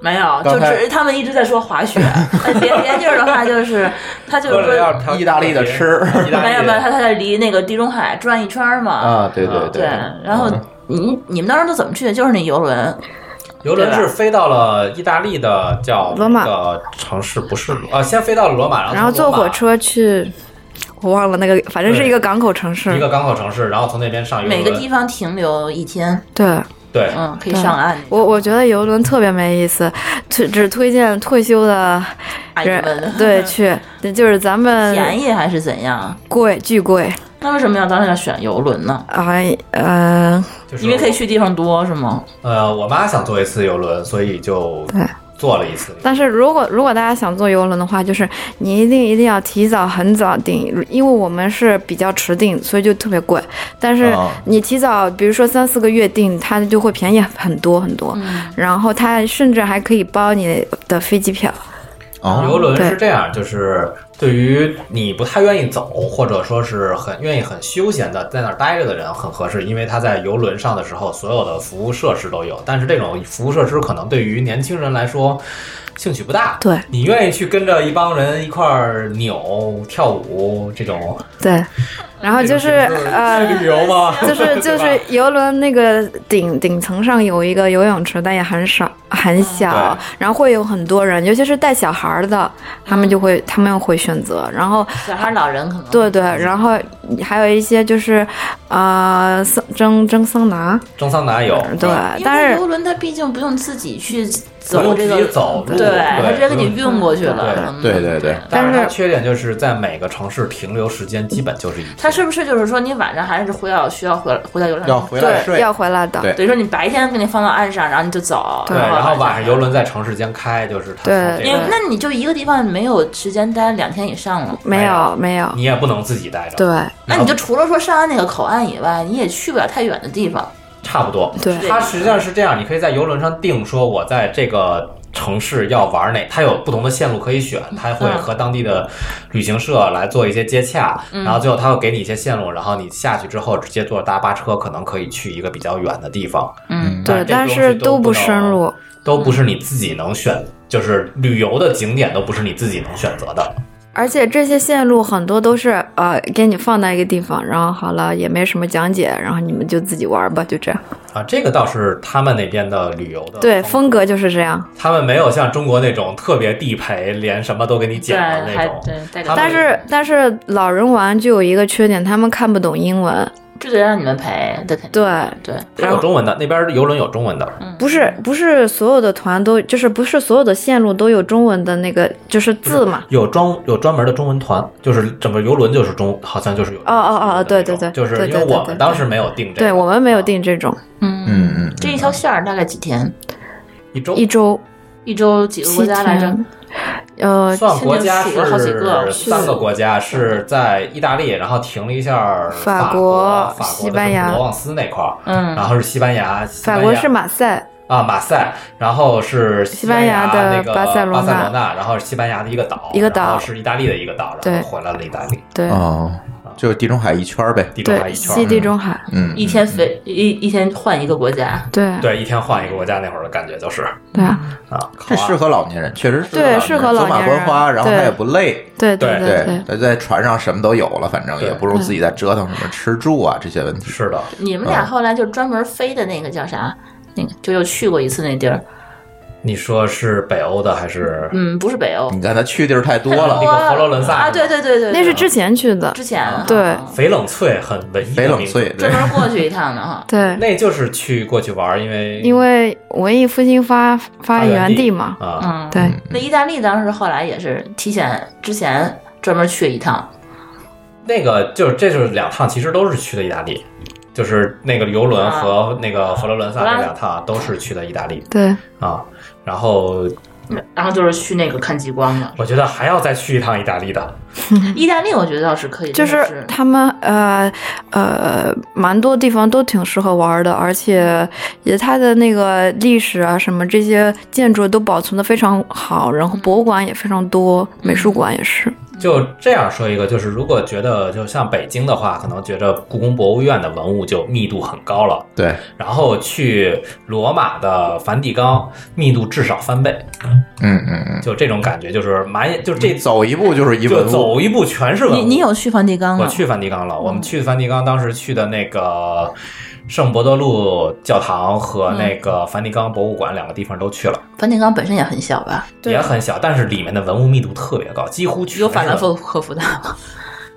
Speaker 3: 没有，
Speaker 1: 刚
Speaker 3: 就
Speaker 1: 才
Speaker 3: 只是他们一直在说滑
Speaker 1: [LAUGHS]
Speaker 3: 雪。但别别地儿的话，就是他就
Speaker 2: 喝
Speaker 3: 是
Speaker 2: 了
Speaker 3: 说
Speaker 2: 要他
Speaker 1: 意大利的吃
Speaker 2: 意大
Speaker 3: 没有
Speaker 2: 利
Speaker 3: 没有，
Speaker 2: 的
Speaker 3: 他他在离那个地中海转一圈儿嘛。
Speaker 1: 啊，对
Speaker 2: 啊
Speaker 1: 对
Speaker 3: 对，然后
Speaker 1: 嗯
Speaker 3: 你你们当时都怎么去的？就是那游轮，
Speaker 2: 游轮是飞到了意大利的叫
Speaker 4: 罗马
Speaker 2: 那个城市，不是啊、先飞到了罗马，然后
Speaker 4: 然后
Speaker 2: 从
Speaker 4: 坐
Speaker 2: 罗马
Speaker 4: 火车去，我忘了那个，反正是一个港口城
Speaker 2: 一
Speaker 4: 市
Speaker 2: 个。港口城市，然后从那边上游轮
Speaker 3: 每个地方停留一天，
Speaker 4: 对，
Speaker 2: 对，
Speaker 3: 嗯，可以上岸。
Speaker 4: 我我觉得游轮特别没意思，推只推荐退休的
Speaker 3: 爱
Speaker 4: 人
Speaker 3: 们
Speaker 2: 嗯
Speaker 4: 对去，就是咱们
Speaker 3: 便宜还是怎样？
Speaker 4: 贵巨贵
Speaker 3: 那为什么要当时要选游轮呢？
Speaker 4: 啊，呃，
Speaker 2: 就是
Speaker 3: 因为可以去地方多是吗？
Speaker 2: 呃，我妈想坐一次游轮，所以就
Speaker 4: 对
Speaker 2: 坐了一次。
Speaker 4: 但是如果如果大家想坐游轮的话，就是你一定一定要提早很早订，因为我们是比较迟订，所以就特别贵。但是
Speaker 2: 啊
Speaker 1: 哦
Speaker 4: 你提早，比如说三四个月订，它就会便宜很多很多。
Speaker 2: 嗯
Speaker 4: 然后它甚至还可以包你的飞机票。
Speaker 2: 游轮是
Speaker 4: 对
Speaker 2: 这样，就是对于你不太愿意走，或者说是很愿意很休闲的在那儿待着的人，很合适，因为他在游轮上的时候，所有的服务设施都有。但是这种服务设施可能对于年轻人来说兴趣不大。
Speaker 4: 对
Speaker 2: 你愿意去跟着一帮人一块儿扭跳舞这种，
Speaker 4: 对，然后啊就是
Speaker 2: 这种是
Speaker 4: 呃。
Speaker 2: 旅游吗？
Speaker 4: [LAUGHS] 就是就
Speaker 2: [LAUGHS] 对
Speaker 4: 是
Speaker 2: 吧
Speaker 4: 游轮那个顶顶层上有一个游泳池，但也很少很小
Speaker 2: 对，
Speaker 4: 然后会有很多人，尤其是带小孩儿的，他
Speaker 2: 嗯
Speaker 4: 们就会他们会选择，然后
Speaker 3: 小孩、老人可
Speaker 2: 啊
Speaker 3: 能
Speaker 4: 对对，然后还有一些就是，呃，桑蒸蒸桑拿，
Speaker 2: 蒸桑拿哦有，
Speaker 4: 对，
Speaker 3: 因
Speaker 4: 但
Speaker 3: 为游
Speaker 4: 是
Speaker 3: 轮它毕竟不用自己去
Speaker 2: 不
Speaker 3: 走
Speaker 2: 用
Speaker 3: 这
Speaker 2: 自己
Speaker 3: 个，
Speaker 2: 走路
Speaker 3: 对，它直接给
Speaker 2: 不
Speaker 3: 你
Speaker 2: 用
Speaker 3: 运过去了。
Speaker 2: 对
Speaker 3: 嗯
Speaker 1: 对对对，
Speaker 2: 但是它
Speaker 4: 但是
Speaker 2: 缺点就是在每个城市停留时间基本就是一天。
Speaker 3: 它是不是就是说你晚上还是回到需要回回到游轮
Speaker 1: 要
Speaker 3: 上？
Speaker 1: 回来
Speaker 4: 对
Speaker 1: 睡
Speaker 4: 要。回来的，
Speaker 1: 对
Speaker 3: 等于说你白天给你放到岸上，然后你就走，
Speaker 2: 对，然后晚上游
Speaker 3: 轮。
Speaker 2: 轮在长时间开，就是它
Speaker 4: 对
Speaker 2: 它这
Speaker 3: 因为
Speaker 2: 个
Speaker 3: 那你就一个地方没有时间待两天以上了，
Speaker 1: 嗯
Speaker 4: 没有没有，
Speaker 2: 你也不能自己待着，
Speaker 4: 对，
Speaker 3: 那你就除了说上岸那个口岸以外，你也去不了太远的地方。
Speaker 2: 差不多。
Speaker 4: 对
Speaker 2: 它实际上是这样，你可以在游轮上定说，我在这个城市要玩哪，它有不同的线路可以选，它会和当地的旅行社来做一些接洽，然后最后它会给你一些线路，然后你下去之后直接坐大巴车，可能可以去一个比较远的地方。
Speaker 3: 嗯，
Speaker 4: 对，但
Speaker 2: 这个
Speaker 4: 是
Speaker 2: 东西都
Speaker 4: 都
Speaker 2: 不
Speaker 4: 不深
Speaker 2: 能哦
Speaker 4: 入，
Speaker 2: 都不是你自己能选，就是旅游的景点都不是你自己能选择的。
Speaker 4: 而且这些线路很多都是呃给你放在一个地方，然后好了也没什么讲解，然后你们就自己玩吧，就这样。
Speaker 2: 啊，这个倒是他们那边的旅游的
Speaker 4: 对，
Speaker 2: 风
Speaker 4: 风
Speaker 2: 格，
Speaker 4: 格就是这样，
Speaker 2: 他们没有像中国那种特别地陪，连什么都给你
Speaker 3: 对，
Speaker 2: 讲的那
Speaker 3: 还
Speaker 2: 种。
Speaker 3: 对，带着
Speaker 2: 他们
Speaker 4: 但是但是老人玩就有一个缺点，他们看不懂英文，
Speaker 3: 就得让你们陪，这肯定
Speaker 4: 对
Speaker 3: 对，嗯
Speaker 2: 它有中文的，那边游轮有中文的，
Speaker 4: 不是不是所有的团都就是不是所有的线路都有中文的那个就是字嘛，
Speaker 2: 有专有专门的中文团，就是整个游轮就是中，好像就是有中文
Speaker 4: 哦哦哦
Speaker 2: 区的
Speaker 4: 对
Speaker 2: 那
Speaker 4: 对对
Speaker 2: 种就是
Speaker 4: 对
Speaker 2: 因为
Speaker 4: 对对
Speaker 2: 我
Speaker 4: 对
Speaker 2: 们当时没有定这个，
Speaker 4: 对我们没有定这种
Speaker 3: 嗯，
Speaker 1: 嗯嗯，
Speaker 3: 这一条线儿大概几天？
Speaker 2: 一周
Speaker 4: 一周
Speaker 3: 一周几个
Speaker 4: 七
Speaker 3: 国家来着
Speaker 4: 天？，呃，
Speaker 2: 算国家
Speaker 3: 现在数了好几个
Speaker 2: 是三个国家，是在意大利，然后停了一下
Speaker 4: 法
Speaker 2: 国、法
Speaker 4: 国
Speaker 2: 国的
Speaker 4: 西班牙
Speaker 2: 是罗旺斯那块儿，
Speaker 3: 嗯
Speaker 2: 然后是西班牙，西班
Speaker 4: 法
Speaker 2: 牙
Speaker 4: 国是马赛，
Speaker 2: 啊马赛，然后是西牙
Speaker 4: 西班牙的
Speaker 2: 那个
Speaker 4: 巴塞罗那
Speaker 2: 巴塞罗那，然后是西班牙的一个岛，
Speaker 4: 一个岛
Speaker 2: 然后是意大利的一个岛，
Speaker 4: 对
Speaker 2: 然后回来了意大利，
Speaker 4: 对
Speaker 1: 哦，就地中海一圈儿呗。
Speaker 2: 地中海
Speaker 4: 对，
Speaker 2: 一圈儿，
Speaker 4: 西地中海，
Speaker 1: 嗯，
Speaker 3: 一天飞一一天换一个国家，
Speaker 4: 对
Speaker 2: 嗯对，一天换一个国家，那会儿的感觉就是
Speaker 4: 对啊
Speaker 2: 啊，
Speaker 1: 这适合老年人，确实
Speaker 4: 对
Speaker 1: 适
Speaker 4: 适
Speaker 1: 合
Speaker 4: 合
Speaker 1: 老
Speaker 4: 老
Speaker 1: 年人走马
Speaker 4: 年
Speaker 1: 观
Speaker 4: 人
Speaker 1: 花，然后
Speaker 4: 对
Speaker 1: 他也不累。
Speaker 4: 对
Speaker 2: 对
Speaker 4: 对对，
Speaker 1: 他在船上什么都有了，反正
Speaker 2: 对
Speaker 1: 也不用自己再折腾什么吃住啊这些问题。
Speaker 2: 是的，
Speaker 3: 你们俩后来就专门飞的那个叫啥？那个就又去过一次那地儿，
Speaker 2: 你说是北欧的还是
Speaker 3: 嗯，不是北欧，
Speaker 1: 你看他去地儿太多了 [LAUGHS]
Speaker 2: 那，个佛罗伦萨
Speaker 3: 啊，对对对对，对
Speaker 4: 那是之前去的，
Speaker 3: 之前啊
Speaker 4: 对。
Speaker 2: 翡冷翠很文艺的
Speaker 1: 翡冷
Speaker 2: 名字
Speaker 1: 翠，对
Speaker 3: 专，门过去一趟的哈
Speaker 4: 对，
Speaker 2: 那就是去过去玩儿，因为
Speaker 4: 因为文艺复兴发发源地嘛，
Speaker 2: 啊，
Speaker 3: 嗯，
Speaker 4: 对，
Speaker 3: 那意大利当时后来也是提前之前专门去一趟，
Speaker 2: 那个就是这就是两趟，其实都是去的意大利，就是那个游
Speaker 4: 啊
Speaker 2: 轮和那个佛罗伦萨
Speaker 3: 啊
Speaker 2: 这两趟都是去的意大利
Speaker 4: 对，
Speaker 2: 啊。然后
Speaker 3: 然后就是去那个看极光了。
Speaker 2: 我觉得还要再去一趟意大利的，
Speaker 3: 意大利我觉得倒是可以，
Speaker 4: 就
Speaker 3: 真的
Speaker 4: 是他们呃呃，蛮多地方都挺适合玩的，而且 [LAUGHS] 也它的那个历史啊什么这些建筑都保存的非常好，然后博物馆也非常多，美术馆也是。
Speaker 2: 就这样说一个，就是如果觉得就像北京的话，可能觉着故宫博物院的文物就密度很高了，
Speaker 1: 对，
Speaker 2: 然后去罗马的梵蒂冈密度至少翻倍，
Speaker 1: 嗯嗯嗯，
Speaker 2: 就这种感觉，就是满就是这
Speaker 1: 走一步就是一
Speaker 2: 就
Speaker 1: 文物，
Speaker 2: 走一步全是文
Speaker 3: 你
Speaker 2: 物。
Speaker 3: 你有嗯去梵蒂冈
Speaker 2: 我
Speaker 3: 吗？
Speaker 2: 去梵蒂冈了，我们去梵蒂冈，当时去的那个圣伯多禄教堂和那
Speaker 3: 嗯
Speaker 2: 个梵蒂冈博物馆两个地方都去了，
Speaker 3: 梵蒂冈本身也很小吧？
Speaker 2: 也很小，但是里面的文物密度特别高，几乎全
Speaker 3: 有法兰
Speaker 2: 是
Speaker 3: 克福的吗？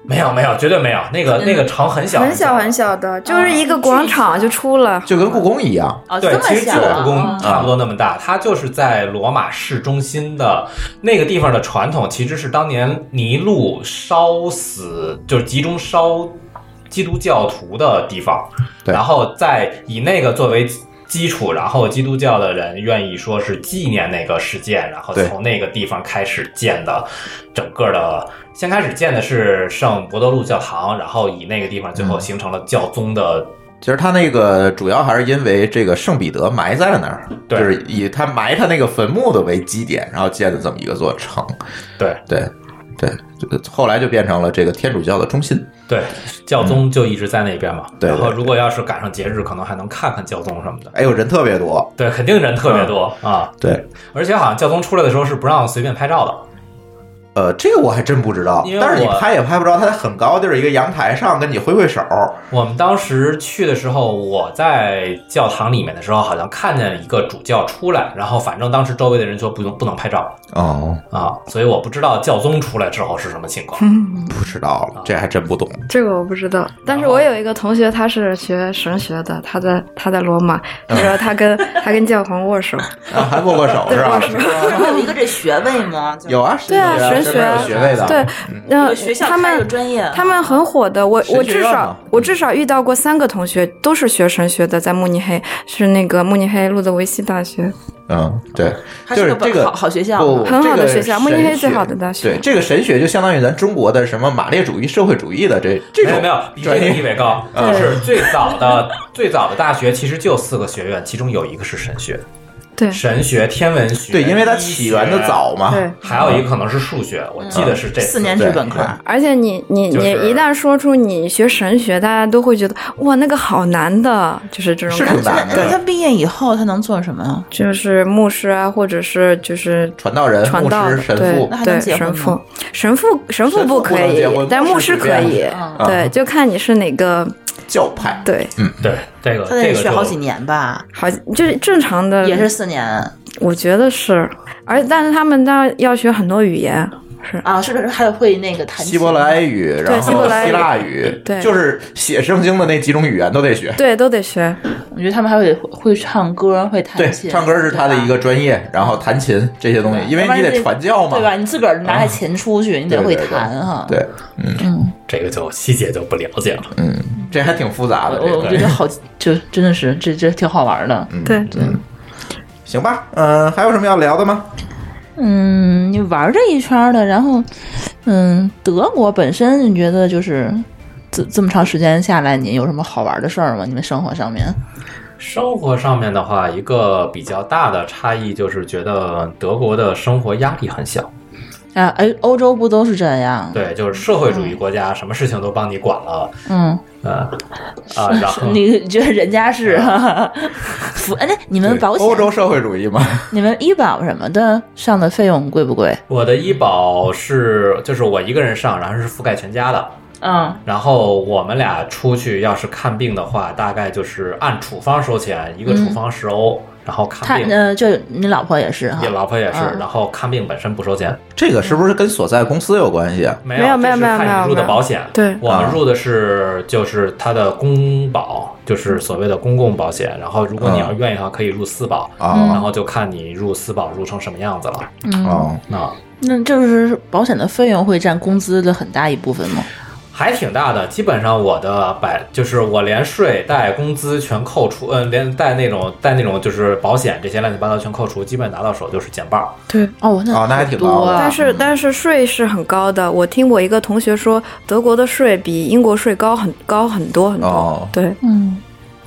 Speaker 2: 没有没有，绝对没有，那个那个城很小
Speaker 4: 很小很
Speaker 2: 小，
Speaker 4: 小的，嗯就是一个广场就出了。
Speaker 1: 就跟故宫一样，
Speaker 3: 哦，
Speaker 2: 对
Speaker 3: 这，么
Speaker 2: 其实就
Speaker 3: 小
Speaker 2: 有故
Speaker 3: 啊
Speaker 2: 宫，差不多那么大，它就是在罗马市中心的那个地方的传统，其实是当年尼禄烧死，就是集中烧基督教徒的地方，
Speaker 1: 对
Speaker 2: 然后再以那个作为。基础，然后基督教的人愿意说是纪念那个事件，然后
Speaker 1: 对
Speaker 2: 从那个地方开始建的整个的，先开始建的是圣伯多禄教堂，然后以那个地方最
Speaker 1: 嗯
Speaker 2: 后形成了教宗的
Speaker 1: 其实他那个主要还是因为这个圣彼得埋在了那儿，
Speaker 2: 对
Speaker 1: 就是以他埋他那个坟墓的为基点，然后建的这么一个座城。
Speaker 2: 对
Speaker 1: 对对，就后来就变成了这个天主教的中心。
Speaker 2: 对，教宗就一直在那边嘛。
Speaker 1: 嗯对
Speaker 2: 然后
Speaker 1: 对对
Speaker 2: 如果要是赶上节日，可能还能看看教宗什么的。
Speaker 1: 哎呦，人特别多。
Speaker 2: 对，肯定人特别多、
Speaker 1: 嗯
Speaker 2: 啊！
Speaker 1: 对，
Speaker 2: 而且好像教宗出来的时候是不让随便拍照的。
Speaker 1: 呃，这个我还真不知道
Speaker 2: 因为，
Speaker 1: 但是你
Speaker 2: 我
Speaker 1: 拍也拍不着，他在很高地儿一个阳台上跟你挥挥手。
Speaker 2: 我们当时去的时候，我在教堂里面的时候，好像看见一个主教出来，然后反正当时周围的人说不用不能拍照
Speaker 1: 哦，
Speaker 2: 啊，所以我不知道教宗出来之后是什么情况。
Speaker 1: 不知道了，这还真不懂。
Speaker 4: [LAUGHS] 这个我不知道，但是我有一个同学，他是学神学的，他在他在罗马，他说他跟 [LAUGHS] 他跟教皇握手，
Speaker 1: 啊，还握过手
Speaker 4: 对
Speaker 1: 是吧
Speaker 4: 握？手，
Speaker 3: 不是有一个这学位吗？就
Speaker 1: 有啊，
Speaker 4: 对啊，
Speaker 1: 神
Speaker 4: 神
Speaker 1: 学
Speaker 4: 学
Speaker 1: 有学位的。啊
Speaker 4: 对，然
Speaker 3: 一
Speaker 4: 后
Speaker 3: 个学校
Speaker 4: 他
Speaker 3: 开的
Speaker 4: 们
Speaker 3: 专业啊，
Speaker 4: 他们很火的，我我
Speaker 1: 神学
Speaker 4: 至
Speaker 1: 院嗯
Speaker 4: 少
Speaker 1: 嘛
Speaker 4: 我至少遇到过三个同学都是学神学的，在慕尼黑是那个慕尼黑路德维希大学，
Speaker 1: 嗯，对，
Speaker 3: 还
Speaker 1: 就是是
Speaker 3: 个
Speaker 1: 这个
Speaker 3: 好好学校
Speaker 1: 不，
Speaker 4: 很好的
Speaker 1: 哦这个
Speaker 4: 学校慕尼黑最好的大学
Speaker 1: 神对，这个神学就相当于咱中国的什么马列主义、社会主义的这这
Speaker 2: 没有
Speaker 1: 种
Speaker 2: 没有，
Speaker 3: [LAUGHS]
Speaker 2: 比这
Speaker 1: 专
Speaker 2: 个地
Speaker 1: 业。
Speaker 2: 位高。
Speaker 1: 嗯
Speaker 2: 就是最早的最早的大学其实就四个学院，其中有一个是神
Speaker 3: [LAUGHS]
Speaker 2: 学，
Speaker 4: 对
Speaker 2: 神学、天文学。
Speaker 1: 对，因为它
Speaker 2: 医
Speaker 1: 起
Speaker 2: 学
Speaker 1: 源的早嘛。
Speaker 4: 对。
Speaker 2: 还有一个可能是数学，我记得是这
Speaker 3: 嗯四年制
Speaker 1: 对
Speaker 3: 本科
Speaker 1: 对，
Speaker 4: 而且你你
Speaker 2: 就
Speaker 4: 你
Speaker 2: 是
Speaker 4: 一旦说出你学神学，大家都会觉得哇，那个好难的，就是这种
Speaker 1: 是
Speaker 4: 感
Speaker 1: 挺
Speaker 4: 觉，
Speaker 1: 难
Speaker 3: 那他
Speaker 1: 的。
Speaker 3: 毕业以后他能做什么呀？
Speaker 4: 就是牧师啊，或者是就是
Speaker 1: 传道人、
Speaker 4: 传
Speaker 1: 牧
Speaker 4: 道
Speaker 1: 师、
Speaker 4: 的
Speaker 1: 神
Speaker 4: 对
Speaker 1: 父
Speaker 3: 那，还能
Speaker 4: 对
Speaker 3: 结婚
Speaker 4: 神
Speaker 3: 吗
Speaker 4: 父，神父神父
Speaker 1: 神父
Speaker 4: 不
Speaker 1: 不
Speaker 4: 可
Speaker 1: 能
Speaker 4: 以
Speaker 1: 结婚，
Speaker 4: 但牧
Speaker 1: 牧
Speaker 4: 师
Speaker 1: 师
Speaker 4: 可
Speaker 1: 随便
Speaker 4: 以
Speaker 3: 嗯，
Speaker 4: 对，就看你是哪个，
Speaker 1: 教派。
Speaker 4: 对，
Speaker 2: 对这个
Speaker 3: 他得
Speaker 2: 这个
Speaker 3: 学
Speaker 2: 就
Speaker 3: 好几年吧，
Speaker 4: 好就是正常
Speaker 1: 呃
Speaker 4: 的，
Speaker 3: 也是四年
Speaker 4: 我觉得是，而但是他们当然要学很多语言，是
Speaker 3: 啊，是不是还会那个
Speaker 1: 嗯
Speaker 3: 弹琴啊
Speaker 1: 希伯来语，然
Speaker 4: 希伯
Speaker 1: 后
Speaker 4: 来语
Speaker 1: 希腊语，
Speaker 4: 对
Speaker 1: 就是写圣经的那几种语言都得学。
Speaker 4: 对，都得学，
Speaker 3: 我觉得他们还会会唱歌，会弹
Speaker 1: 对，
Speaker 3: 琴，
Speaker 1: 唱歌是他的一个
Speaker 3: 对吧。
Speaker 1: 专业，然后弹琴这些东西，因为你得传教嘛嗯
Speaker 3: 对。吧？你自个儿拿着琴出去，你得
Speaker 1: 对
Speaker 3: 会
Speaker 1: 对对
Speaker 3: 弹哈。
Speaker 1: 对，
Speaker 2: 这个就细节就不了解了。
Speaker 1: 这还挺复杂的。这
Speaker 3: 我我
Speaker 1: 个
Speaker 3: 觉得
Speaker 1: [LAUGHS]
Speaker 3: 好，就真的是这这挺好玩的。
Speaker 1: 嗯
Speaker 4: 对，
Speaker 1: 行吧，嗯，还有什么要聊的吗？
Speaker 5: 嗯，你玩这一圈儿的，然后，嗯，德国本身你觉得就是这这么长时间下来，你有什么好玩的事儿吗？你们生活上面？
Speaker 2: 生活上面的话，一个比较大的差异就是觉得德国的生活压力很小，
Speaker 5: 啊，哎，欧洲不都是这样？
Speaker 2: 对，就是社会主义国家，什么事情都帮你管了，
Speaker 5: 嗯，
Speaker 2: 呃啊，然后啊
Speaker 5: 你 [LAUGHS] 觉得人家是 [LAUGHS] 服？哎，那你们
Speaker 1: 对
Speaker 5: 保险
Speaker 1: 欧洲社会主义嘛，
Speaker 3: [LAUGHS]
Speaker 5: 你们医保什么的上的费用贵不贵？
Speaker 2: 我的医保是就是我一个人上，然后是覆盖全家的。
Speaker 5: 嗯，
Speaker 2: 然后我们俩出去要是看病的话，大概就是按处方收钱，一个处方十
Speaker 4: 嗯
Speaker 2: 欧，然后
Speaker 5: 他
Speaker 2: 看病，
Speaker 5: 呃，就你老婆也是哈
Speaker 2: 也，老婆也是，
Speaker 5: 嗯
Speaker 2: 然后看病本身不收钱，
Speaker 1: 这个是不是跟所在公司有关系啊？
Speaker 2: 没
Speaker 4: 没有没有
Speaker 2: 这是
Speaker 4: 没有没
Speaker 2: 看
Speaker 4: 有
Speaker 2: 你入的
Speaker 4: 没有
Speaker 2: 保险，
Speaker 4: 对
Speaker 2: 我们入的是就是它的公保，就是所谓的公共保险。然后如果你要愿意的话，可以入私保，
Speaker 1: 啊
Speaker 4: 嗯
Speaker 2: 然后就看你入私保入成什么样子了。
Speaker 3: 嗯
Speaker 1: 哦，
Speaker 2: 那
Speaker 5: 那就是保险的费用会占工资的很大一部分吗？
Speaker 2: 还挺大的，基本上我的百就是我连税带工资全扣除，嗯、连带那种带那种就是保险这些乱七八糟全扣除，基本拿到手就是减半儿。
Speaker 4: 对。
Speaker 5: 哦，那
Speaker 1: 哦那还
Speaker 5: 可
Speaker 1: 挺
Speaker 5: 多
Speaker 1: 高的
Speaker 5: 啊
Speaker 4: 但是但是税是很高的，我听我一个同学说，德国的税比英国税高很高很多很多。
Speaker 1: 哦
Speaker 4: 对，
Speaker 5: 嗯，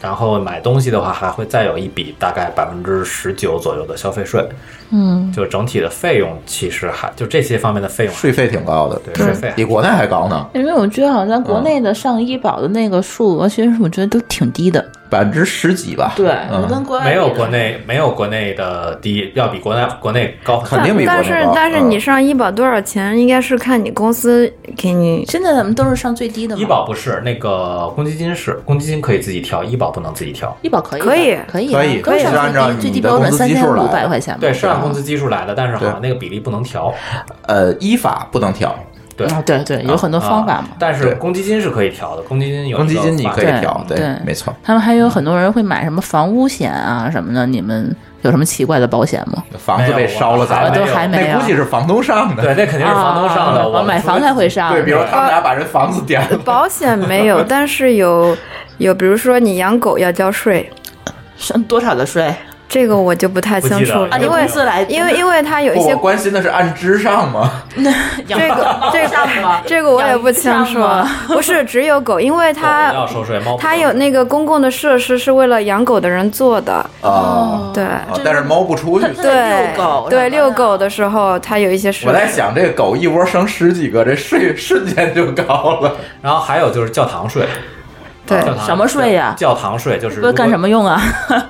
Speaker 2: 然后买东西的话，还会再有一笔大概百分之十九左右的消费税，
Speaker 5: 嗯，
Speaker 2: 就整体的费用其实还就这些方面的费用还，
Speaker 1: 税费挺高的，
Speaker 2: 对税费还
Speaker 1: 比国内还高呢，
Speaker 5: 因为我觉得好像
Speaker 2: 嗯
Speaker 5: 国内的上医保的那个数额，其实我觉得都挺低的。
Speaker 1: 百分之十几吧。
Speaker 3: 对，
Speaker 1: 嗯
Speaker 3: 跟国外
Speaker 2: 没有
Speaker 3: 比的
Speaker 2: 国内没有国内的低，要比国内国内高很
Speaker 1: 肯定比国内
Speaker 4: 但
Speaker 1: 高。
Speaker 4: 是但是
Speaker 1: 嗯
Speaker 4: 你上医保多少钱，应该是看你公司
Speaker 1: [LAUGHS]
Speaker 4: 给你
Speaker 3: 现在咱们都是上最低的
Speaker 2: 多。
Speaker 3: 嘛。
Speaker 2: 医保不是那个公积金是公积金可以自己调，医保不能自己调。
Speaker 3: 医保可以
Speaker 4: 可
Speaker 3: 可
Speaker 4: 以
Speaker 3: 可以
Speaker 1: 可
Speaker 3: 啊
Speaker 1: 以
Speaker 3: 刚
Speaker 1: 可以
Speaker 3: 上
Speaker 1: 是按照
Speaker 3: 最低最
Speaker 1: 你
Speaker 3: 低
Speaker 1: 的
Speaker 3: 标准
Speaker 1: 工资
Speaker 3: 三
Speaker 1: 基
Speaker 3: 千
Speaker 1: 数
Speaker 3: 五
Speaker 1: 来
Speaker 3: 百
Speaker 1: 的
Speaker 3: 块钱吧。
Speaker 2: 对，是按工资基数来的，但是好像
Speaker 1: 对
Speaker 2: 那个比例不能调。
Speaker 1: 呃，依法不能调，
Speaker 2: 对
Speaker 3: 啊，对对，有很多方法嘛
Speaker 2: 啊。但是
Speaker 1: 对
Speaker 2: 公积金是可以调的，公积金有一个
Speaker 1: 公积金你可以
Speaker 3: 对
Speaker 1: 调，
Speaker 3: 对
Speaker 1: 没错。
Speaker 3: 他们还有很多人会买什么房屋险啊什么的，你们有什么奇怪的保险吗？
Speaker 1: 房子被烧了咋办？
Speaker 2: 没
Speaker 1: 哎
Speaker 2: 有
Speaker 3: 我都还没有
Speaker 1: 那估计是房东上的。
Speaker 2: 对，那肯定是房东上的。
Speaker 3: 啊
Speaker 2: 我
Speaker 3: 买房才会上。
Speaker 1: 对，比如他们俩把人房子点
Speaker 3: [LAUGHS]
Speaker 1: 了，
Speaker 4: 保险没有，但是有有，比如说你养狗要交税，
Speaker 3: 上多少的税？
Speaker 4: 这个我就不太清楚
Speaker 2: 不记得了
Speaker 4: 了，因
Speaker 3: 公
Speaker 4: 为
Speaker 3: 司来，
Speaker 4: 因为因为它有一
Speaker 1: 不，
Speaker 4: 些
Speaker 1: 我关心的是按支上吗？
Speaker 3: 养
Speaker 4: 这个这
Speaker 3: 上吗
Speaker 4: 个这个我也不清楚
Speaker 3: 养鱼，
Speaker 4: [LAUGHS] 不是只有狗，因为
Speaker 2: 它要
Speaker 4: 它
Speaker 2: 收税，猫不
Speaker 4: 它
Speaker 2: 收
Speaker 4: 有那个公共的设施是为了养狗的人做的，
Speaker 3: 哦
Speaker 1: 啊，
Speaker 4: 对。
Speaker 1: 啊但是猫不出去。
Speaker 4: 对，对
Speaker 3: 遛狗什么的
Speaker 4: 哦遛狗的时候，它有一些
Speaker 1: 我
Speaker 4: 设
Speaker 1: 在
Speaker 4: 施。
Speaker 1: 想，这个狗一窝生十几个，这税瞬间就高了。
Speaker 2: 然后还有就是教堂税，
Speaker 4: 对
Speaker 2: 教堂
Speaker 3: 什么税呀
Speaker 2: 教堂税就是如
Speaker 3: 不
Speaker 2: 果
Speaker 3: 干什？么用啊？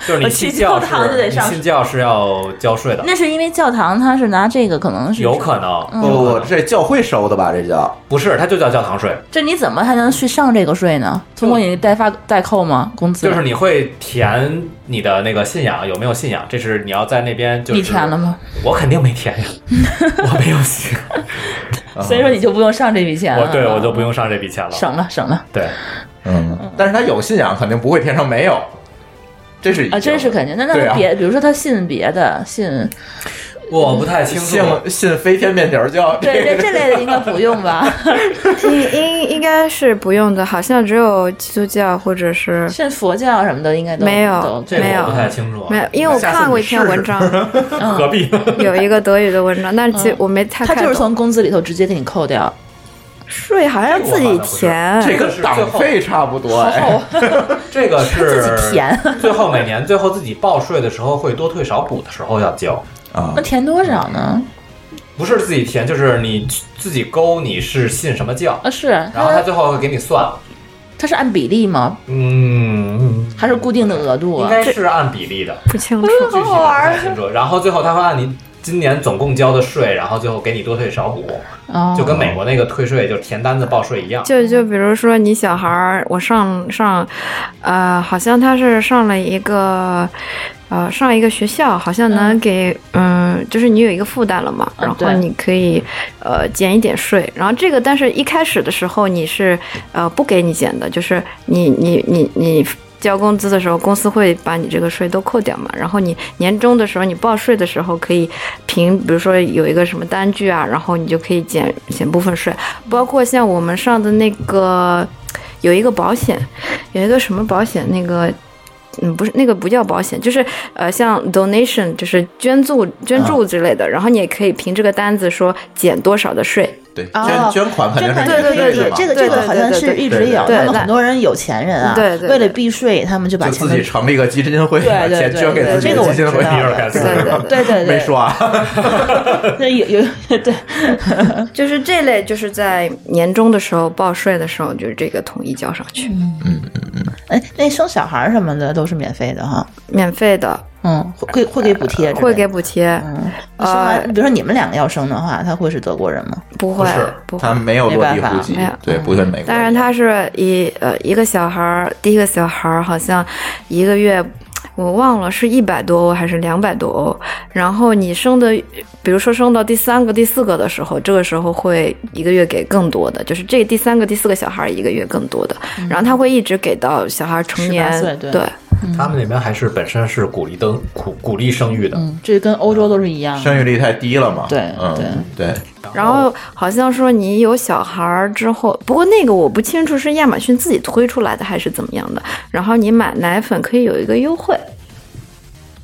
Speaker 2: 就是你
Speaker 3: 我
Speaker 2: 信
Speaker 3: 去
Speaker 2: 教
Speaker 3: 教
Speaker 2: 是，
Speaker 3: 堂就得
Speaker 2: 你
Speaker 3: 上。
Speaker 2: 信教是要交税的，
Speaker 3: [LAUGHS] 那是因为教堂它是拿这个，可能是
Speaker 2: 有可能
Speaker 3: 嗯
Speaker 1: 不不不，这教会收的吧？这叫
Speaker 2: 不是，它就叫教堂税，
Speaker 3: 这你怎么还能去上这个税呢？通过你代发代扣吗？工资
Speaker 2: 就是你会填你的那个信仰有没有信仰，这是你要在那边就是
Speaker 3: 你填了？吗？
Speaker 2: 我肯定没
Speaker 3: [LAUGHS]
Speaker 2: 填呀，我没有信，
Speaker 3: 所以说你就不用上这笔钱了。
Speaker 2: 啊我对我就不用上这笔钱了，
Speaker 3: 省了省了
Speaker 2: 对。
Speaker 1: 嗯，但是他有信仰，肯定不会天上没有。这是
Speaker 3: 啊，这是肯定。那
Speaker 1: 对
Speaker 3: 那
Speaker 1: 啊
Speaker 3: 别，比如说他信别的，信
Speaker 2: 我不太清楚，
Speaker 1: 信信飞天面条教，
Speaker 3: [LAUGHS] 对这这类的应该不用吧？
Speaker 4: [LAUGHS] 应应应该是不用的，好像只有基督教或者是
Speaker 3: 信佛教啊什么的应该都
Speaker 4: 没有
Speaker 3: 都
Speaker 2: 这个
Speaker 4: 没有
Speaker 2: 我不太清楚，啊
Speaker 4: 没有，嗯因为我
Speaker 1: 下次
Speaker 4: 看过
Speaker 1: 你
Speaker 4: 一篇
Speaker 1: 试试
Speaker 4: 文章，
Speaker 2: 何必呢？
Speaker 4: 有一个德语的文章，但是其实我没太
Speaker 3: 他
Speaker 4: 看懂。
Speaker 3: 就是从工资里头直接给你扣掉，
Speaker 4: 税好像要自己填，
Speaker 1: 这
Speaker 2: 这
Speaker 1: 跟
Speaker 2: 是最
Speaker 1: 党
Speaker 2: 后
Speaker 1: 费差不多。哎
Speaker 2: 这个是
Speaker 3: 自己填。
Speaker 2: [LAUGHS] 最后每年最后自己报税的时候会多退少补的时候要交，
Speaker 1: 啊
Speaker 3: 那，填多少呢？
Speaker 2: 不是自己填，就是你自己勾你是信什么教，
Speaker 3: 啊，是
Speaker 2: 然后他
Speaker 3: 他
Speaker 2: 最后会给你算，
Speaker 3: 他是按比例吗？
Speaker 2: 嗯，
Speaker 3: 还是固定的额度
Speaker 2: 应
Speaker 3: 啊？
Speaker 2: 该是按比例的，
Speaker 4: 不清楚。 [LAUGHS]
Speaker 2: 具体不太清楚。然后最后他会按你今年总共交的税，然后最后给你多退少补，
Speaker 3: 哦
Speaker 2: 就跟美国那个退税就是填单子报税一样。
Speaker 4: 就就比如说你小孩儿，我上上，呃，好像他是上了一个，呃，上一个学校，好像能给，嗯、就是你有一个负担了嘛，
Speaker 3: 嗯
Speaker 4: 然后
Speaker 3: 对
Speaker 4: 你可以，呃，减一点税。然后这个，但是一开始的时候你是，呃，不给你减的，就是你你你你。交工资的时候，公司会把你这个税都扣掉嘛。然后你年终的时候，你报税的时候可以凭，比如说有一个什么单据啊，然后你就可以减减部分税。包括像我们上的那个有一个保险，有一个什么保险，那个嗯不是那个不叫保险，就是呃像 donation 就是捐助捐助之类的，然后你也可以凭这个单子说减多少的税。
Speaker 1: 对，捐
Speaker 3: 哦
Speaker 1: 捐款肯定是
Speaker 3: 对
Speaker 1: 免
Speaker 3: 对
Speaker 1: 税
Speaker 3: 对
Speaker 1: 的
Speaker 3: 对，
Speaker 1: 嘛，
Speaker 3: 这个
Speaker 4: 对
Speaker 3: 这
Speaker 4: 对
Speaker 3: 个好像是一直有，
Speaker 4: 对对
Speaker 3: 他们
Speaker 4: 对
Speaker 3: 很多人有钱人啊，
Speaker 4: 对对
Speaker 3: 为了
Speaker 4: 对
Speaker 3: 避税，他们就把
Speaker 1: 就
Speaker 3: 钱
Speaker 1: 自己
Speaker 3: 都
Speaker 1: 成立一个基金会，
Speaker 3: 对
Speaker 1: 把
Speaker 3: 对
Speaker 1: 钱
Speaker 3: 对
Speaker 1: 捐给
Speaker 3: 对
Speaker 1: 自己
Speaker 3: 这个
Speaker 1: 的
Speaker 3: 我
Speaker 1: 基金
Speaker 3: 知
Speaker 1: 会。
Speaker 3: 道
Speaker 2: 比尔盖茨
Speaker 4: 对
Speaker 2: 是吧？
Speaker 4: 对
Speaker 3: 对对对，
Speaker 1: [LAUGHS] 没说啊，
Speaker 3: [LAUGHS] 对，有有对， [LAUGHS]
Speaker 4: 就是这类，就是在年终的时候报税的时候，就是这个统一交上去，
Speaker 3: 哎，那生小孩什么的都是免费的哈，
Speaker 4: 免费的，
Speaker 3: 嗯，会会给补贴之类的，
Speaker 4: 会给补贴，
Speaker 3: 那生完，
Speaker 4: 呃
Speaker 3: 比如说你们两个要生的话，他会是德国人吗？
Speaker 4: 不
Speaker 1: [LAUGHS]
Speaker 4: 会不会
Speaker 1: 他。没有落地
Speaker 3: 没办
Speaker 1: 户
Speaker 3: 法
Speaker 1: 籍
Speaker 4: 没有，
Speaker 1: 对，不像美国一样。
Speaker 4: 当然，他是一呃一个小孩儿，第一个小孩儿好像一个月我忘了是一百多欧还是两百多欧。然后你生的，比如说生到第三个、第四个的时候，这个时候会一个月给更多的，就是这第三个、第四个小孩儿一个月更多的，然后他会一直给到小孩儿成年
Speaker 3: 18岁。对
Speaker 4: 对
Speaker 2: 他们那边还是本身是鼓励登鼓鼓励生育的，
Speaker 3: 嗯，这跟欧洲都是一样的。
Speaker 1: 生育率太低了嘛。
Speaker 3: 对
Speaker 1: 嗯，对，
Speaker 4: 然后好像说你有小孩儿之后，不过那个我不清楚是亚马逊自己推出来的还是怎么样的。然后你买奶粉可以有一个优惠，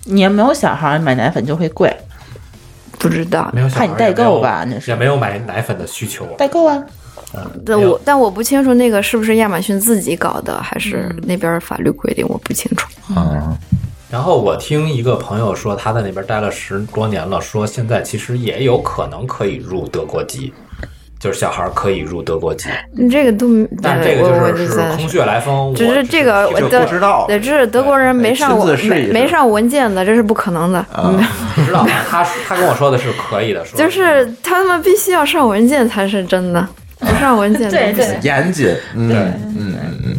Speaker 3: 你要没有小孩，买奶粉就会贵，
Speaker 4: 不知道
Speaker 2: 没有小孩
Speaker 3: 怕你代购吧
Speaker 2: 也没有
Speaker 3: 那是
Speaker 2: 也没有买奶粉的需求。
Speaker 3: 代购啊，
Speaker 4: 但
Speaker 2: 没有
Speaker 4: 我但我不清楚那个是不是亚马逊自己搞的，还是
Speaker 2: 嗯
Speaker 4: 那边法律规定，我不清楚。
Speaker 1: 嗯，
Speaker 2: 然后我听一个朋友说，他在那边待了十多年了，说现在其实也有可能可以入德国籍，就是小孩可以入德国籍，
Speaker 4: 嗯这个都没，
Speaker 2: 但这个
Speaker 4: 我我
Speaker 2: 就是是
Speaker 4: 在
Speaker 2: 空。穴来风。
Speaker 4: 只
Speaker 2: 我
Speaker 4: 是这个
Speaker 2: 提出
Speaker 4: 我
Speaker 1: 这不知道
Speaker 4: 对，这是德国
Speaker 2: 哎
Speaker 4: 人没上
Speaker 1: 亲自
Speaker 4: 文
Speaker 1: 试一
Speaker 4: 没
Speaker 1: 试
Speaker 4: 没上文件的，这是不可能的。
Speaker 1: 啊
Speaker 2: 不知道，他他跟我说的是可以的，说
Speaker 4: 就是他们必须要上文件才是真
Speaker 2: [LAUGHS]
Speaker 4: 的，不上文件
Speaker 3: 对
Speaker 4: 不行
Speaker 3: 对
Speaker 1: 严谨，嗯嗯嗯嗯，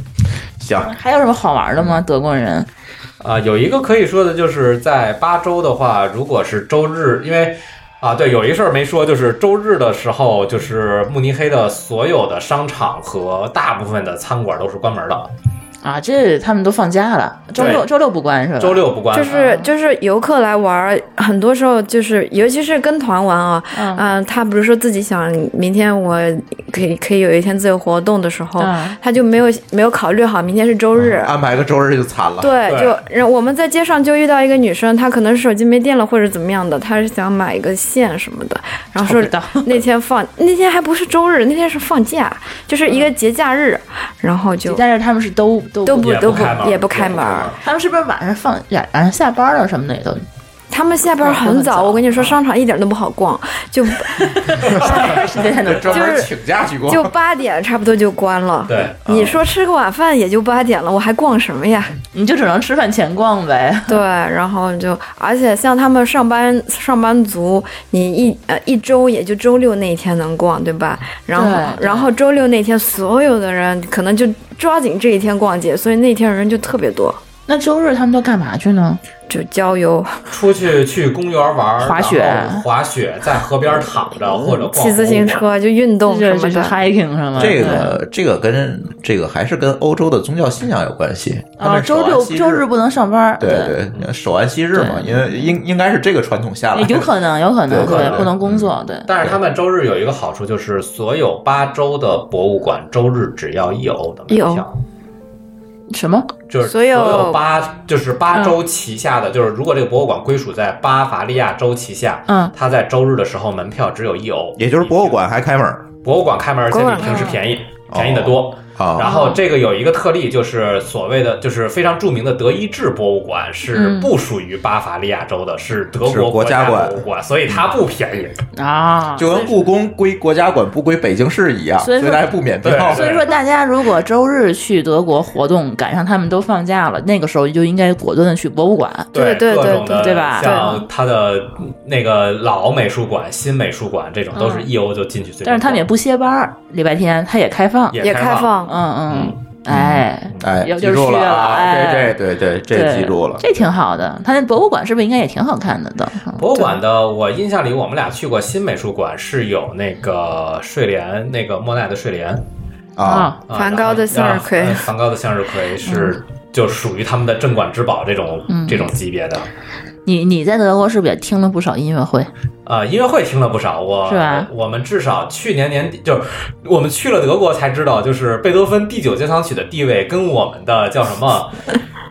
Speaker 1: 行，
Speaker 3: 还有什么好玩的吗？德国人
Speaker 2: 啊、有一个可以说的就是在巴州的话，如果是周日，因为啊，对，有一事儿没说，就是周日的时候，就是慕尼黑的所有的商场和大部分的餐馆都是关门的，
Speaker 3: 啊，这他们都放假了，周六
Speaker 2: 对
Speaker 3: 周六不关是吧？
Speaker 2: 周六不关。啊
Speaker 4: 就是就是游客来玩儿，很多时候就是，尤其是跟团玩啊，
Speaker 3: 嗯
Speaker 4: 嗯、他比如说自己想明天我可以可以有一天自由活动的时候，
Speaker 3: 嗯
Speaker 4: 他就没有没有考虑好明天是周日。
Speaker 2: 嗯
Speaker 1: 安排个周日就惨了。
Speaker 4: 对，
Speaker 2: 对
Speaker 4: 就然后我们在街上就遇到一个女生，她可能手机没电了或者怎么样的，她是想买一个线什么的，然后说
Speaker 3: 找不到
Speaker 4: 那天放那天还不是周日，那天是放假，就是一个
Speaker 3: 嗯
Speaker 4: 节假日，然后就
Speaker 3: 但是他们是都都
Speaker 4: 都不
Speaker 2: 也
Speaker 4: 都
Speaker 2: 不开门
Speaker 4: 也不开
Speaker 2: 也不
Speaker 4: 门
Speaker 2: 开
Speaker 4: 儿
Speaker 2: 门，
Speaker 3: 他们是不是晚上放晚上下班了什么的也都
Speaker 4: 他们下班
Speaker 3: 都
Speaker 4: 很
Speaker 3: 哦很早嗯
Speaker 4: 早，我跟你说，商场一点都不好逛，就
Speaker 3: [LAUGHS] 时间都周
Speaker 1: 专门
Speaker 4: 就是
Speaker 1: 请假去逛。
Speaker 4: 就八点差不多就关了。
Speaker 2: 对，嗯啊
Speaker 4: 你说吃个晚饭也就八点了，我还逛什么呀？
Speaker 3: 你就只能吃饭前逛呗。
Speaker 4: [LAUGHS] 对，然后就，而且像他们上班上班族，你一呃一周也就周六那一天能逛，对吧？然后
Speaker 3: 对对
Speaker 4: 然后周六那天所有的人可能就抓紧这一天逛街，所以那天人就特别多，
Speaker 3: 那周日他们都干嘛去呢？
Speaker 4: 就郊游、
Speaker 2: 出去去公园玩，
Speaker 3: 滑雪嗯
Speaker 2: 然后滑雪，在河边躺着或者逛
Speaker 4: 骑自行车就运动什
Speaker 3: 这
Speaker 4: 么
Speaker 3: 这是
Speaker 4: 的。
Speaker 3: hiking 是吗？
Speaker 1: 这个这个跟这个还是跟欧洲的宗教信仰有关系。他
Speaker 3: 啊，
Speaker 1: 们守
Speaker 3: 周
Speaker 1: 完
Speaker 3: 六
Speaker 1: 昔日
Speaker 3: 周日不能上班，
Speaker 1: 对对，你看守完昔日嘛，因为应应该是这个传统下来的。
Speaker 3: 有可能有可能
Speaker 1: 对
Speaker 3: 对
Speaker 1: 对
Speaker 3: 不能工作对。
Speaker 2: 但是他们周日有一个好处，就是所有八周的博物馆周日只要一欧的门
Speaker 4: 一欧
Speaker 2: 票，
Speaker 3: 什么？
Speaker 2: 就是
Speaker 4: 所有
Speaker 2: 八就是八州旗下的，就是如果这个博物馆归属在巴伐利亚州旗下，
Speaker 3: 嗯，
Speaker 2: 它在周日的时候门票只有一欧，
Speaker 1: [LAUGHS] 也就是博物馆还开门儿
Speaker 2: 博物馆开门，而且
Speaker 4: 博物馆
Speaker 2: 比平时便宜，便宜的多。然
Speaker 1: 啊，
Speaker 2: 后这个有一个特例，就是所谓的就是非常著名的德意志博物馆是不属于巴伐利亚州的，是德
Speaker 1: 是
Speaker 2: 国
Speaker 1: 国家
Speaker 2: 家
Speaker 1: 馆
Speaker 2: 博物馆，所以它不便宜。
Speaker 3: 啊，
Speaker 1: 就跟故宫归国家馆不归北京市一样，
Speaker 3: 所
Speaker 1: 所
Speaker 3: 以
Speaker 1: 以
Speaker 3: 说
Speaker 1: 大家不免票。
Speaker 3: 所以说，大家如果周日去德国活动，赶上他们都放假了，那个时候就应该果断的去博物馆。
Speaker 4: 对对
Speaker 2: 各种的，
Speaker 3: 对对吧
Speaker 2: 像它的那个老美术馆、新美术馆这种，都是一欧就进去随便逛。
Speaker 3: 但是他们也不歇班儿，礼拜天他也开放。
Speaker 4: 也
Speaker 2: 也
Speaker 4: 开
Speaker 2: 开。
Speaker 4: 放，
Speaker 3: 嗯嗯，哎，
Speaker 1: [LAUGHS] 哎，
Speaker 3: 有
Speaker 1: 记
Speaker 3: 地儿
Speaker 1: 住
Speaker 3: 去
Speaker 1: 了啊！
Speaker 3: 了哎
Speaker 1: 这这对对，这
Speaker 3: 对
Speaker 1: 记住了。
Speaker 3: 这挺好的。他那博物馆是不是应该也挺好看的都？
Speaker 2: 博物馆的，我印象里我们俩去过新美术馆，是有那个睡莲，那个莫奈的睡莲，
Speaker 1: 啊，。
Speaker 2: 啊
Speaker 4: 梵高的向日葵嗯
Speaker 2: 然后嗯梵高的向日葵是就属于他们的镇馆之宝这种这种级别的。
Speaker 3: 你你在德国是不是也听了不少音乐会？
Speaker 2: 呃，音乐会听了不少，我
Speaker 3: 是吧
Speaker 2: 我们至少去年年底，就是我们去了德国才知道，就是贝多芬第九交响曲的地位跟我们的叫什
Speaker 4: [LAUGHS]
Speaker 2: 么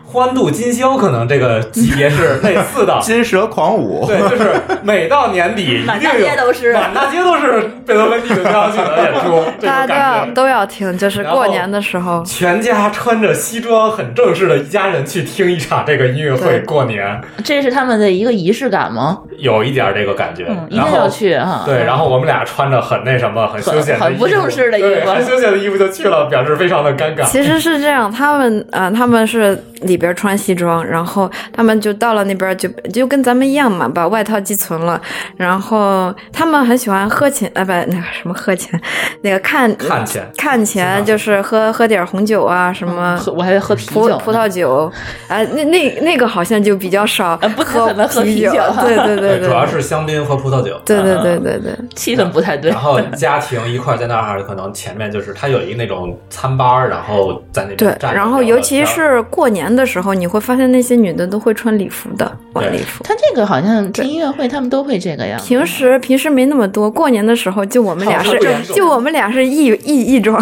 Speaker 2: 欢度今宵，可能这个级别是类似的
Speaker 1: 金蛇狂舞，
Speaker 3: [LAUGHS]
Speaker 2: 对，就是每到年底，一定
Speaker 3: 满大街
Speaker 2: 有
Speaker 3: 都是
Speaker 2: 满大街都是贝多芬第九交响曲的演出，
Speaker 4: [LAUGHS]
Speaker 2: 这
Speaker 4: 大家都
Speaker 2: 种感
Speaker 4: 要
Speaker 2: 觉。
Speaker 4: 都要听，就是
Speaker 2: 然后
Speaker 4: 过年的时候。
Speaker 2: 全家穿着西装，很正式的一家人去听一场这个音乐会，过年
Speaker 3: 这是他们的一个仪式感吗？
Speaker 2: 有一点这个感觉。
Speaker 3: 嗯，一定
Speaker 2: 然后
Speaker 3: 要去哈。
Speaker 2: 对，然后我们俩穿着很那什么、很休闲的衣服、
Speaker 3: 很很不正式的衣服
Speaker 2: 对很休闲的衣服就去了，表示非常的尴
Speaker 3: [LAUGHS]
Speaker 2: 尬。
Speaker 4: 其实是这样，他们呃，他们是里边穿西装，然后他们就到了那边就就跟咱们一样嘛，把外套寄存了。然后他们很喜欢喝钱，呃，不，那个什么喝钱，那个看
Speaker 2: 看钱
Speaker 4: 看钱，就是喝喝点红酒啊，什么
Speaker 3: 嗯喝我还会喝啤酒
Speaker 4: 葡
Speaker 3: 呢，
Speaker 4: 葡萄酒，啊、那那那个好像就比较少
Speaker 3: 呃不可能喝
Speaker 4: 啤
Speaker 3: 啤酒啊
Speaker 4: [LAUGHS] 对对对
Speaker 2: 主要
Speaker 4: 对。
Speaker 2: 是香槟和葡萄酒。嗯
Speaker 4: 对对对对对，
Speaker 3: 气氛不太对
Speaker 2: 然。后家庭一块儿在那儿，可能前面就是他有一个那种餐吧儿，然后在那边
Speaker 4: 对，
Speaker 2: 站着
Speaker 4: 然后
Speaker 2: 聊
Speaker 4: 尤
Speaker 2: 聊
Speaker 4: 其
Speaker 2: 天儿
Speaker 4: 是过年的时候，你会发现那些女的都会穿礼服的晚礼服。
Speaker 3: 他这个好像听音乐会，他们都会这个样。
Speaker 4: 平时平时没那么多，过年的时候就我们俩
Speaker 2: 好正
Speaker 4: 是
Speaker 2: 式
Speaker 4: 就我们俩是异异异装，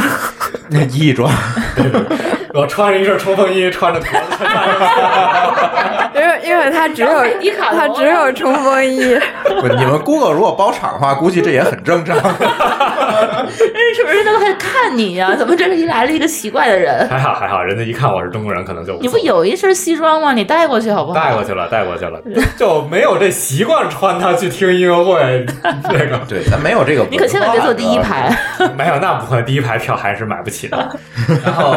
Speaker 1: 那衣装
Speaker 2: 我穿着一身冲锋衣，穿着裤子 [LAUGHS] 穿
Speaker 4: [LAUGHS]
Speaker 2: 着
Speaker 4: 因为因为他只有
Speaker 3: 迪卡侬
Speaker 4: 他只有冲锋衣，
Speaker 1: 不，你们 Google 如果包场的话，估计这也很正常。 [LAUGHS]
Speaker 3: 人是不是都在看你呀、怎么这里来了一个奇怪的人？
Speaker 2: 还好还好，人家一看我是中国人，可能就无
Speaker 3: 你不
Speaker 2: 所谓
Speaker 3: 有一身西装吗？你嗯带过去好不好？
Speaker 2: 带过去了，带过去了，就没有这习惯穿它去听音乐会。这
Speaker 3: [LAUGHS]
Speaker 2: 个
Speaker 1: 对，咱没有这个文化的。
Speaker 3: 你可千万别坐第一排。
Speaker 2: 没有，那不会，第一排票还是买不起的。然后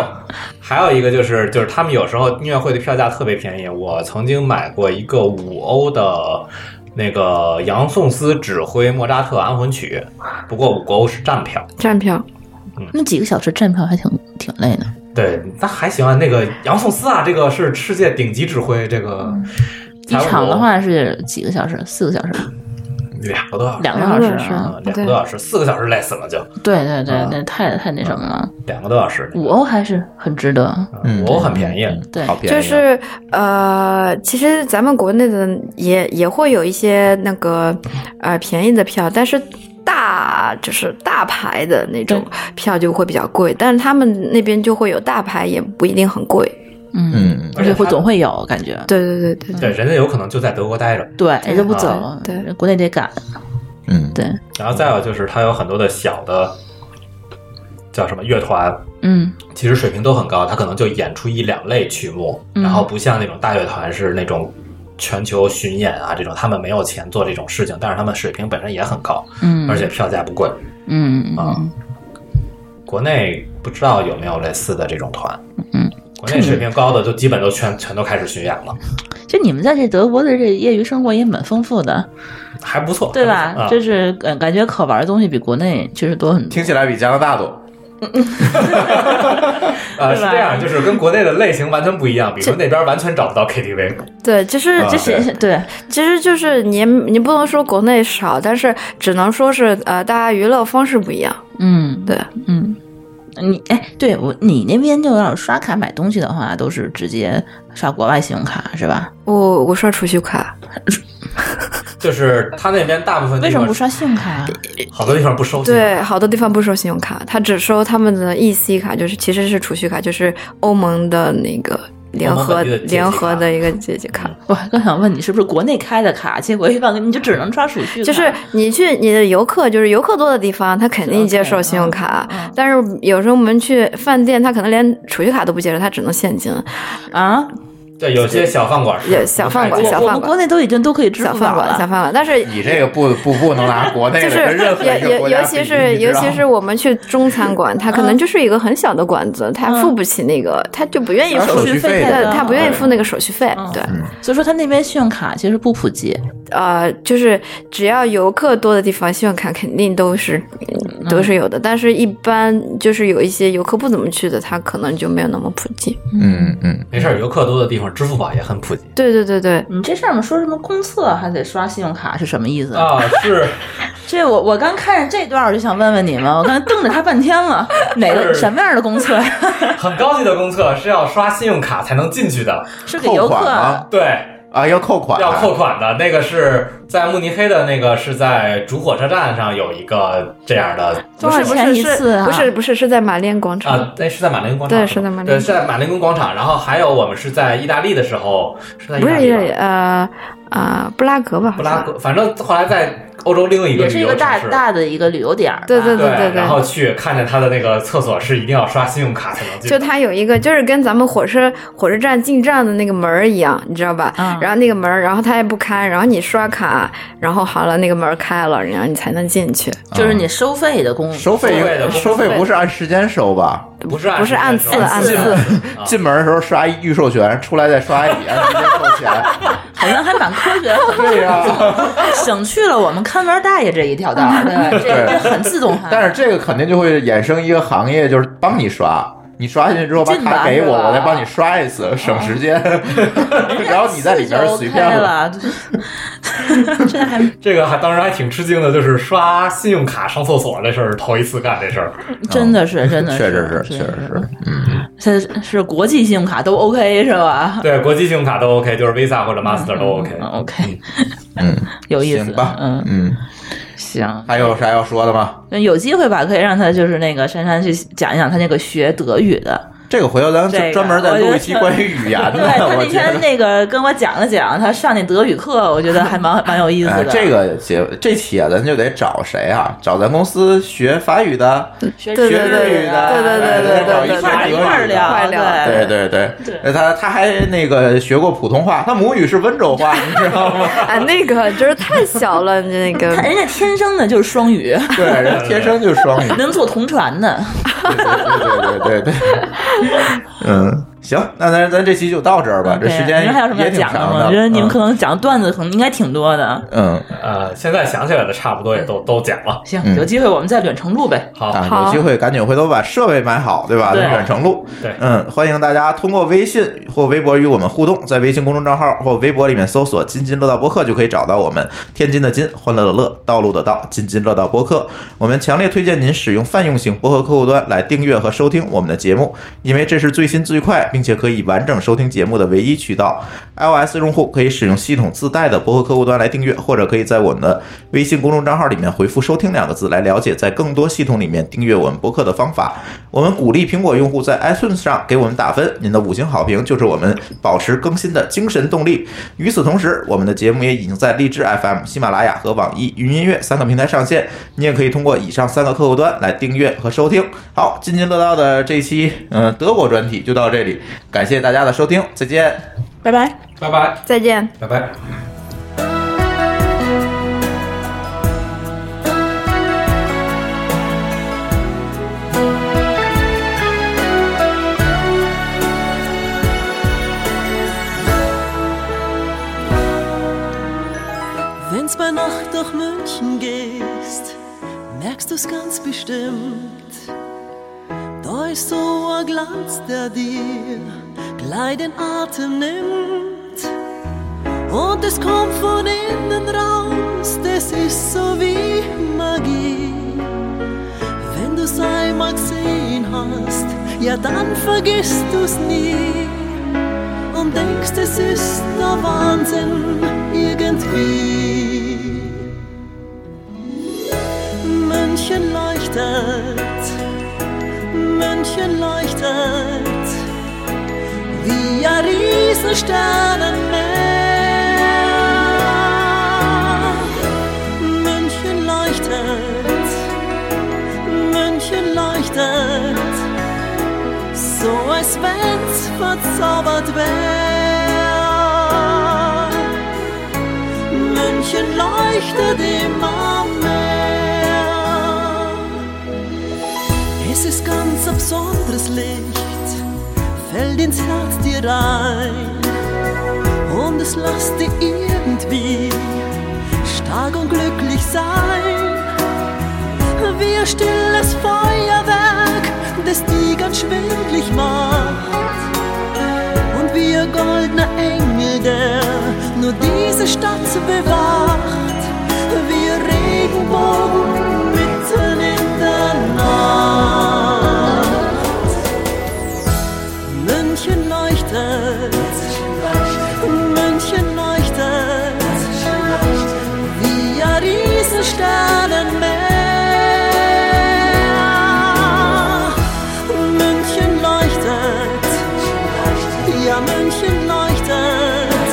Speaker 2: 还有一个就是，就是他们有时候音乐会的票价特别便宜。我曾经买过一个五欧的。那个杨颂斯指挥莫扎特安魂曲，不过五欧是站票。
Speaker 4: [LAUGHS] 站票
Speaker 3: [LAUGHS] 那几个小时站票还挺挺累的。
Speaker 2: 对，那还行啊。那个杨颂斯啊，这个是世界顶级指挥，这个
Speaker 3: 一场的话是几个小时？四个小时？
Speaker 2: 俩个多小时，
Speaker 3: 两个多小时啊，
Speaker 2: 嗯两个多小时，四个小时累死了就，
Speaker 3: 对对对
Speaker 2: 啊
Speaker 3: 对，太太那什么了，
Speaker 2: 两个多小时，
Speaker 3: 五欧还是很值得。
Speaker 1: 嗯
Speaker 2: 我很便宜，
Speaker 3: 对，
Speaker 1: 好便宜啊，
Speaker 4: 就是呃，其实咱们国内的也也会有一些那个呃便宜的票，但是大就是大牌的那种票就会比较贵，但是他们那边就会有大牌，也不一定很贵。
Speaker 3: 嗯，
Speaker 1: 嗯，
Speaker 3: 而且会总会有感觉，
Speaker 4: 对对对对对
Speaker 2: 对，人家有可能就在德国待着。
Speaker 3: 对，人家不走
Speaker 4: 啊，对对，
Speaker 3: 国内得赶，
Speaker 1: 嗯，
Speaker 3: 对，
Speaker 2: 然后再有就是它有很多的小的叫什么乐团，
Speaker 3: 嗯
Speaker 2: 其实水平都很高，它可能就演出一两类曲目，
Speaker 3: 嗯
Speaker 2: 然后不像那种大乐团是那种。全球巡演啊，这种他们没有钱做这种事情，但是他们水平本身也很高，
Speaker 3: 嗯，
Speaker 2: 而且票价不贵。
Speaker 3: 嗯嗯
Speaker 2: 啊
Speaker 3: 嗯，
Speaker 2: 国内不知道有没有类似的这种团，
Speaker 3: 嗯，
Speaker 2: 国内水平高的就基本都全全都开始巡演了，
Speaker 3: 就你们在这德国的这业余生活也蛮丰富的，
Speaker 2: 还不错，
Speaker 3: 对
Speaker 2: 还不错
Speaker 3: 吧？
Speaker 2: 啊、
Speaker 3: 就是呃感感觉可玩的东西比国内确实多很多
Speaker 1: 听。起来比加拿大多。
Speaker 3: [LAUGHS] 嗯
Speaker 2: 呃
Speaker 3: 对
Speaker 2: 是
Speaker 3: 吧
Speaker 2: 这样，就是跟国内的类型完全不一样，比如说那边完全找不到 KTV，
Speaker 4: 对，就是
Speaker 2: 啊
Speaker 4: 就是
Speaker 3: 对 [LAUGHS] 对，
Speaker 4: 其实就是你你不能说国内少，但是只能说是呃大家娱乐方式不一样。
Speaker 3: 嗯，
Speaker 4: 对，
Speaker 3: 嗯，你哎，对我你那边就要是刷卡买东西的话，都是直接刷国外信用卡是吧？
Speaker 4: 我我刷储蓄卡，
Speaker 2: 就是他那边大部分地
Speaker 3: 为什
Speaker 2: 方
Speaker 3: 么不刷信用卡啊？
Speaker 2: 好多地方不收信，
Speaker 4: 对，好多地方不收信用卡，他只收他们的 EC 卡，就是其实是储蓄卡，就是欧盟的那个联
Speaker 2: 欧盟
Speaker 4: 合
Speaker 2: 本地的借记
Speaker 4: 联合
Speaker 2: 卡
Speaker 4: 的一个借记卡。
Speaker 3: [LAUGHS] 我还刚想问你是不是国内开的卡，结果一办你就只能刷储蓄卡，
Speaker 4: 就是你去你的游客，就是游客多的地方，他肯定接受
Speaker 3: OK，
Speaker 4: 信用卡。
Speaker 3: 嗯嗯
Speaker 4: 但是有时候我们去饭店，他可能连储蓄卡都不接受，他只能现金。
Speaker 3: 啊，
Speaker 2: 对，有些小饭馆
Speaker 4: 有
Speaker 2: 是
Speaker 4: 小饭
Speaker 3: 我
Speaker 4: 馆小
Speaker 3: 我们
Speaker 4: 饭馆
Speaker 3: 国内都已经都可以支
Speaker 4: 小
Speaker 3: 付
Speaker 4: 饭
Speaker 3: 宝
Speaker 4: 馆，小
Speaker 3: 了，
Speaker 4: 饭馆。但是
Speaker 1: 你这个不不不能拿国内
Speaker 4: 就
Speaker 1: 的
Speaker 4: 是
Speaker 1: 哎跟任何一
Speaker 4: 尤
Speaker 1: 个
Speaker 4: 尤
Speaker 1: 国家
Speaker 4: 尤
Speaker 1: 比
Speaker 4: 其是
Speaker 1: 你知
Speaker 4: 尤
Speaker 1: 道
Speaker 4: 其
Speaker 1: 吗
Speaker 4: 是我们去中餐馆，它可
Speaker 3: 嗯
Speaker 4: 能就是一个很小的馆子，他付不起那个，他就不愿意
Speaker 1: 啊
Speaker 4: 付
Speaker 1: 手续费
Speaker 3: 太
Speaker 4: 对
Speaker 3: 高
Speaker 4: 他不
Speaker 3: 了
Speaker 4: 愿意付那个手续费
Speaker 3: 嗯。
Speaker 4: 对，
Speaker 3: 所以说他那边信用卡其实不普及，
Speaker 4: 呃，就是只要游客多的地方，信用卡肯定都是嗯都是有的。但是，一般就是有一些游客不怎么去的，它可能就没有那么普及。
Speaker 1: 嗯嗯，
Speaker 2: 没事儿，游客多的地方，支付宝也很普及
Speaker 4: 对对对对，
Speaker 3: 你这上面说什么公厕还得刷信用卡是什么意思？
Speaker 2: 啊，是
Speaker 3: 这我我刚看见这段儿我就想问问你们，我刚才瞪着他半
Speaker 1: [LAUGHS]
Speaker 3: 天了，哪个
Speaker 2: 是
Speaker 3: 什么样的公啊厕？
Speaker 2: 很高级的公厕是要刷信用卡才能进去的，
Speaker 3: [LAUGHS] 是给
Speaker 1: 扣
Speaker 3: 游
Speaker 1: 款
Speaker 3: 客
Speaker 1: 吗？
Speaker 2: 对，
Speaker 1: 啊，要扣款，
Speaker 2: 要扣款的那个是在慕尼黑的那个是在主火车站上有一个这样的
Speaker 3: 多少
Speaker 4: 不
Speaker 3: 钱
Speaker 4: 是
Speaker 3: 一次啊
Speaker 4: 不是不是是在马练广场。
Speaker 2: 啊，那是在马林广场
Speaker 4: 对
Speaker 2: 吧，
Speaker 4: 是在马林
Speaker 2: 对，是在马林宫广场。然后还有我们是在意大利的时候，是在
Speaker 4: 不是
Speaker 2: 意大利吧
Speaker 4: 呃啊布拉格吧？
Speaker 2: 布拉格，反正后来在欧洲另一个
Speaker 3: 也是
Speaker 2: 旅
Speaker 3: 一
Speaker 2: 游
Speaker 3: 个大
Speaker 2: 城市。
Speaker 3: 大的一个旅游点儿吧，
Speaker 4: 对对
Speaker 2: 对
Speaker 4: 对对
Speaker 2: 然后去看见他的那个厕所是一定要刷信用卡才能进
Speaker 4: 就
Speaker 2: 的，
Speaker 4: 它有一个，就是跟咱们火车火车站进站的那个门儿一样，你知道吧？
Speaker 3: 嗯
Speaker 4: 然后那个门儿，然后它也不开，然后你刷卡，然后好了，那个门儿开了，然后你才能进去。
Speaker 3: 就是你收费的公
Speaker 1: 嗯收费
Speaker 2: 收费的不
Speaker 1: 收费不是按时间收吧？
Speaker 2: 不是按
Speaker 4: 不是按
Speaker 2: 时
Speaker 4: 次
Speaker 2: 间
Speaker 4: 按
Speaker 2: 收
Speaker 4: 次，
Speaker 2: 啊
Speaker 1: 进门的时候刷预授权，出来再刷一笔，按时间扣 [LAUGHS] 钱。
Speaker 3: 好像还蛮科学，
Speaker 1: [LAUGHS] 对呀，
Speaker 3: [LAUGHS] 省去了我们看门大爷这一条道
Speaker 1: [LAUGHS]
Speaker 3: 儿，对吧？这这很自动化。
Speaker 1: 但是这个肯定就会衍生一个行业，就是帮你刷。你刷进去之后，把
Speaker 3: 进吧
Speaker 1: 卡给我，
Speaker 3: 是吧
Speaker 1: 我再帮你刷一次，省时间。 [LAUGHS] 然后你在里边随便
Speaker 3: 这就 OK
Speaker 1: 了。嗯
Speaker 3: 了，
Speaker 1: [LAUGHS]
Speaker 3: 这还
Speaker 2: 这个还当时还挺吃惊的，就是刷信用卡上厕所这事儿，头一次干这事儿。
Speaker 3: 真的是真的是，
Speaker 1: 确实是，确
Speaker 3: 真的
Speaker 1: 实是，
Speaker 3: 是，是是国际信用卡都 OK 是吧？
Speaker 2: 对，国际信用卡都 OK，就是 Visa 或者 Master 都 OK。
Speaker 3: 嗯 OK，
Speaker 1: 嗯，
Speaker 3: [LAUGHS] 有意思，
Speaker 1: 行吧，
Speaker 3: 嗯，
Speaker 1: 嗯，
Speaker 3: 行。
Speaker 1: 还有啥要说的吗？
Speaker 3: 那有机会吧，可以让他就是那个珊珊去讲一讲他那个学德语的。
Speaker 1: 这个回头咱
Speaker 3: 这个
Speaker 1: 就专门再录一期关于语言
Speaker 3: [LAUGHS] 对
Speaker 1: 的
Speaker 3: 他，
Speaker 1: 我
Speaker 3: 那
Speaker 1: 觉
Speaker 3: 天
Speaker 1: 得。
Speaker 3: 那个跟我讲了讲他上那德语课，我觉得还蛮蛮有意思
Speaker 1: 哎
Speaker 3: 的。，
Speaker 1: 这个节这期啊，咱就得找谁啊？找咱公司学法语的，
Speaker 3: 学
Speaker 4: 对
Speaker 1: 学
Speaker 4: 对对
Speaker 1: 日语的，
Speaker 4: 对对对对对
Speaker 1: 找一
Speaker 4: 对
Speaker 1: 块儿
Speaker 3: 一块
Speaker 1: 德
Speaker 3: 儿
Speaker 1: 语的
Speaker 3: 聊，
Speaker 4: 快聊
Speaker 1: 对对对，那他他还那个学过普通话，他母语是温州话，你知道吗？
Speaker 4: 啊，那个就是太小了，那个
Speaker 3: 他人家天生的就是双语，
Speaker 1: 对，人天生就双语。
Speaker 3: 能坐同船的。
Speaker 1: 对对对对对对，嗯，
Speaker 10: [LAUGHS] 行，那咱咱这期就到这儿吧，这
Speaker 3: 对
Speaker 10: 时间
Speaker 3: 你们还有什么要
Speaker 10: 也挺
Speaker 3: 讲的
Speaker 10: 长
Speaker 3: 吗？我觉得你们
Speaker 10: 嗯
Speaker 3: 可能讲段子可能应该挺多的。
Speaker 10: 嗯
Speaker 2: 呃，现在想起来的差不多也都都讲了。
Speaker 3: 行，
Speaker 10: 嗯
Speaker 3: 有机会我们再远程录呗。
Speaker 2: 好，
Speaker 10: 啊，有机会赶紧回头把设备买好，对吧？
Speaker 3: 对
Speaker 10: 远程录。
Speaker 2: 对
Speaker 10: 嗯，欢迎大家通过微信或微博与我们互动，在微信公众账号或微博里面搜索“津津乐道播客”就可以找到我们。天津的津，欢乐的乐，道路的道，津津乐道播客。我们强烈推荐您使用泛用型播客客户端来订阅和收听我们的节目，因为这是最新最快，并且可以完整收听节目的唯一渠道。iOS 用户可以使用系统自带的播客客户端来订阅，或者可以在我们的微信公众账号里面回复“收听”两个字来了解在更多系统里面订阅我们播客的方法。我们鼓励苹果用户在 iTunes 上给我们打分，您的五星好评就是我们保持更新的精神动力。与此同时，我们的节目也已经在荔枝 FM、喜马拉雅和网易云音乐三个平台上线，你也可以通过以上三个客户端来订阅和收听。好，津津乐道的这期嗯、呃德国专题就到这里，感谢大家的收听，再见。
Speaker 3: [LAUGHS] 拜拜。
Speaker 2: 拜拜，
Speaker 4: 再见。
Speaker 2: 拜拜。
Speaker 9: Wenn's bei Nacht nach München gehst, merkst du's ganz bestimmt. Da ist so ein Glanz, der dir gleich den Atem nimmt. Und es kommt von innen raus, das ist so wie Magie. Wenn du's einmal gesehen hast, ja dann vergisst du's nie und denkst, es ist der Wahnsinn irgendwie. München leuchtet, München leuchtet, wie ein Riesensternenmeer. München leuchtet, München leuchtet, so als wenn's verzaubert wär. München leuchtet immer mehr. Es ist ganz ein besonderes Licht, fällt ins Herz dir ein und es lässt dir irgendwie stark und glücklich sein wie ein stilles Feuerwerk, das die ganz schwindlig macht. Und wie ein goldener Engel, der nur diese Stadt bewacht. Wie ein Regenbogen mitten in der Nacht. München leuchtet. München leuchtet wie ein Riesensternenmeer. München leuchtet, ja München leuchtet,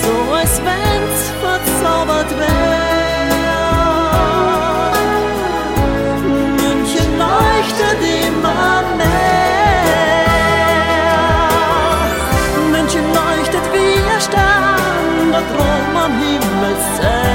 Speaker 9: so als wenn's verzaubert wär. München leuchtet immer mehr. München leuchtet wie ein Stern, der Traum am Himmelsee.